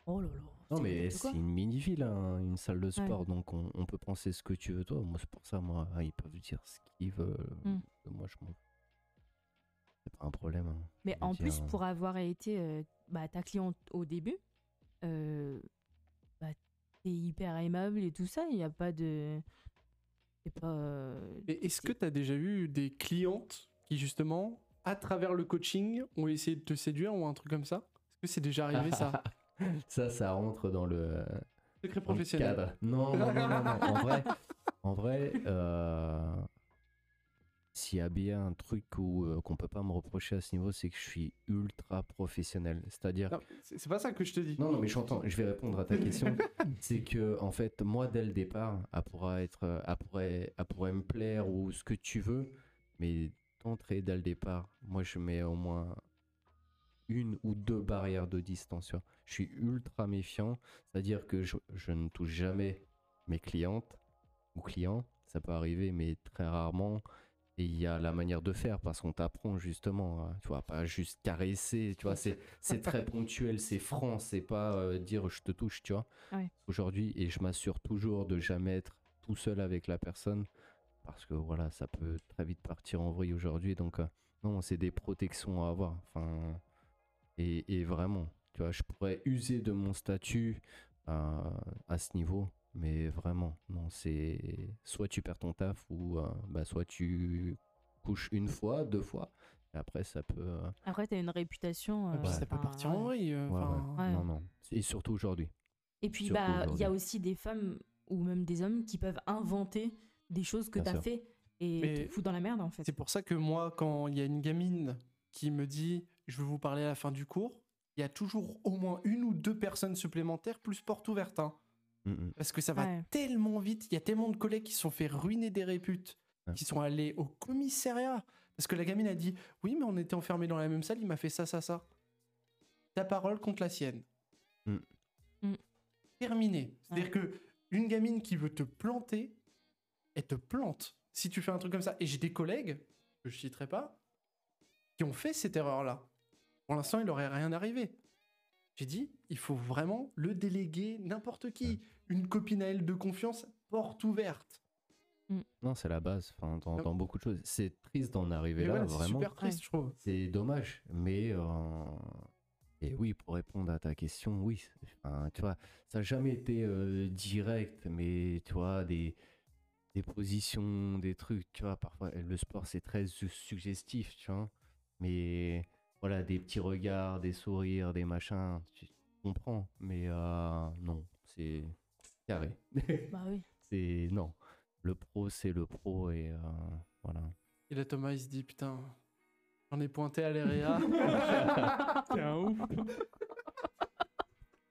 [SPEAKER 4] Oh là là.
[SPEAKER 2] Non,
[SPEAKER 4] c'est
[SPEAKER 2] mais
[SPEAKER 4] n'importe
[SPEAKER 2] c'est
[SPEAKER 4] quoi.
[SPEAKER 2] une mini-ville, hein, une salle de
[SPEAKER 4] Ouais.
[SPEAKER 2] sport, donc on, on peut penser ce que tu veux, toi. Moi, c'est pour ça, moi, Ah, ils peuvent dire ce qu'ils veulent. Euh,
[SPEAKER 4] Mm.
[SPEAKER 2] Moi, je m'en. C'est pas un problème. hein.
[SPEAKER 4] Mais
[SPEAKER 2] Je veux
[SPEAKER 4] en
[SPEAKER 2] dire,
[SPEAKER 4] plus,
[SPEAKER 2] euh,
[SPEAKER 4] pour avoir été euh, bah, ta cliente au début, euh, bah, t'es hyper aimable et tout ça. Il n'y a pas de. C'est pas. euh,
[SPEAKER 1] Et est-ce que tu as déjà eu des clientes qui, justement, à travers le coaching, ont essayé de te séduire ou un truc comme ça Est-ce que c'est déjà arrivé ça
[SPEAKER 2] Ça, ça rentre dans le,
[SPEAKER 1] Secret
[SPEAKER 2] dans le
[SPEAKER 1] professionnel.
[SPEAKER 2] cadre. Non, non, non, non, non. En vrai, en vrai euh, s'il y a bien un truc où, euh, qu'on peut pas me reprocher à ce niveau, c'est que je suis ultra professionnel. C'est-à-dire
[SPEAKER 1] Non, C'est c'est pas ça que je te dis.
[SPEAKER 2] Non, non, mais j'entends, je vais répondre à ta question. c'est que, en fait, moi, dès le départ, elle pourra, être, euh, elle pourrait, elle pourrait me plaire ou ce que tu veux, mais d'entrée, dès le départ, moi, je mets au moins une ou deux barrières de distance. tu vois. Je suis ultra méfiant, c'est-à-dire que je, je ne touche jamais mes clientes ou clients, ça peut arriver, mais très rarement. Et il y a la manière de faire parce qu'on t'apprend justement, à- tu vois, pas juste caresser, tu vois, c'est c'est très ponctuel, c'est franc, c'est pas euh, dire je te touche, tu vois.
[SPEAKER 4] Ouais.
[SPEAKER 2] Aujourd'hui, et je m'assure toujours de jamais être tout seul avec la personne parce que voilà, ça peut très vite partir en vrille aujourd'hui. Donc, euh, non, c'est des protections à avoir. Enfin, et, et vraiment, tu vois, je pourrais user de mon statut euh, à ce niveau, mais vraiment, non, c'est soit tu perds ton taf ou euh, bah, soit tu couches une fois, deux fois, et après, ça peut. euh,
[SPEAKER 4] Après, t'as une réputation.
[SPEAKER 1] Et puis
[SPEAKER 4] euh,
[SPEAKER 1] Ah bah, ça peut
[SPEAKER 4] enfin,
[SPEAKER 1] partir en
[SPEAKER 4] ouais.
[SPEAKER 1] vrille. euh,
[SPEAKER 2] Ouais, ouais.
[SPEAKER 1] enfin,
[SPEAKER 4] Ouais.
[SPEAKER 2] Non, non. Et surtout aujourd'hui.
[SPEAKER 4] Et puis,
[SPEAKER 2] Surtout
[SPEAKER 4] bah, il y a
[SPEAKER 2] aujourd'hui.
[SPEAKER 4] aussi des femmes ou même des hommes qui peuvent inventer des choses que
[SPEAKER 2] Bien sûr.
[SPEAKER 4] t'as fait et
[SPEAKER 1] Mais-
[SPEAKER 4] te foutre dans la merde en fait.
[SPEAKER 1] C'est pour ça que moi, quand il y a une gamine qui me dit je veux vous parler à la fin du cours, il y a toujours au moins une ou deux personnes supplémentaires plus porte ouverte. hein.
[SPEAKER 2] Mm, mm.
[SPEAKER 1] Parce que ça va
[SPEAKER 4] Ouais.
[SPEAKER 1] tellement vite. Il y a tellement de collègues qui se sont fait ruiner des réputes,
[SPEAKER 2] Ouais.
[SPEAKER 1] qui sont allés au commissariat. Parce que la gamine a dit Oui, mais on était enfermés dans la même salle, il m'a fait ça, ça, ça. Ta parole contre la sienne.
[SPEAKER 2] Mm.
[SPEAKER 4] Mm.
[SPEAKER 1] Terminé. C'est-à-dire que une gamine qui veut te planter, elle te plante. Si tu fais un truc comme ça. Et j'ai des collègues, que je citerai pas, qui ont fait cette erreur-là. Pour l'instant, il leur est rien arrivé. J'ai dit, il faut vraiment le déléguer n'importe qui une copine à elle de confiance, porte ouverte.
[SPEAKER 2] Non, c'est la base. Enfin, dans,
[SPEAKER 1] Non.
[SPEAKER 2] dans beaucoup de choses. C'est triste d'en arriver
[SPEAKER 1] Mais
[SPEAKER 2] là,
[SPEAKER 1] voilà, c'est
[SPEAKER 2] vraiment.
[SPEAKER 1] super triste, je trouve.
[SPEAKER 2] C'est dommage. Mais. euh, Et oui, pour répondre à ta question, oui. c'est- enfin, tu vois, ça n'a jamais été euh, direct, mais tu vois, des, des positions, des trucs, tu vois, parfois, le sport, c'est très su- suggestif, tu vois. Mais voilà, des petits regards, des sourires, des machins, tu comprends. Mais euh, non, c'est carré.
[SPEAKER 4] Bah oui.
[SPEAKER 2] c'est non le pro c'est le pro et euh, voilà
[SPEAKER 1] Et là, Thomas, il se dit, putain, j'en ai pointé à E l'EREA.
[SPEAKER 3] T'es un Oh, ouf.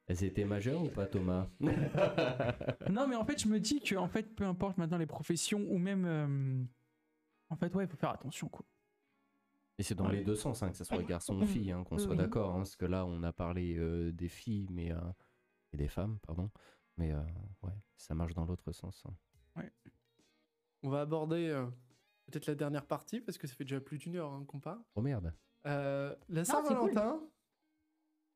[SPEAKER 2] elles étaient majeures ou pas Thomas
[SPEAKER 3] Non, mais en fait, je me dis que en fait, peu importe maintenant les professions ou même. euh, En fait, ouais, il faut faire attention, quoi.
[SPEAKER 2] et c'est dans les deux sens hein, que ce soit garçon ou
[SPEAKER 1] Mm.
[SPEAKER 2] fille hein, qu'on soit
[SPEAKER 4] Oui.
[SPEAKER 2] d'accord hein, parce que là on a parlé euh, des filles mais euh, et des femmes pardon mais euh, ouais ça marche dans l'autre sens hein.
[SPEAKER 1] On va aborder euh, peut-être la dernière partie, parce que ça fait déjà plus d'une heure hein, qu'on parle.
[SPEAKER 2] oh merde
[SPEAKER 1] Euh, la
[SPEAKER 4] c'est cool.
[SPEAKER 1] Saint-Valentin.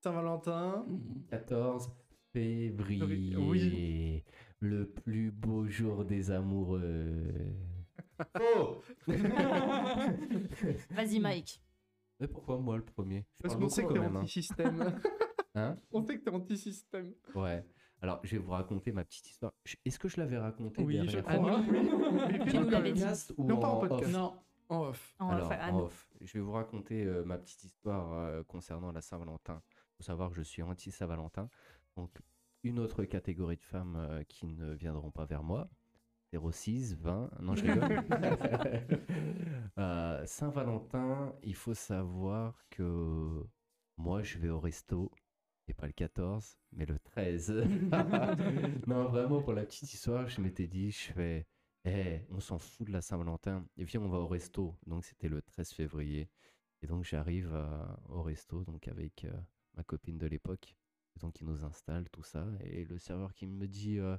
[SPEAKER 1] Saint-Valentin.
[SPEAKER 2] 14 février
[SPEAKER 1] Oui.
[SPEAKER 2] le plus beau jour des amoureux
[SPEAKER 1] Oh
[SPEAKER 4] Vas-y, Mike.
[SPEAKER 2] mais pourquoi moi le premier Je
[SPEAKER 1] Parce
[SPEAKER 2] parle
[SPEAKER 1] qu'on
[SPEAKER 2] beaucoup
[SPEAKER 1] sait que
[SPEAKER 2] quand
[SPEAKER 1] t'es
[SPEAKER 2] même, hein.
[SPEAKER 1] anti-système.
[SPEAKER 2] Hein
[SPEAKER 1] On sait que t'es anti-système.
[SPEAKER 2] Ouais. Alors, je vais vous raconter ma petite histoire. Je- Est-ce que je l'avais racontée
[SPEAKER 3] Oui, je
[SPEAKER 2] dernière
[SPEAKER 3] crois.
[SPEAKER 2] fois
[SPEAKER 1] Ah, oui, oui.
[SPEAKER 2] En
[SPEAKER 1] Mais fais-le
[SPEAKER 4] nous
[SPEAKER 1] quand
[SPEAKER 4] l'avais
[SPEAKER 1] même.
[SPEAKER 4] dit.
[SPEAKER 2] podcast ou
[SPEAKER 1] Non, pas en
[SPEAKER 2] en
[SPEAKER 1] podcast.
[SPEAKER 2] off
[SPEAKER 3] Non.
[SPEAKER 1] En off.
[SPEAKER 4] On va
[SPEAKER 2] Alors,
[SPEAKER 4] faire- ah
[SPEAKER 2] en
[SPEAKER 4] non.
[SPEAKER 2] off, je vais vous raconter euh, ma petite histoire euh, concernant la Saint-Valentin. Il faut savoir que je suis anti-Saint-Valentin. Donc, une autre catégorie de femmes euh, qui ne viendront pas vers moi. 06, 20, non je rigole. Euh, Saint-Valentin, il faut savoir que moi je vais au resto, et pas le 14, mais le 13. non, vraiment, pour la petite histoire, je m'étais dit, je fais, Eh, on s'en fout de la Saint-Valentin, et viens, on va au resto. Donc c'était le 13 février. Et donc j'arrive euh, au resto donc avec euh, ma copine de l'époque. Et Donc il nous installe tout ça. Et le serveur qui me dit, euh,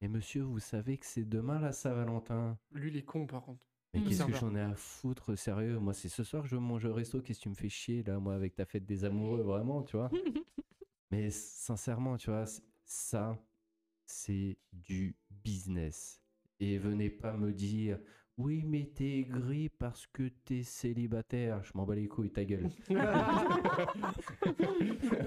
[SPEAKER 2] mais monsieur, vous savez que c'est demain la Saint-Valentin
[SPEAKER 1] Lui, il est con, par contre.
[SPEAKER 2] Mais
[SPEAKER 4] Mm.
[SPEAKER 2] qu'est-ce que
[SPEAKER 3] Serveur.
[SPEAKER 2] j'en ai à foutre, sérieux Moi, c'est ce soir que je mange au resto. Qu'est-ce que tu me fais chier, là, moi, avec ta fête des amoureux, vraiment, tu vois Mais sincèrement, tu vois, c- ça, c'est du business. Et venez pas me dire, oui, mais t'es gris parce que t'es célibataire. Je m'en bats les couilles, ta gueule.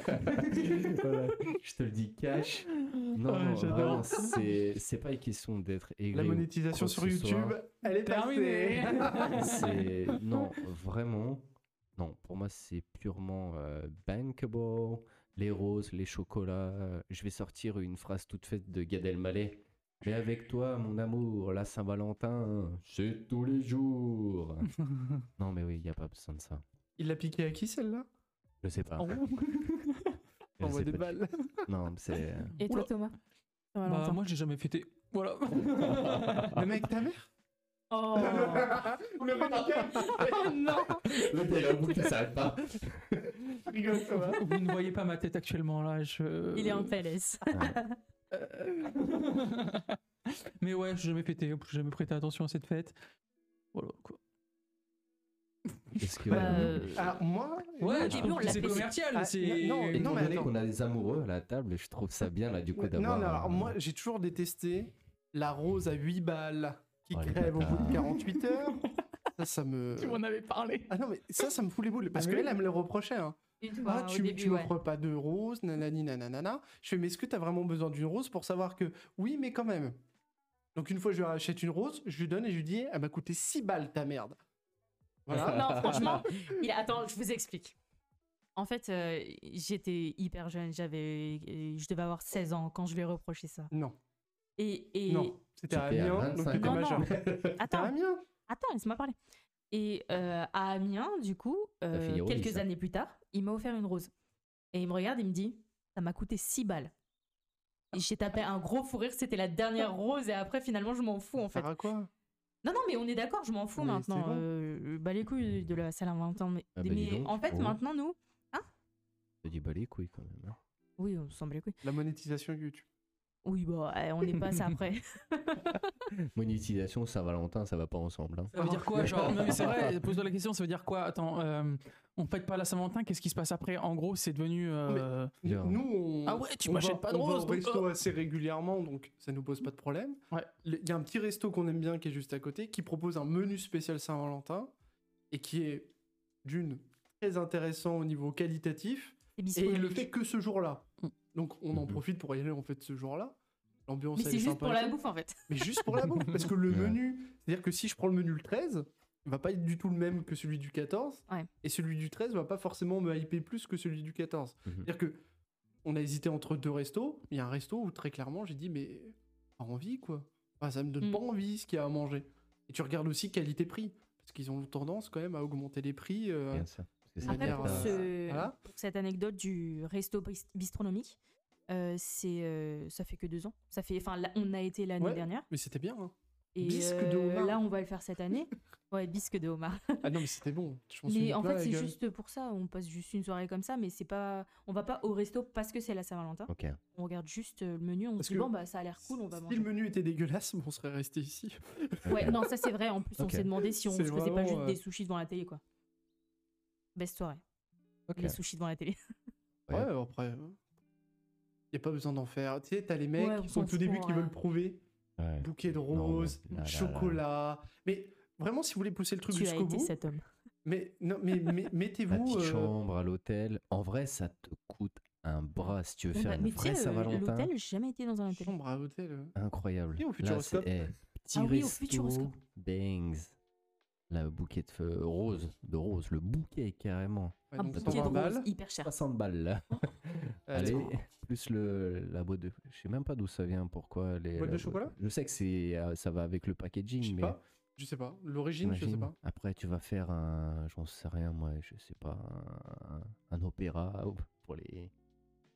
[SPEAKER 2] Voilà, je te le dis cash. Non,
[SPEAKER 3] Ah Ouais,
[SPEAKER 2] non,
[SPEAKER 3] j'adore.
[SPEAKER 2] vraiment, c'est c'est pas une question d'être aigri.
[SPEAKER 1] La
[SPEAKER 2] ou
[SPEAKER 1] monétisation
[SPEAKER 2] quoi
[SPEAKER 1] sur
[SPEAKER 2] que ce soit.
[SPEAKER 1] YouTube, elle est
[SPEAKER 3] Terminé.
[SPEAKER 1] passée.
[SPEAKER 2] C'est non, vraiment. Non, pour moi, c'est purement euh, bankable. Les roses, les chocolats. euh, Je vais sortir une phrase toute faite de Gad Elmaleh. Mais avec toi, mon amour, la Saint-Valentin, c'est tous les jours. non, mais oui, il n'y a pas besoin de ça.
[SPEAKER 1] Il l'a piqué à qui celle-là
[SPEAKER 2] Je sais pas.
[SPEAKER 3] Oh.
[SPEAKER 2] Je
[SPEAKER 1] Envoie
[SPEAKER 2] sais
[SPEAKER 1] des
[SPEAKER 2] pas.
[SPEAKER 1] balles.
[SPEAKER 2] Non, mais c'est. euh,
[SPEAKER 4] Et toi,
[SPEAKER 3] Oula.
[SPEAKER 4] Thomas
[SPEAKER 3] Bah, moi, j'ai jamais fêté. Voilà.
[SPEAKER 1] Le mec, ta mère
[SPEAKER 4] Oh
[SPEAKER 1] Le
[SPEAKER 4] non
[SPEAKER 2] pas.
[SPEAKER 1] rigole, Thomas.
[SPEAKER 3] Vous ne voyez pas ma tête actuellement là. Je...
[SPEAKER 4] Il est
[SPEAKER 1] euh,
[SPEAKER 4] en PLS.
[SPEAKER 3] Mais ouais, j'ai jamais fêté, j'ai jamais prêté attention à cette fête. Voilà quoi.
[SPEAKER 2] Est-ce que.
[SPEAKER 1] Bah,
[SPEAKER 2] euh,
[SPEAKER 1] Alors, moi
[SPEAKER 3] Ouais,
[SPEAKER 4] au
[SPEAKER 3] je
[SPEAKER 4] début,
[SPEAKER 3] trouve
[SPEAKER 4] on
[SPEAKER 3] que
[SPEAKER 4] l'a
[SPEAKER 3] c'est
[SPEAKER 4] fait-
[SPEAKER 3] commercial.
[SPEAKER 1] Ah,
[SPEAKER 3] c'est...
[SPEAKER 1] non,
[SPEAKER 2] Étant
[SPEAKER 1] mais
[SPEAKER 2] donné
[SPEAKER 1] attends.
[SPEAKER 2] qu'on a des amoureux à la table, je trouve ça bien là du coup
[SPEAKER 1] Ouais, Non,
[SPEAKER 2] d'avoir.
[SPEAKER 1] non, alors
[SPEAKER 2] euh,
[SPEAKER 1] moi j'ai toujours détesté la rose à 8 balles qui
[SPEAKER 2] Oh, les
[SPEAKER 1] crève au bout de
[SPEAKER 2] bâtards.
[SPEAKER 1] 48 heures. ça, ça me.
[SPEAKER 3] avais parlé.
[SPEAKER 1] Ah non, mais ça, ça me fout les boules parce
[SPEAKER 3] Ah,
[SPEAKER 1] que
[SPEAKER 3] mais
[SPEAKER 1] elle, elle me le reprochait. hein.
[SPEAKER 4] Une
[SPEAKER 1] Ah,
[SPEAKER 4] fois, Bah, au
[SPEAKER 1] tu, m-
[SPEAKER 4] début,
[SPEAKER 1] tu
[SPEAKER 4] ouais.
[SPEAKER 1] m'offres pas de rose, nanani nanana. Je fais, mais est-ce que t'as vraiment besoin d'une rose pour savoir que oui, mais quand même. Donc une fois, je lui achète une rose, je lui donne et je lui dis, elle m'a coûté 6 balles ta merde. Voilà.
[SPEAKER 4] Non, franchement, il... attends, je vous explique. En fait, euh, j'étais hyper jeune, j'avais, euh, je devais avoir 16 ans quand je lui ai reproché ça.
[SPEAKER 1] Non,
[SPEAKER 4] Et, et...
[SPEAKER 1] non. C'était à
[SPEAKER 2] C'était à
[SPEAKER 1] Amiens, donc
[SPEAKER 2] 25
[SPEAKER 1] t'étais
[SPEAKER 4] ans.
[SPEAKER 1] majeur.
[SPEAKER 4] Non, non.
[SPEAKER 1] C'était à
[SPEAKER 4] attends,
[SPEAKER 1] Amiens
[SPEAKER 4] attends, laisse-moi parler. Et euh, à Amiens, du coup, euh,
[SPEAKER 2] fait ironique,
[SPEAKER 4] quelques
[SPEAKER 2] ça.
[SPEAKER 4] années plus tard, il m'a offert une rose. Et il me regarde et me dit, ça m'a coûté 6 balles. Et J'ai tapé un gros fou rire, c'était la dernière rose et après finalement je m'en fous en fait.
[SPEAKER 1] Ça sert à quoi
[SPEAKER 4] Non, non, mais on est d'accord, je m'en fous
[SPEAKER 1] Mais
[SPEAKER 4] maintenant.
[SPEAKER 1] c'est bon.
[SPEAKER 4] euh, bah, les couilles de la salle inventant. Mais,
[SPEAKER 2] Ah bah, dis
[SPEAKER 4] mais
[SPEAKER 2] donc,
[SPEAKER 4] en fait,
[SPEAKER 2] oh.
[SPEAKER 4] maintenant, nous.
[SPEAKER 2] Je te dis bah les couilles quand même. hein.
[SPEAKER 4] Oui, on s'en bat les couilles.
[SPEAKER 1] La monétisation YouTube.
[SPEAKER 4] Oui, bah, eh, on est passé après.
[SPEAKER 2] Monétisation, Saint-Valentin, ça va pas ensemble. hein.
[SPEAKER 3] Ça veut dire quoi genre Non mais c'est vrai, pose-toi la question, ça veut dire quoi Attends, euh, on fête pas la Saint-Valentin, qu'est-ce qui se passe après En gros, c'est devenu... euh,
[SPEAKER 2] Bien.
[SPEAKER 1] Nous, on,
[SPEAKER 3] Ah ouais, tu
[SPEAKER 1] on
[SPEAKER 3] m'achètes
[SPEAKER 1] va-
[SPEAKER 3] pas de
[SPEAKER 1] on va
[SPEAKER 3] rose,
[SPEAKER 1] au
[SPEAKER 3] donc,
[SPEAKER 1] resto
[SPEAKER 3] oh.
[SPEAKER 1] assez régulièrement, donc ça nous pose pas de problème.
[SPEAKER 3] Ouais.
[SPEAKER 1] Le- Il y a un petit resto qu'on aime bien qui est juste à côté, qui propose un menu spécial Saint-Valentin et qui est d'une très intéressant au niveau qualitatif
[SPEAKER 4] C'est
[SPEAKER 1] et
[SPEAKER 4] bisous.
[SPEAKER 1] il le fait que ce jour-là.
[SPEAKER 3] Mm.
[SPEAKER 1] Donc on en
[SPEAKER 2] Mhm.
[SPEAKER 1] profite pour y aller en fait ce jour-là. L'ambiance
[SPEAKER 4] Mais
[SPEAKER 1] elle
[SPEAKER 4] c'est
[SPEAKER 1] est
[SPEAKER 4] juste
[SPEAKER 1] sympa
[SPEAKER 4] pour
[SPEAKER 1] et
[SPEAKER 4] la
[SPEAKER 1] tout.
[SPEAKER 4] bouffe en fait.
[SPEAKER 1] Mais juste pour la bouffe, parce que le
[SPEAKER 2] Ouais.
[SPEAKER 1] menu, c'est-à-dire que si je prends le menu le 13, il va pas être du tout le même que celui du 14,
[SPEAKER 4] Ouais.
[SPEAKER 1] et celui du 13 va pas forcément me hyper plus que celui du 14.
[SPEAKER 2] Mhm.
[SPEAKER 1] C'est-à-dire que on a hésité entre deux restos, mais il y a un resto où très clairement j'ai dit mais pas envie quoi, Enfin, ça me donne
[SPEAKER 4] Mm.
[SPEAKER 1] pas envie ce qu'il y a à manger. Et tu regardes aussi qualité-prix, parce qu'ils ont tendance quand même à augmenter les prix. euh,
[SPEAKER 2] Bien ça. Parce que ça
[SPEAKER 1] Après, manière,
[SPEAKER 4] Après, pour,
[SPEAKER 1] pour euh,
[SPEAKER 4] ce-
[SPEAKER 1] voilà.
[SPEAKER 4] pour cette anecdote du resto bist- bistronomique, euh, c'est, euh, ça fait que deux ans. Ça fait, enfin, là, on a été l'année
[SPEAKER 1] Ouais.
[SPEAKER 4] dernière.
[SPEAKER 1] Mais c'était bien. hein.
[SPEAKER 4] Et euh,
[SPEAKER 1] Bisque de homard.
[SPEAKER 4] là, on va le faire cette année. Ouais, bisque de homard.
[SPEAKER 1] Ah non mais c'était bon. Je m'en souviens
[SPEAKER 4] Mais en
[SPEAKER 1] plein
[SPEAKER 4] fait,
[SPEAKER 1] la
[SPEAKER 4] c'est
[SPEAKER 1] gueule.
[SPEAKER 4] juste pour ça. On passe juste une soirée comme ça, mais c'est pas. On va pas au resto parce que c'est la Saint-Valentin.
[SPEAKER 2] Ok.
[SPEAKER 4] On regarde juste euh, le menu, on
[SPEAKER 1] Parce
[SPEAKER 4] se dit
[SPEAKER 1] que
[SPEAKER 4] bon bah ça a l'air cool, on va
[SPEAKER 1] Si
[SPEAKER 4] manger.
[SPEAKER 1] le menu était dégueulasse, on serait resté ici.
[SPEAKER 4] Ouais, non, ça c'est vrai. En plus, on
[SPEAKER 2] Ok.
[SPEAKER 4] s'est demandé si on se
[SPEAKER 1] C'est
[SPEAKER 4] faisait pas
[SPEAKER 1] vraiment,
[SPEAKER 4] juste
[SPEAKER 1] euh,
[SPEAKER 4] des sushis devant la télé, quoi. Best soirée.
[SPEAKER 2] Ok.
[SPEAKER 4] Les sushis devant la télé.
[SPEAKER 1] Ouais,
[SPEAKER 2] Ouais.
[SPEAKER 1] après. Il a pas besoin d'en faire. Tu sais, t'as les mecs
[SPEAKER 4] Ouais, on
[SPEAKER 1] qui sont au
[SPEAKER 4] s'en
[SPEAKER 1] tout début
[SPEAKER 4] fout,
[SPEAKER 1] qui
[SPEAKER 4] ouais.
[SPEAKER 1] veulent prouver.
[SPEAKER 2] Ouais.
[SPEAKER 1] Bouquet de
[SPEAKER 2] Non, mais
[SPEAKER 1] roses,
[SPEAKER 2] là, là, là.
[SPEAKER 1] chocolat. Mais vraiment, si vous voulez pousser le truc
[SPEAKER 4] Tu as
[SPEAKER 1] jusqu'au
[SPEAKER 4] été
[SPEAKER 1] bout.
[SPEAKER 4] cet homme.
[SPEAKER 1] Mais, non, mais, mais-
[SPEAKER 2] La
[SPEAKER 1] mettez-vous.
[SPEAKER 2] petite
[SPEAKER 1] euh,
[SPEAKER 2] chambre à l'hôtel. En vrai, ça te coûte un bras si tu veux
[SPEAKER 4] Ouais,
[SPEAKER 2] faire
[SPEAKER 4] bah,
[SPEAKER 2] une
[SPEAKER 4] mais tu sais,
[SPEAKER 2] vraie
[SPEAKER 4] euh,
[SPEAKER 2] Saint-Valentin.
[SPEAKER 4] l'hôtel, j'ai jamais été dans un hôtel.
[SPEAKER 1] chambre à hôtel. euh.
[SPEAKER 2] Incroyable.
[SPEAKER 1] Et au Futuroscope.
[SPEAKER 2] Là, c'est- eh, petit
[SPEAKER 4] Ah oui, au
[SPEAKER 2] resto.
[SPEAKER 4] Futuroscope.
[SPEAKER 2] Bangs. La bouquet de feu rose, de rose, le bouquet carrément.
[SPEAKER 1] Ouais,
[SPEAKER 4] Un
[SPEAKER 1] donc
[SPEAKER 4] bouquet de
[SPEAKER 1] 120
[SPEAKER 4] roses
[SPEAKER 1] balles. Euh,
[SPEAKER 4] hyper cher.
[SPEAKER 2] 60 balles là.
[SPEAKER 1] Allez.
[SPEAKER 2] Allez, plus le, la boîte de. Je sais même pas d'où ça vient, pourquoi. Les,
[SPEAKER 1] Boîte de
[SPEAKER 2] la-
[SPEAKER 1] chocolat
[SPEAKER 2] Je sais que c'est, euh, ça va avec le packaging,
[SPEAKER 1] Je sais
[SPEAKER 2] mais.
[SPEAKER 1] pas. Je sais pas. L'origine, je sais
[SPEAKER 2] t'imagines,
[SPEAKER 1] pas.
[SPEAKER 2] Après, tu vas faire un. J'en sais rien, moi, je sais pas. Un, un opéra ou- pour les.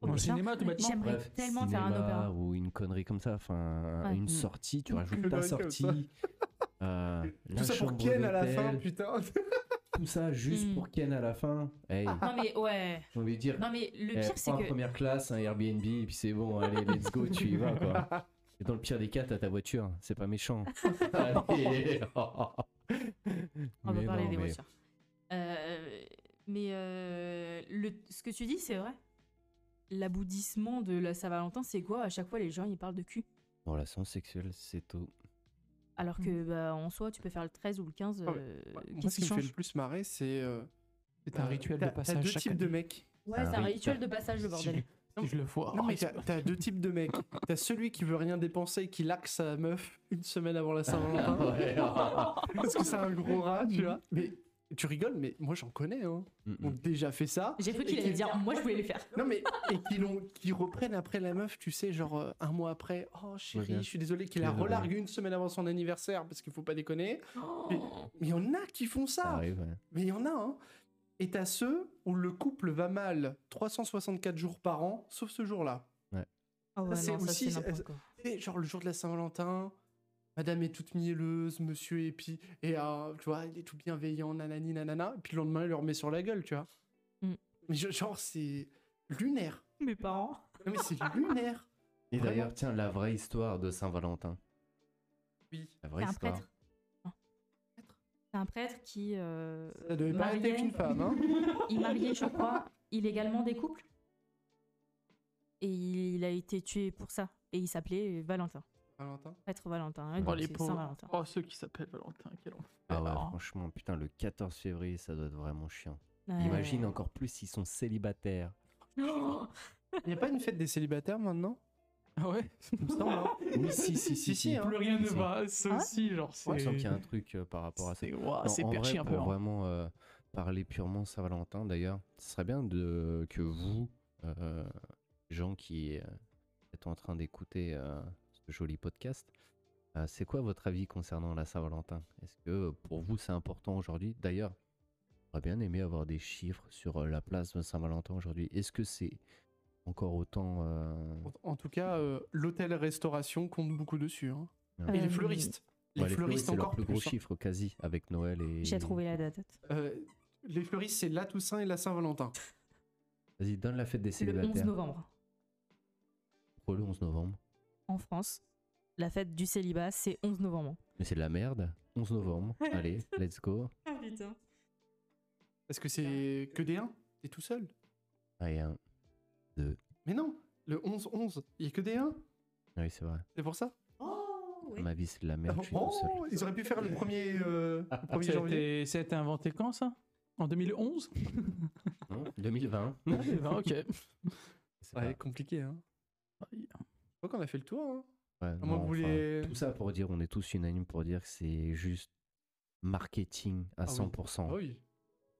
[SPEAKER 3] Au
[SPEAKER 4] Oh,
[SPEAKER 3] cinéma, tout bêtement.
[SPEAKER 4] J'aimerais
[SPEAKER 2] Bref,
[SPEAKER 4] tellement faire un
[SPEAKER 2] cinéma
[SPEAKER 4] opéra.
[SPEAKER 2] Ou une connerie comme ça, enfin,
[SPEAKER 4] Ouais.
[SPEAKER 2] une
[SPEAKER 4] Mm.
[SPEAKER 2] sortie, tu rajoutes
[SPEAKER 1] Une
[SPEAKER 2] ta
[SPEAKER 1] connerie comme ça.
[SPEAKER 2] sortie. euh, la
[SPEAKER 1] Tout ça
[SPEAKER 2] chambre
[SPEAKER 1] pour Ken à la
[SPEAKER 2] d'hôtel,
[SPEAKER 1] fin, putain.
[SPEAKER 2] Tout ça juste
[SPEAKER 4] Mm.
[SPEAKER 2] pour Ken à la fin. Hey,
[SPEAKER 4] Non mais ouais.
[SPEAKER 2] j'ai envie de dire.
[SPEAKER 4] Non mais le
[SPEAKER 2] eh,
[SPEAKER 4] pire c'est
[SPEAKER 2] prends un
[SPEAKER 4] que
[SPEAKER 2] première classe, un Airbnb, et puis c'est bon, allez, let's go, tu y vas, quoi. Et dans le pire des cas, t'as ta voiture, c'est pas méchant. Allez.
[SPEAKER 4] On va
[SPEAKER 2] Mais
[SPEAKER 4] parler
[SPEAKER 2] non,
[SPEAKER 4] des
[SPEAKER 2] mais-
[SPEAKER 4] voitures. Euh, mais euh, le, ce que tu dis, c'est vrai. L'aboutissement de la Saint-Valentin, c'est quoi À chaque fois, les gens, ils parlent de cul.
[SPEAKER 2] Relation sexuelle, c'est tout.
[SPEAKER 4] Alors que,
[SPEAKER 2] Hmm.
[SPEAKER 4] bah, en soi, tu peux faire le 13 ou le 15.
[SPEAKER 1] Ah ouais.
[SPEAKER 4] euh,
[SPEAKER 1] Moi,
[SPEAKER 4] qu'est-ce
[SPEAKER 1] ce qui
[SPEAKER 4] qui
[SPEAKER 1] me fait
[SPEAKER 4] change
[SPEAKER 1] le plus marrer, c'est. euh,
[SPEAKER 3] C'est un
[SPEAKER 1] euh,
[SPEAKER 3] rituel de
[SPEAKER 1] t'as-
[SPEAKER 3] passage
[SPEAKER 1] T'as deux
[SPEAKER 3] chaque
[SPEAKER 1] types de mecs.
[SPEAKER 4] Ouais, c'est
[SPEAKER 2] Ah
[SPEAKER 4] un
[SPEAKER 2] oui.
[SPEAKER 4] rituel de passage, le bordel.
[SPEAKER 3] Si je le vois. Oh,
[SPEAKER 1] Non, mais Oh, t'as t'as deux types de mecs. T'as celui qui veut rien dépenser et qui largue sa meuf une semaine avant la
[SPEAKER 2] Ah,
[SPEAKER 1] Saint-Valentin. Parce que c'est un gros rat, tu vois. Mais tu rigoles, mais moi j'en connais, hein.
[SPEAKER 2] Mm,
[SPEAKER 1] ont
[SPEAKER 2] mm.
[SPEAKER 1] déjà fait ça.
[SPEAKER 4] J'ai cru
[SPEAKER 1] Et
[SPEAKER 4] qu'il
[SPEAKER 1] qui-
[SPEAKER 4] allait dire, moi, je voulais le faire.
[SPEAKER 1] Non mais et qui l'ont, qui reprennent après la meuf, tu sais, genre euh, un mois après. Oh chérie,
[SPEAKER 2] bien
[SPEAKER 1] je suis désolé qu'il la
[SPEAKER 2] Désolé.
[SPEAKER 1] relargue une semaine avant son anniversaire parce qu'il faut pas déconner.
[SPEAKER 2] Oh.
[SPEAKER 4] Oh,
[SPEAKER 1] Mais il y en a qui font
[SPEAKER 2] Ça
[SPEAKER 1] ça.
[SPEAKER 2] arrive, ouais.
[SPEAKER 1] mais il y en a. Hein. Et t'as ceux où le couple va mal 364 jours par an, sauf ce jour-là.
[SPEAKER 4] Ah ouais,
[SPEAKER 1] Ça, c'est
[SPEAKER 4] non, ça,
[SPEAKER 1] aussi-
[SPEAKER 4] c'est n'importe quoi.
[SPEAKER 1] Et genre le jour de la Saint-Valentin, Madame est toute mielleuse, Monsieur et puis et euh, tu vois, il est tout bienveillant, nanani nanana. Et puis le lendemain, il leur met sur la gueule, tu vois.
[SPEAKER 4] Mm.
[SPEAKER 1] Mais je- genre c'est lunaire.
[SPEAKER 4] Mes parents.
[SPEAKER 1] Non, mais c'est lunaire.
[SPEAKER 2] Et
[SPEAKER 1] Vraiment.
[SPEAKER 2] d'ailleurs, tiens, la vraie histoire de Saint-Valentin.
[SPEAKER 1] Oui.
[SPEAKER 2] La
[SPEAKER 4] C'est
[SPEAKER 2] vraie
[SPEAKER 4] un
[SPEAKER 2] histoire.
[SPEAKER 4] prêtre. Non. C'est un prêtre qui. euh,
[SPEAKER 1] Ça devait pas
[SPEAKER 4] Marié.
[SPEAKER 1] être avec une femme, hein.
[SPEAKER 4] Il mariait, je crois, illégalement des couples. Et il a été tué pour ça. Et il s'appelait Valentin.
[SPEAKER 1] Valentin.
[SPEAKER 4] Prêtre Valentin. hein,
[SPEAKER 2] Oh,
[SPEAKER 4] donc
[SPEAKER 3] les
[SPEAKER 4] c'est
[SPEAKER 3] pauvres.
[SPEAKER 4] Saint-Valentin.
[SPEAKER 3] Oh, ceux qui s'appellent Valentin, quel enfer.
[SPEAKER 2] Ah ouais,
[SPEAKER 4] Oh.
[SPEAKER 3] Ah.
[SPEAKER 2] franchement, putain, le 14 février, ça doit être vraiment chiant.
[SPEAKER 4] Ouais.
[SPEAKER 2] Imagine hein. encore plus s'ils sont célibataires.
[SPEAKER 4] Euh, Oh
[SPEAKER 1] Il y a pas une fête des célibataires maintenant
[SPEAKER 3] Ah ouais
[SPEAKER 1] Il me semble, hein.
[SPEAKER 2] Oui, si, si,
[SPEAKER 1] si, si, hein.
[SPEAKER 3] Plus rien ne
[SPEAKER 2] Si.
[SPEAKER 3] va, ceux
[SPEAKER 4] Ah ouais
[SPEAKER 3] aussi, genre, c'est.
[SPEAKER 2] Je sens qu'il y a un truc euh, par rapport à ça.
[SPEAKER 3] C'est ouah,
[SPEAKER 2] Non,
[SPEAKER 3] Ah, c'est
[SPEAKER 2] en
[SPEAKER 3] perché
[SPEAKER 2] vrai,
[SPEAKER 3] un peu.
[SPEAKER 2] Pour
[SPEAKER 3] hein.
[SPEAKER 2] vraiment euh, parler purement Saint-Valentin, d'ailleurs, ce serait bien de, que vous, euh, gens qui euh, êtes en train d'écouter euh, ce joli podcast, euh, c'est quoi votre avis concernant la Saint-Valentin Est-ce que euh, pour vous c'est important aujourd'hui D'ailleurs, j'aurais bien aimé avoir des chiffres sur euh, la place de Saint-Valentin aujourd'hui. Est-ce que c'est encore autant. euh,
[SPEAKER 1] En en tout cas, euh, l'hôtel-restauration compte beaucoup dessus. hein.
[SPEAKER 2] Ouais.
[SPEAKER 1] Et les
[SPEAKER 4] Euh,
[SPEAKER 1] fleuristes. Les
[SPEAKER 2] ouais,
[SPEAKER 1] fleuristes
[SPEAKER 2] c'est leur
[SPEAKER 1] encore
[SPEAKER 2] plus
[SPEAKER 1] plus.
[SPEAKER 2] gros
[SPEAKER 1] hein.
[SPEAKER 2] chiffre quasi avec Noël et.
[SPEAKER 4] J'ai trouvé la date.
[SPEAKER 1] Euh, les fleuristes, c'est la Toussaint et la Saint-Valentin.
[SPEAKER 2] Vas-y, donne la fête des
[SPEAKER 4] C'est le 11
[SPEAKER 2] célibataires.
[SPEAKER 4] novembre.
[SPEAKER 2] Pourquoi le 11 novembre
[SPEAKER 4] En France, la fête du célibat, c'est 11 novembre.
[SPEAKER 2] Mais c'est de la merde. 11 novembre. Allez, let's go.
[SPEAKER 4] Ah putain.
[SPEAKER 1] Parce que c'est que des 1. T'es tout seul.
[SPEAKER 2] Allez, Ah, un.
[SPEAKER 1] Mais non, le 11-11, il n'y a que des 1.
[SPEAKER 2] ah Oui, c'est vrai.
[SPEAKER 1] C'est pour ça
[SPEAKER 4] Oh,
[SPEAKER 2] À ma vie, c'est de la merde. Je suis tout seul.
[SPEAKER 1] Oh, Ils auraient pu faire le 1er euh, le 1er
[SPEAKER 3] Ça a
[SPEAKER 1] janvier.
[SPEAKER 3] été- ça a été inventé quand ça En 2011
[SPEAKER 2] Non, 2020.
[SPEAKER 3] Ah, ben, Ok.
[SPEAKER 1] Ouais,
[SPEAKER 2] C'est pas- Ah,
[SPEAKER 1] compliqué. Hein. Je crois qu'on a fait le tour. Hein.
[SPEAKER 2] ouais,
[SPEAKER 1] À moins que
[SPEAKER 2] non,
[SPEAKER 1] vous
[SPEAKER 2] enfin,
[SPEAKER 1] voulez-
[SPEAKER 2] Tout ça pour dire, on est tous unanimes pour dire que c'est juste marketing à
[SPEAKER 1] oui.
[SPEAKER 2] 100%.
[SPEAKER 1] Ah oui, sûr.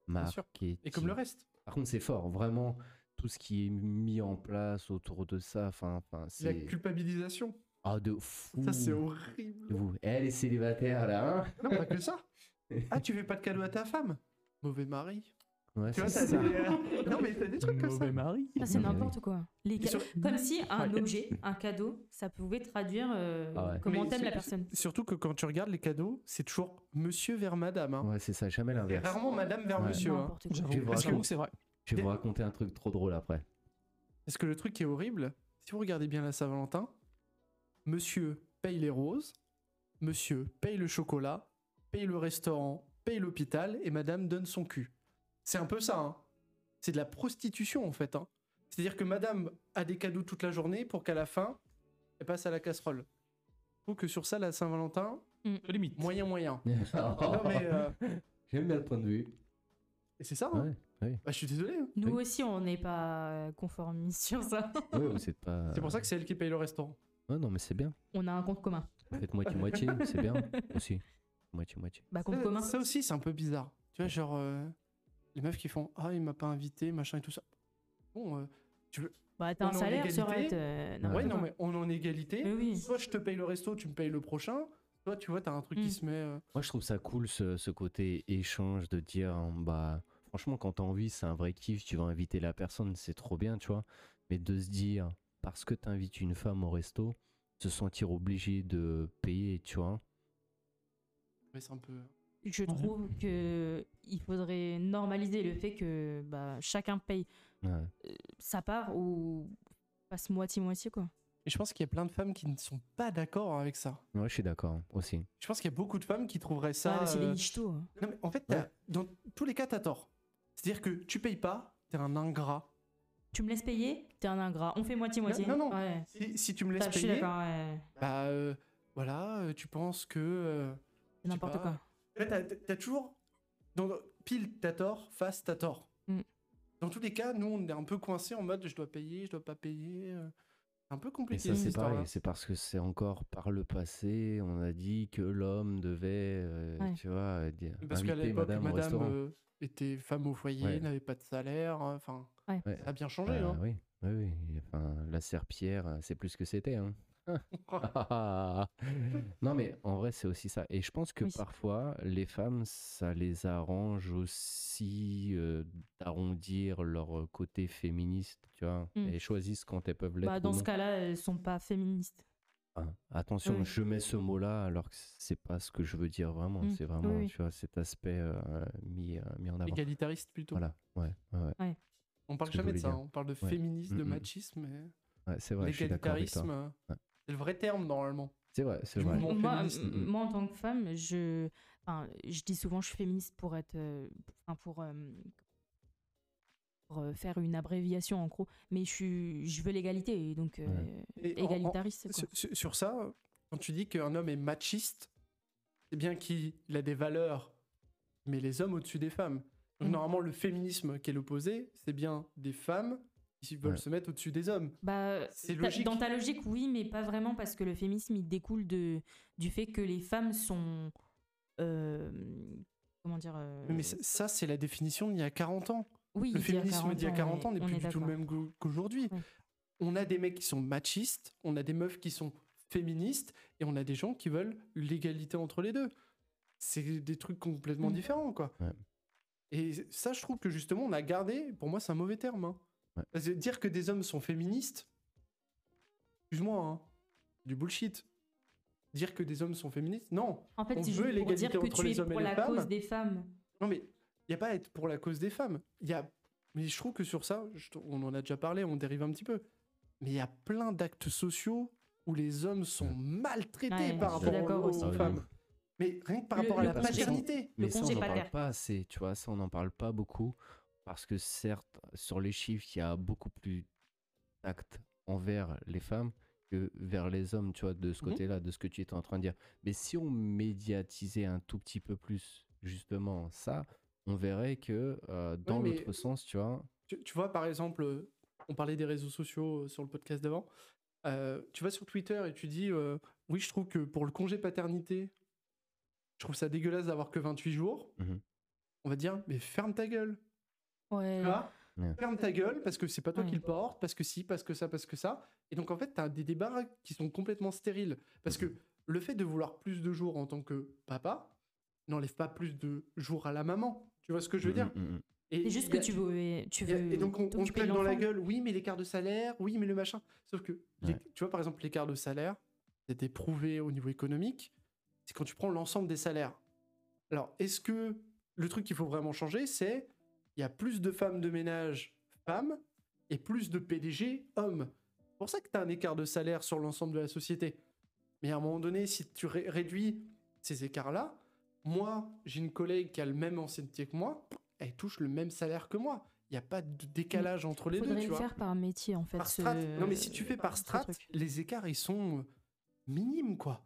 [SPEAKER 2] Marketing.
[SPEAKER 1] et comme le reste.
[SPEAKER 2] Par contre, c'est fort. Vraiment, tout ce qui est mis en place autour de ça, enfin, enfin,
[SPEAKER 1] La
[SPEAKER 2] c'est.
[SPEAKER 1] culpabilisation.
[SPEAKER 2] Ah, de fou.
[SPEAKER 1] Ça, c'est horrible.
[SPEAKER 2] Vous, elle est célibataire là, hein
[SPEAKER 1] Non, pas que ça. Ah, tu fais pas de cadeau à ta femme Mauvais mari.
[SPEAKER 2] Ouais,
[SPEAKER 1] Tu vois, t'as
[SPEAKER 2] c'est ça.
[SPEAKER 1] des... Non, mais t'as des trucs comme ça.
[SPEAKER 3] Mauvais mari.
[SPEAKER 4] c'est
[SPEAKER 2] Non, Ah, mais
[SPEAKER 4] n'importe quoi. Les
[SPEAKER 1] Et
[SPEAKER 4] ca-
[SPEAKER 1] sur-
[SPEAKER 4] Comme si un
[SPEAKER 3] Ouais.
[SPEAKER 4] objet, un cadeau, ça pouvait traduire euh,
[SPEAKER 2] Ah ouais.
[SPEAKER 4] comment
[SPEAKER 1] Mais
[SPEAKER 4] t'aimes
[SPEAKER 1] c'est-
[SPEAKER 4] la personne.
[SPEAKER 1] Surtout que quand tu regardes les cadeaux, c'est toujours monsieur vers madame. Hein.
[SPEAKER 2] Ouais, c'est ça, jamais
[SPEAKER 1] C'est
[SPEAKER 2] l'inverse.
[SPEAKER 1] rarement madame vers
[SPEAKER 2] Ouais.
[SPEAKER 1] monsieur. hein.
[SPEAKER 4] N'importe quoi.
[SPEAKER 2] Tu vois,
[SPEAKER 3] Parce que
[SPEAKER 2] attends.
[SPEAKER 3] c'est vrai.
[SPEAKER 2] Je vais vous raconter un truc trop drôle après.
[SPEAKER 1] Parce que le truc qui est horrible, si vous regardez bien la Saint-Valentin, monsieur paye les roses, monsieur paye le chocolat, paye le restaurant, paye l'hôpital et madame donne son cul. C'est un peu ça, hein. C'est de la prostitution en fait. hein. C'est-à-dire que madame a des cadeaux toute la journée pour qu'à la fin, elle passe à la casserole. Je trouve que sur ça, la Saint-Valentin,
[SPEAKER 3] Limite.
[SPEAKER 1] moyen, moyen.
[SPEAKER 2] Ah.
[SPEAKER 1] Non, mais, euh,
[SPEAKER 2] J'aime bien le point de vue.
[SPEAKER 1] et c'est ça, hein.
[SPEAKER 2] Ouais,
[SPEAKER 1] Bah, je suis désolé. hein.
[SPEAKER 4] Nous
[SPEAKER 2] Oui.
[SPEAKER 4] aussi, on n'est pas euh, conformistes sur ça.
[SPEAKER 2] ouais, ou c'est pas.
[SPEAKER 1] C'est pour ça que c'est elle qui paye le restaurant.
[SPEAKER 2] Ouais, non, mais c'est bien.
[SPEAKER 4] On a un compte commun.
[SPEAKER 2] Faites moitié-moitié, c'est bien aussi. Moitié-moitié.
[SPEAKER 4] Bah, compte
[SPEAKER 1] Ça-
[SPEAKER 4] commun.
[SPEAKER 1] Euh, Ça aussi, c'est un peu bizarre. Tu vois, genre, euh, les meufs qui font Ah, il m'a pas invité, machin et tout ça. Bon, euh,
[SPEAKER 4] Bah, t'as
[SPEAKER 1] On
[SPEAKER 4] un
[SPEAKER 1] est en
[SPEAKER 4] salaire,
[SPEAKER 1] égalité.
[SPEAKER 4] Sorette. euh,
[SPEAKER 2] Ah,
[SPEAKER 1] ouais,
[SPEAKER 4] n'importe
[SPEAKER 1] non,
[SPEAKER 4] quoi.
[SPEAKER 1] mais on est en égalité.
[SPEAKER 4] Mais oui.
[SPEAKER 1] Soit je te paye le resto, tu me payes le prochain. Soit, tu vois, t'as un truc
[SPEAKER 4] Mm.
[SPEAKER 1] qui se met. euh,
[SPEAKER 2] Moi, je trouve ça cool ce, ce côté échange de dire, hein, bah, franchement, quand t'as envie, c'est un vrai kiff, tu vas inviter la personne, c'est trop bien, tu vois. Mais de se dire, parce que t'invites une femme au resto, se sentir obligé de payer, tu vois.
[SPEAKER 1] mais c'est un peu.
[SPEAKER 4] Je trouve que il faudrait normaliser le fait que bah, chacun paye
[SPEAKER 2] Ouais.
[SPEAKER 4] sa part ou passe moitié-moitié, quoi.
[SPEAKER 1] Et je pense qu'il y a plein de femmes qui ne sont pas d'accord avec ça.
[SPEAKER 2] Ouais, je suis d'accord hein, aussi.
[SPEAKER 1] Je pense qu'il y a beaucoup de femmes qui trouveraient ça.
[SPEAKER 4] Ouais, c'est des
[SPEAKER 1] euh,
[SPEAKER 4] michetots. hein.
[SPEAKER 1] Non, mais en fait, t'as- dans tous les cas, t'as tort. C'est-à-dire que tu payes pas, t'es un ingrat.
[SPEAKER 4] Tu me laisses payer T'es un ingrat. On fait moitié-moitié.
[SPEAKER 1] Non, non, non.
[SPEAKER 4] Ouais.
[SPEAKER 1] Si, si tu me laisses
[SPEAKER 4] Ça, je suis
[SPEAKER 1] payer,
[SPEAKER 4] d'accord, ouais.
[SPEAKER 1] bah euh, voilà, euh, tu penses que. euh,
[SPEAKER 4] C'est n'importe
[SPEAKER 1] pas.
[SPEAKER 4] quoi.
[SPEAKER 1] Là, t'as, t'as- t'as toujours. Dans, pile, t'as tort, face, t'as tort.
[SPEAKER 4] Mm.
[SPEAKER 1] Dans tous les cas, nous, on est un peu coincés en mode je dois payer, je dois pas payer. euh, C'est un peu
[SPEAKER 2] Mais
[SPEAKER 1] compliqué
[SPEAKER 2] ça,
[SPEAKER 1] cette
[SPEAKER 2] c'est
[SPEAKER 1] histoire-là.
[SPEAKER 2] pareil. C'est parce que c'est encore par le passé, on a dit que l'homme devait, euh,
[SPEAKER 4] Ouais.
[SPEAKER 2] tu vois, dire,
[SPEAKER 1] Parce qu'à
[SPEAKER 2] inviter
[SPEAKER 1] l'époque,
[SPEAKER 2] madame,
[SPEAKER 1] madame,
[SPEAKER 2] au restaurant.
[SPEAKER 1] euh, était femme au foyer,
[SPEAKER 2] Ouais.
[SPEAKER 1] n'avait pas de salaire. euh, Enfin,
[SPEAKER 4] Ouais.
[SPEAKER 2] Ouais.
[SPEAKER 1] ça a bien changé.
[SPEAKER 2] Bah,
[SPEAKER 1] hein.
[SPEAKER 2] oui, oui, oui. Enfin, la serpillère, euh, c'est plus ce que c'était. hein. non, mais en vrai, c'est aussi ça. Et je pense que
[SPEAKER 4] Oui.
[SPEAKER 2] parfois, les femmes, ça les arrange aussi euh, d'arrondir leur euh, côté féministe, tu vois.
[SPEAKER 4] Mm.
[SPEAKER 2] Et choisissent quand elles peuvent l'être.
[SPEAKER 4] Bah,
[SPEAKER 2] ou
[SPEAKER 4] dans ce
[SPEAKER 2] non.
[SPEAKER 4] cas-là, elles sont pas féministes.
[SPEAKER 2] Ah, attention,
[SPEAKER 4] Oui.
[SPEAKER 2] je mets ce mot-là alors que c'est pas ce que je veux dire vraiment.
[SPEAKER 4] Mm.
[SPEAKER 2] C'est vraiment,
[SPEAKER 4] Oui, oui.
[SPEAKER 2] tu vois, cet aspect euh, mis, euh, mis en avant.
[SPEAKER 1] Égalitariste plutôt.
[SPEAKER 2] Voilà, ouais, ouais, ouais.
[SPEAKER 1] On parle
[SPEAKER 2] Ce que je
[SPEAKER 1] jamais de
[SPEAKER 2] voulais
[SPEAKER 1] ça.
[SPEAKER 2] dire.
[SPEAKER 1] hein. On parle de
[SPEAKER 2] Ouais.
[SPEAKER 1] féminisme, de
[SPEAKER 2] Mm, mm.
[SPEAKER 1] machisme. mais
[SPEAKER 2] Ouais, c'est vrai, je suis d'accord avec toi.
[SPEAKER 1] L'égalitarisme, euh,
[SPEAKER 2] Ouais.
[SPEAKER 1] c'est le vrai terme normalement.
[SPEAKER 2] C'est vrai, c'est
[SPEAKER 1] Du
[SPEAKER 2] vrai.
[SPEAKER 1] mouvement
[SPEAKER 4] Moi,
[SPEAKER 1] féministe.
[SPEAKER 4] euh,
[SPEAKER 2] Mm, mm.
[SPEAKER 4] moi, en tant que femme, je, enfin, je dis souvent je suis féministe pour être, euh, enfin, pour, euh, pour, euh, faire une abréviation en gros, mais je, suis- je veux l'égalité et donc euh,
[SPEAKER 1] Et en- en-
[SPEAKER 4] égalitariste. quoi.
[SPEAKER 1] Sur, sur- sur ça, quand tu dis qu'un homme est machiste, c'est bien qu'il a des valeurs, mais les hommes au-dessus des femmes. Donc,
[SPEAKER 4] Mm.
[SPEAKER 1] Normalement, le féminisme qui est l'opposé, c'est bien des femmes qui veulent
[SPEAKER 2] Ouais.
[SPEAKER 1] se mettre au-dessus des hommes.
[SPEAKER 4] Bah,
[SPEAKER 1] C'est
[SPEAKER 4] ta-
[SPEAKER 1] logique.
[SPEAKER 4] dans ta logique, oui, mais pas vraiment parce que le féminisme il découle de du fait que les femmes sont, euh, comment dire. euh,
[SPEAKER 1] Mais ça, ça, c'est la définition d'il y a 40 ans.
[SPEAKER 4] oui,
[SPEAKER 1] Le
[SPEAKER 4] d'il y a
[SPEAKER 1] féminisme d'il y a 40 ans n'est
[SPEAKER 4] on
[SPEAKER 1] plus
[SPEAKER 4] est
[SPEAKER 1] du tout le
[SPEAKER 4] d'accord.
[SPEAKER 1] même goût qu'aujourd'hui.
[SPEAKER 4] Ouais.
[SPEAKER 1] On a des mecs qui sont machistes, on a des meufs qui sont féministes, et on a des gens qui veulent l'égalité entre les deux. C'est des trucs complètement
[SPEAKER 4] Mm.
[SPEAKER 1] différents, quoi.
[SPEAKER 2] Ouais.
[SPEAKER 1] Et ça, je trouve que justement, on a gardé, pour moi, c'est un mauvais terme. hein.
[SPEAKER 2] Ouais.
[SPEAKER 1] Parce que dire que des hommes sont féministes, excuse-moi, hein, c'est du bullshit. Dire que des hommes sont féministes, non.
[SPEAKER 4] En fait,
[SPEAKER 1] On
[SPEAKER 4] c'est
[SPEAKER 1] veut
[SPEAKER 4] juste pour
[SPEAKER 1] l'égalité
[SPEAKER 4] dire que
[SPEAKER 1] entre
[SPEAKER 4] tu
[SPEAKER 1] les
[SPEAKER 4] es
[SPEAKER 1] hommes et
[SPEAKER 4] pour
[SPEAKER 1] les
[SPEAKER 4] la
[SPEAKER 1] femmes.
[SPEAKER 4] cause des femmes.
[SPEAKER 1] Non, mais il n'y a pas à être pour la cause des femmes. Y a... Mais je trouve que sur ça, je- on en a déjà parlé, on dérive un petit peu. Mais il y a plein d'actes sociaux où les hommes sont maltraités
[SPEAKER 4] Ouais,
[SPEAKER 1] par
[SPEAKER 4] je suis
[SPEAKER 1] rapport
[SPEAKER 4] d'accord
[SPEAKER 1] aux,
[SPEAKER 4] aussi.
[SPEAKER 1] aux
[SPEAKER 2] Ah oui,
[SPEAKER 1] femmes. Mais rien que par
[SPEAKER 4] Le-
[SPEAKER 1] rapport à
[SPEAKER 4] le
[SPEAKER 1] la
[SPEAKER 2] paternité.
[SPEAKER 1] paternité.
[SPEAKER 4] Le
[SPEAKER 2] Mais ça, on
[SPEAKER 4] congé
[SPEAKER 2] n'en parle
[SPEAKER 4] pater.
[SPEAKER 2] pas assez, tu vois, ça, on n'en parle pas beaucoup, parce que certes, sur les chiffres, il y a beaucoup plus d'actes envers les femmes que vers les hommes, tu vois, de ce
[SPEAKER 1] Mhm.
[SPEAKER 2] côté-là, de ce que tu étais en train de dire. Mais si on médiatisait un tout petit peu plus, justement, ça, on verrait que euh, dans
[SPEAKER 1] mais-
[SPEAKER 2] l'autre sens, tu vois,
[SPEAKER 1] Tu, tu vois, par exemple, euh, on parlait des réseaux sociaux euh, sur le podcast d'avant. Euh, tu vas sur Twitter et tu dis euh, Oui, je trouve que pour le congé paternité, je trouve ça dégueulasse d'avoir que 28 jours.
[SPEAKER 2] Mhm.
[SPEAKER 1] On va te dire Mais ferme ta gueule.
[SPEAKER 4] Ouais.
[SPEAKER 1] Tu vois
[SPEAKER 2] Ouais.
[SPEAKER 1] Ferme ta gueule parce que c'est pas toi
[SPEAKER 4] Ouais.
[SPEAKER 1] qui le porte, parce que si, parce que ça, parce que ça. Et donc en fait, t'as des débats qui sont complètement stériles. Parce que le fait de vouloir plus de jours en tant que papa n'enlève pas plus de jours à la maman. Tu vois ce que je veux dire
[SPEAKER 2] Mm, mm, mm.
[SPEAKER 1] Et
[SPEAKER 4] C'est juste
[SPEAKER 1] y
[SPEAKER 4] que
[SPEAKER 1] a-
[SPEAKER 4] tu veux, tu
[SPEAKER 1] y a-
[SPEAKER 4] veux.
[SPEAKER 1] Et donc on, on se
[SPEAKER 4] t'occuper de
[SPEAKER 1] claque dans la
[SPEAKER 4] l'enfant.
[SPEAKER 1] gueule, oui, mais l'écart de salaire, oui, mais le machin. Sauf que, les-
[SPEAKER 2] Ouais.
[SPEAKER 1] tu vois, par exemple, l'écart de salaire, c'est éprouvé au niveau économique, c'est quand tu prends l'ensemble des salaires. Alors, est-ce que le truc qu'il faut vraiment changer, c'est il y a plus de femmes de ménage femmes et plus de PDG hommes. C'est pour ça que tu as un écart de salaire sur l'ensemble de la société. Mais à un moment donné, si tu ré- réduis ces écarts-là, moi, j'ai une collègue qui a le même ancienneté que moi, elle touche le même salaire que moi. Il n'y a pas de décalage entre les
[SPEAKER 4] Faudrait
[SPEAKER 1] deux, tu
[SPEAKER 4] le
[SPEAKER 1] vois.
[SPEAKER 4] faire par métier en fait.
[SPEAKER 1] Par
[SPEAKER 4] ce- euh,
[SPEAKER 1] strat. Non, mais si tu fais par
[SPEAKER 4] ce
[SPEAKER 1] strat,
[SPEAKER 4] truc.
[SPEAKER 1] les écarts, ils sont euh, minimes, quoi.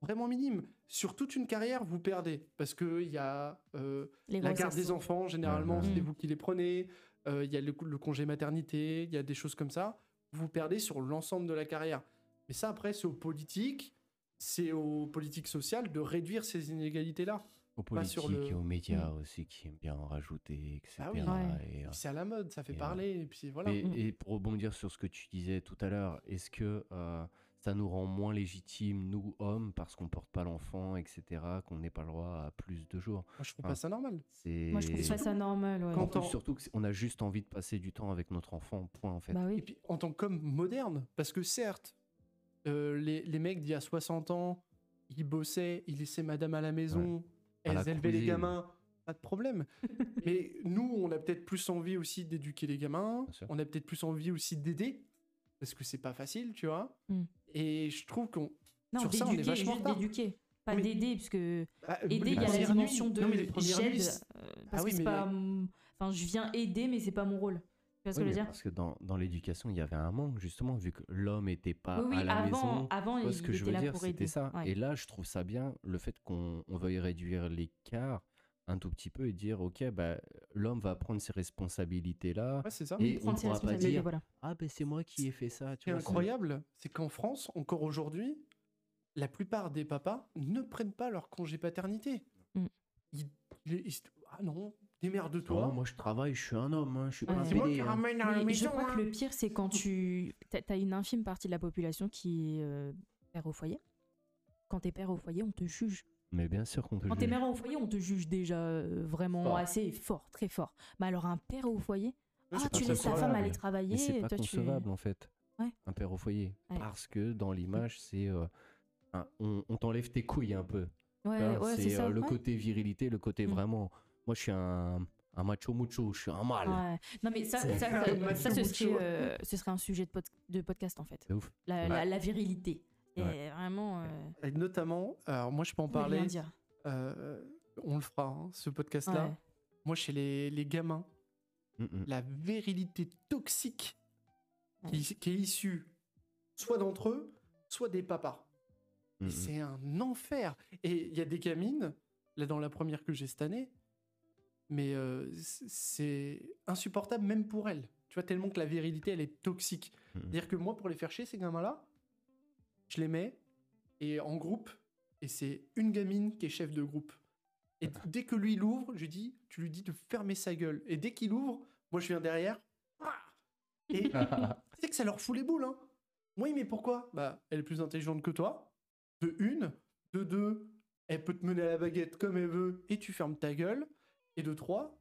[SPEAKER 1] Vraiment minimes. Sur toute une carrière, vous perdez. Parce qu'il y a euh,
[SPEAKER 4] Les
[SPEAKER 1] la
[SPEAKER 4] grossesses.
[SPEAKER 1] garde des enfants, généralement,
[SPEAKER 2] Ouais,
[SPEAKER 4] ouais.
[SPEAKER 1] c'est
[SPEAKER 4] Mm.
[SPEAKER 1] vous qui les prenez. Euh, Il y a le, le congé maternité, il y a des choses comme ça. Vous perdez sur l'ensemble de la carrière. Mais ça, après, c'est aux politiques, c'est aux politiques sociales de réduire ces inégalités-là.
[SPEAKER 2] Aux
[SPEAKER 1] Pas sur
[SPEAKER 2] politiques et
[SPEAKER 1] le-
[SPEAKER 2] aux médias aussi qui aiment bien en rajouter, etc.
[SPEAKER 1] Bah oui.
[SPEAKER 4] Ouais.
[SPEAKER 2] Et, euh,
[SPEAKER 1] Puis C'est à la mode, ça fait
[SPEAKER 2] Et, euh,
[SPEAKER 1] parler. Et puis voilà.
[SPEAKER 2] Mais-
[SPEAKER 4] Mm.
[SPEAKER 2] Et, pour rebondir sur ce que tu disais tout à l'heure, est-ce que euh, ça nous rend moins légitimes, nous hommes, parce qu'on porte pas l'enfant, etc., qu'on n'ait pas le droit à plus de jours
[SPEAKER 1] Moi, je trouve
[SPEAKER 2] Ah.
[SPEAKER 1] pas ça normal.
[SPEAKER 2] C'est
[SPEAKER 4] Moi, je trouve pas ça normal. ouais.
[SPEAKER 2] En
[SPEAKER 1] Quand-
[SPEAKER 2] plus,
[SPEAKER 1] T'entends-
[SPEAKER 2] surtout qu'on a juste envie de passer du temps avec notre enfant, point en fait.
[SPEAKER 4] Bah
[SPEAKER 1] Et
[SPEAKER 4] oui.
[SPEAKER 1] puis en tant qu'homme moderne, parce que certes, euh, les, les mecs d'il y a 60 ans, ils bossaient, ils laissaient madame à la maison,
[SPEAKER 2] À
[SPEAKER 1] elles
[SPEAKER 2] la
[SPEAKER 1] élevaient les
[SPEAKER 2] cousine.
[SPEAKER 1] gamins, pas de problème. Mais nous, on a peut-être plus envie aussi d'éduquer les gamins,
[SPEAKER 2] Bien sûr.
[SPEAKER 1] on a peut-être plus envie aussi d'aider. parce que c'est pas facile, tu vois.
[SPEAKER 4] Mm.
[SPEAKER 1] Et je trouve qu'on.
[SPEAKER 4] Non,
[SPEAKER 1] Sur ça, on est
[SPEAKER 4] d'éduquer,
[SPEAKER 1] vachement en
[SPEAKER 4] juste
[SPEAKER 1] retard.
[SPEAKER 4] d'éduquer. Pas
[SPEAKER 1] Mais-
[SPEAKER 4] d'aider, parce que
[SPEAKER 1] Bah,
[SPEAKER 4] aider,
[SPEAKER 1] les
[SPEAKER 4] il y a la
[SPEAKER 1] premières
[SPEAKER 4] dimension
[SPEAKER 1] nuits-
[SPEAKER 4] de
[SPEAKER 1] non, mais les premières
[SPEAKER 4] j'aide,
[SPEAKER 1] nuits,
[SPEAKER 4] euh, parce
[SPEAKER 1] oui,
[SPEAKER 4] que
[SPEAKER 1] mais-
[SPEAKER 4] c'est pas. mon- Enfin, je viens aider, mais c'est pas mon rôle. Tu vois
[SPEAKER 2] Oui,
[SPEAKER 4] ce que je
[SPEAKER 2] mais
[SPEAKER 4] veux dire
[SPEAKER 2] Parce que dans, dans l'éducation, il y avait un manque, justement, vu que l'homme était pas
[SPEAKER 4] Oui, oui,
[SPEAKER 2] à la
[SPEAKER 4] avant,
[SPEAKER 2] maison.
[SPEAKER 4] avant
[SPEAKER 2] Tu vois
[SPEAKER 4] il
[SPEAKER 2] ce que
[SPEAKER 4] était
[SPEAKER 2] je veux
[SPEAKER 4] là
[SPEAKER 2] dire,
[SPEAKER 4] pour
[SPEAKER 2] c'était
[SPEAKER 4] aider.
[SPEAKER 2] ça.
[SPEAKER 4] Ouais.
[SPEAKER 2] Et là, je trouve ça bien, le fait qu'on on veuille réduire l'écart un tout petit peu et dire, ok, bah, l'homme va prendre ses responsabilités-là.
[SPEAKER 1] Ouais, c'est ça.
[SPEAKER 2] Et
[SPEAKER 4] Oui,
[SPEAKER 2] on
[SPEAKER 4] prendre ses
[SPEAKER 2] pourra pas
[SPEAKER 4] responsabilités,
[SPEAKER 2] dire,
[SPEAKER 4] voilà.
[SPEAKER 2] Ah, ben c'est moi qui ai fait ça.
[SPEAKER 1] Ce qui
[SPEAKER 2] Tu
[SPEAKER 1] est
[SPEAKER 2] vois,
[SPEAKER 1] incroyable, c'est qu'en France, encore aujourd'hui, la plupart des papas ne prennent pas leur congé paternité.
[SPEAKER 4] Mm.
[SPEAKER 1] Ils, ils- ils se- ah non, démerde-toi.
[SPEAKER 2] Toi, moi je travaille, je suis un homme, hein, je suis pas un
[SPEAKER 4] Ouais.
[SPEAKER 1] c'est moi
[SPEAKER 2] bébé,
[SPEAKER 1] qui
[SPEAKER 2] hein.
[SPEAKER 1] ramène à la
[SPEAKER 4] Mais je
[SPEAKER 1] maison.
[SPEAKER 4] crois
[SPEAKER 1] hein.
[SPEAKER 4] que le pire, c'est quand tu. T'as t'as une infime partie de la population qui est euh, père au foyer. Quand t'es père au foyer, on te juge.
[SPEAKER 2] Mais bien sûr qu'on peut
[SPEAKER 4] Quand t'es
[SPEAKER 2] juger.
[SPEAKER 4] mère au foyer, on te juge déjà euh, vraiment
[SPEAKER 2] Fort.
[SPEAKER 4] assez fort, très fort. Mais alors un père au foyer, ah,
[SPEAKER 2] pas
[SPEAKER 4] tu laisses ta
[SPEAKER 2] concevable.
[SPEAKER 4] femme aller
[SPEAKER 2] Mais c'est
[SPEAKER 4] travailler,
[SPEAKER 2] pas
[SPEAKER 4] toi tu.
[SPEAKER 2] concevable en fait,
[SPEAKER 4] Ouais.
[SPEAKER 2] un père au foyer.
[SPEAKER 4] Ouais.
[SPEAKER 2] Parce que dans l'image, c'est. euh, un- on on t'enlève tes couilles un peu. tu
[SPEAKER 4] Ouais,
[SPEAKER 2] vois.
[SPEAKER 4] ouais, c'est
[SPEAKER 2] c'est euh,
[SPEAKER 4] ça.
[SPEAKER 2] le
[SPEAKER 4] ouais.
[SPEAKER 2] côté virilité, le côté
[SPEAKER 4] Mm.
[SPEAKER 2] vraiment. Moi je suis un, un macho mucho, je suis un mâle.
[SPEAKER 4] Ouais. Non mais ça,
[SPEAKER 2] C'est-
[SPEAKER 4] ça, ça-
[SPEAKER 1] Ouais,
[SPEAKER 4] ça,
[SPEAKER 1] macho,
[SPEAKER 4] ce, serait,
[SPEAKER 1] macho.
[SPEAKER 4] euh, ce serait un sujet de, pod- de podcast en fait.
[SPEAKER 2] C'est ouf.
[SPEAKER 4] La,
[SPEAKER 2] Ouais.
[SPEAKER 4] la- la virilité. Et
[SPEAKER 2] Ouais.
[SPEAKER 4] vraiment. euh,
[SPEAKER 1] Et notamment, alors moi je peux en
[SPEAKER 4] ça veut rien
[SPEAKER 1] parler,
[SPEAKER 4] dire.
[SPEAKER 1] euh, on le fera, hein, ce podcast-là.
[SPEAKER 4] Ouais.
[SPEAKER 1] Moi chez les, les gamins,
[SPEAKER 2] Mm, mm.
[SPEAKER 1] la virilité toxique qui, qui est issue soit d'entre eux, soit des papas.
[SPEAKER 2] Mm,
[SPEAKER 1] Et
[SPEAKER 2] mm.
[SPEAKER 1] C'est un enfer. Et il y a des gamines, là dans la première que j'ai cette année, mais euh, c- c'est insupportable même pour elles. Tu vois, tellement que la virilité, elle est toxique.
[SPEAKER 2] Mhm.
[SPEAKER 1] C'est-à-dire que moi, pour les faire chier, ces gamins-là, je les mets et en groupe, et c'est une gamine qui est chef de groupe. Et d- dès que lui l'ouvre, je lui dis, tu lui dis de fermer sa gueule. Et dès qu'il ouvre, moi je viens derrière. Ah Et c'est que ça leur fout les boules, hein. Oui, mais pourquoi Bah, elle est plus intelligente que toi. De une. De deux, elle peut te mener à la baguette comme elle veut et tu fermes ta gueule. Et de trois,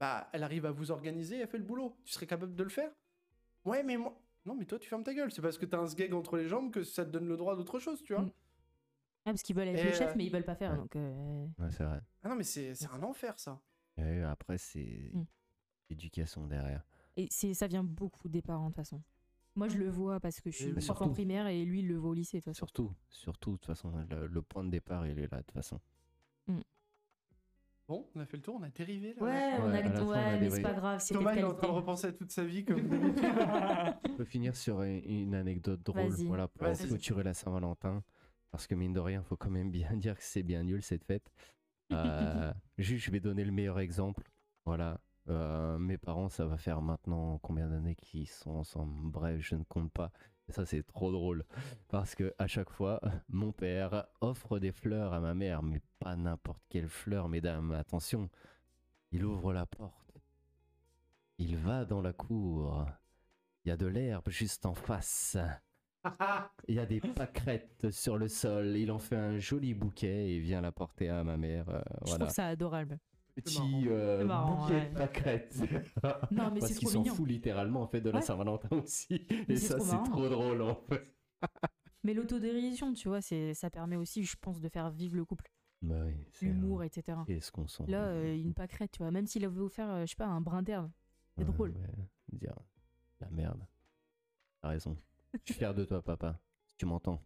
[SPEAKER 1] bah, elle arrive à vous organiser, elle fait le boulot. Tu serais capable de le faire Ouais, mais moi. Non, mais toi, tu fermes ta gueule. C'est parce que t'as un sgeg entre les jambes que ça te donne le droit d'autre chose, tu vois.
[SPEAKER 4] Mm. Ouais, parce qu'ils veulent être
[SPEAKER 1] Et,
[SPEAKER 4] le
[SPEAKER 1] euh,
[SPEAKER 4] chef, mais ils veulent pas faire.
[SPEAKER 2] ouais.
[SPEAKER 4] Donc, euh,
[SPEAKER 2] Ouais, c'est vrai.
[SPEAKER 1] Ah non, mais c'est c'est un enfer, ça.
[SPEAKER 2] Et après, c'est
[SPEAKER 4] Mm.
[SPEAKER 2] l'éducation derrière.
[SPEAKER 4] et c'est, ça vient beaucoup des parents de toute façon. Moi, je le vois parce que je suis
[SPEAKER 1] Mais
[SPEAKER 4] prof en
[SPEAKER 2] surtout-
[SPEAKER 4] primaire et lui, il le voit au lycée. De toute façon.
[SPEAKER 2] Surtout, surtout, de toute façon, le, le point de départ, il est là, de toute façon.
[SPEAKER 1] Bon, on a fait le tour, on a dérivé là.
[SPEAKER 4] Ouais, on
[SPEAKER 2] Ouais, à la
[SPEAKER 4] a,
[SPEAKER 2] fin, on a
[SPEAKER 4] ouais mais c'est
[SPEAKER 2] débrayé.
[SPEAKER 4] pas grave, c'était de
[SPEAKER 1] Thomas, il est en
[SPEAKER 4] qualité.
[SPEAKER 1] train de repenser à toute sa vie comme
[SPEAKER 2] Je peux finir sur une- une anecdote drôle,
[SPEAKER 4] Vas-y.
[SPEAKER 2] voilà, pour
[SPEAKER 1] Vas-y.
[SPEAKER 2] clôturer la Saint-Valentin. Parce que mine de rien, faut quand même bien dire que c'est bien nul cette fête. Euh, juste, je vais donner le meilleur exemple. Voilà. Euh, mes parents, ça va faire maintenant combien d'années qu'ils sont ensemble Bref, je ne compte pas. Et ça, c'est trop drôle. Parce que à chaque fois, mon père offre des fleurs à ma mère, mais pas n'importe quelle fleur, mesdames. Attention. Il ouvre la porte. Il va dans la cour. Il y a de l'herbe juste en face. Il y a des pâquerettes sur le sol. Il en fait un joli bouquet et vient l'apporter à ma mère. euh,
[SPEAKER 4] Je
[SPEAKER 2] voilà.
[SPEAKER 4] trouve ça adorable.
[SPEAKER 1] marrant.
[SPEAKER 2] Petit euh,
[SPEAKER 4] C'est marrant,
[SPEAKER 2] bouquet
[SPEAKER 4] ouais.
[SPEAKER 2] de pâquerettes.
[SPEAKER 4] Non, mais
[SPEAKER 2] Parce
[SPEAKER 4] c'est
[SPEAKER 2] qu'il
[SPEAKER 4] trop
[SPEAKER 2] s'en
[SPEAKER 4] mignon.
[SPEAKER 2] fout littéralement en fait de la
[SPEAKER 4] Ouais.
[SPEAKER 2] Saint-Valentin aussi.
[SPEAKER 4] Mais
[SPEAKER 2] et
[SPEAKER 4] c'est
[SPEAKER 2] ça,
[SPEAKER 4] trop
[SPEAKER 2] c'est
[SPEAKER 4] marrant.
[SPEAKER 2] trop drôle en fait.
[SPEAKER 4] Mais l'autodérision, tu vois, c'est, ça permet aussi, je pense, de faire vivre le couple.
[SPEAKER 2] Bah oui, c'est,
[SPEAKER 4] L'humour,
[SPEAKER 2] euh,
[SPEAKER 4] etc.
[SPEAKER 2] Qu'est-ce qu'on sent
[SPEAKER 4] Là, euh, une pâquerette, tu vois, même s'il avait offert, euh, je sais pas, un brin d'herbe. c'est
[SPEAKER 2] Ouais,
[SPEAKER 4] drôle.
[SPEAKER 2] ouais. Dire la merde. T'as raison. Je suis fier de toi, papa. Si tu m'entends.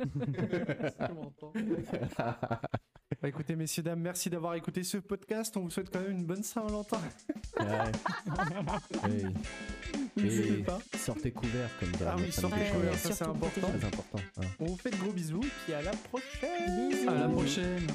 [SPEAKER 1] Bah écoutez, messieurs, dames, merci d'avoir écouté ce podcast. On vous souhaite quand même une bonne Saint-Valentin.
[SPEAKER 2] Ouais. Hey.
[SPEAKER 1] N'hésitez
[SPEAKER 2] Et
[SPEAKER 1] pas.
[SPEAKER 2] sortez couverts comme ça.
[SPEAKER 1] Ah oui,
[SPEAKER 2] ça me
[SPEAKER 1] sortez
[SPEAKER 2] fait
[SPEAKER 1] couverts,
[SPEAKER 2] plaisir.
[SPEAKER 1] ça c'est
[SPEAKER 4] surtout
[SPEAKER 1] important.
[SPEAKER 2] C'est très important. hein.
[SPEAKER 1] On vous fait de gros bisous, puis à la prochaine.
[SPEAKER 4] Bisous.
[SPEAKER 3] À la prochaine.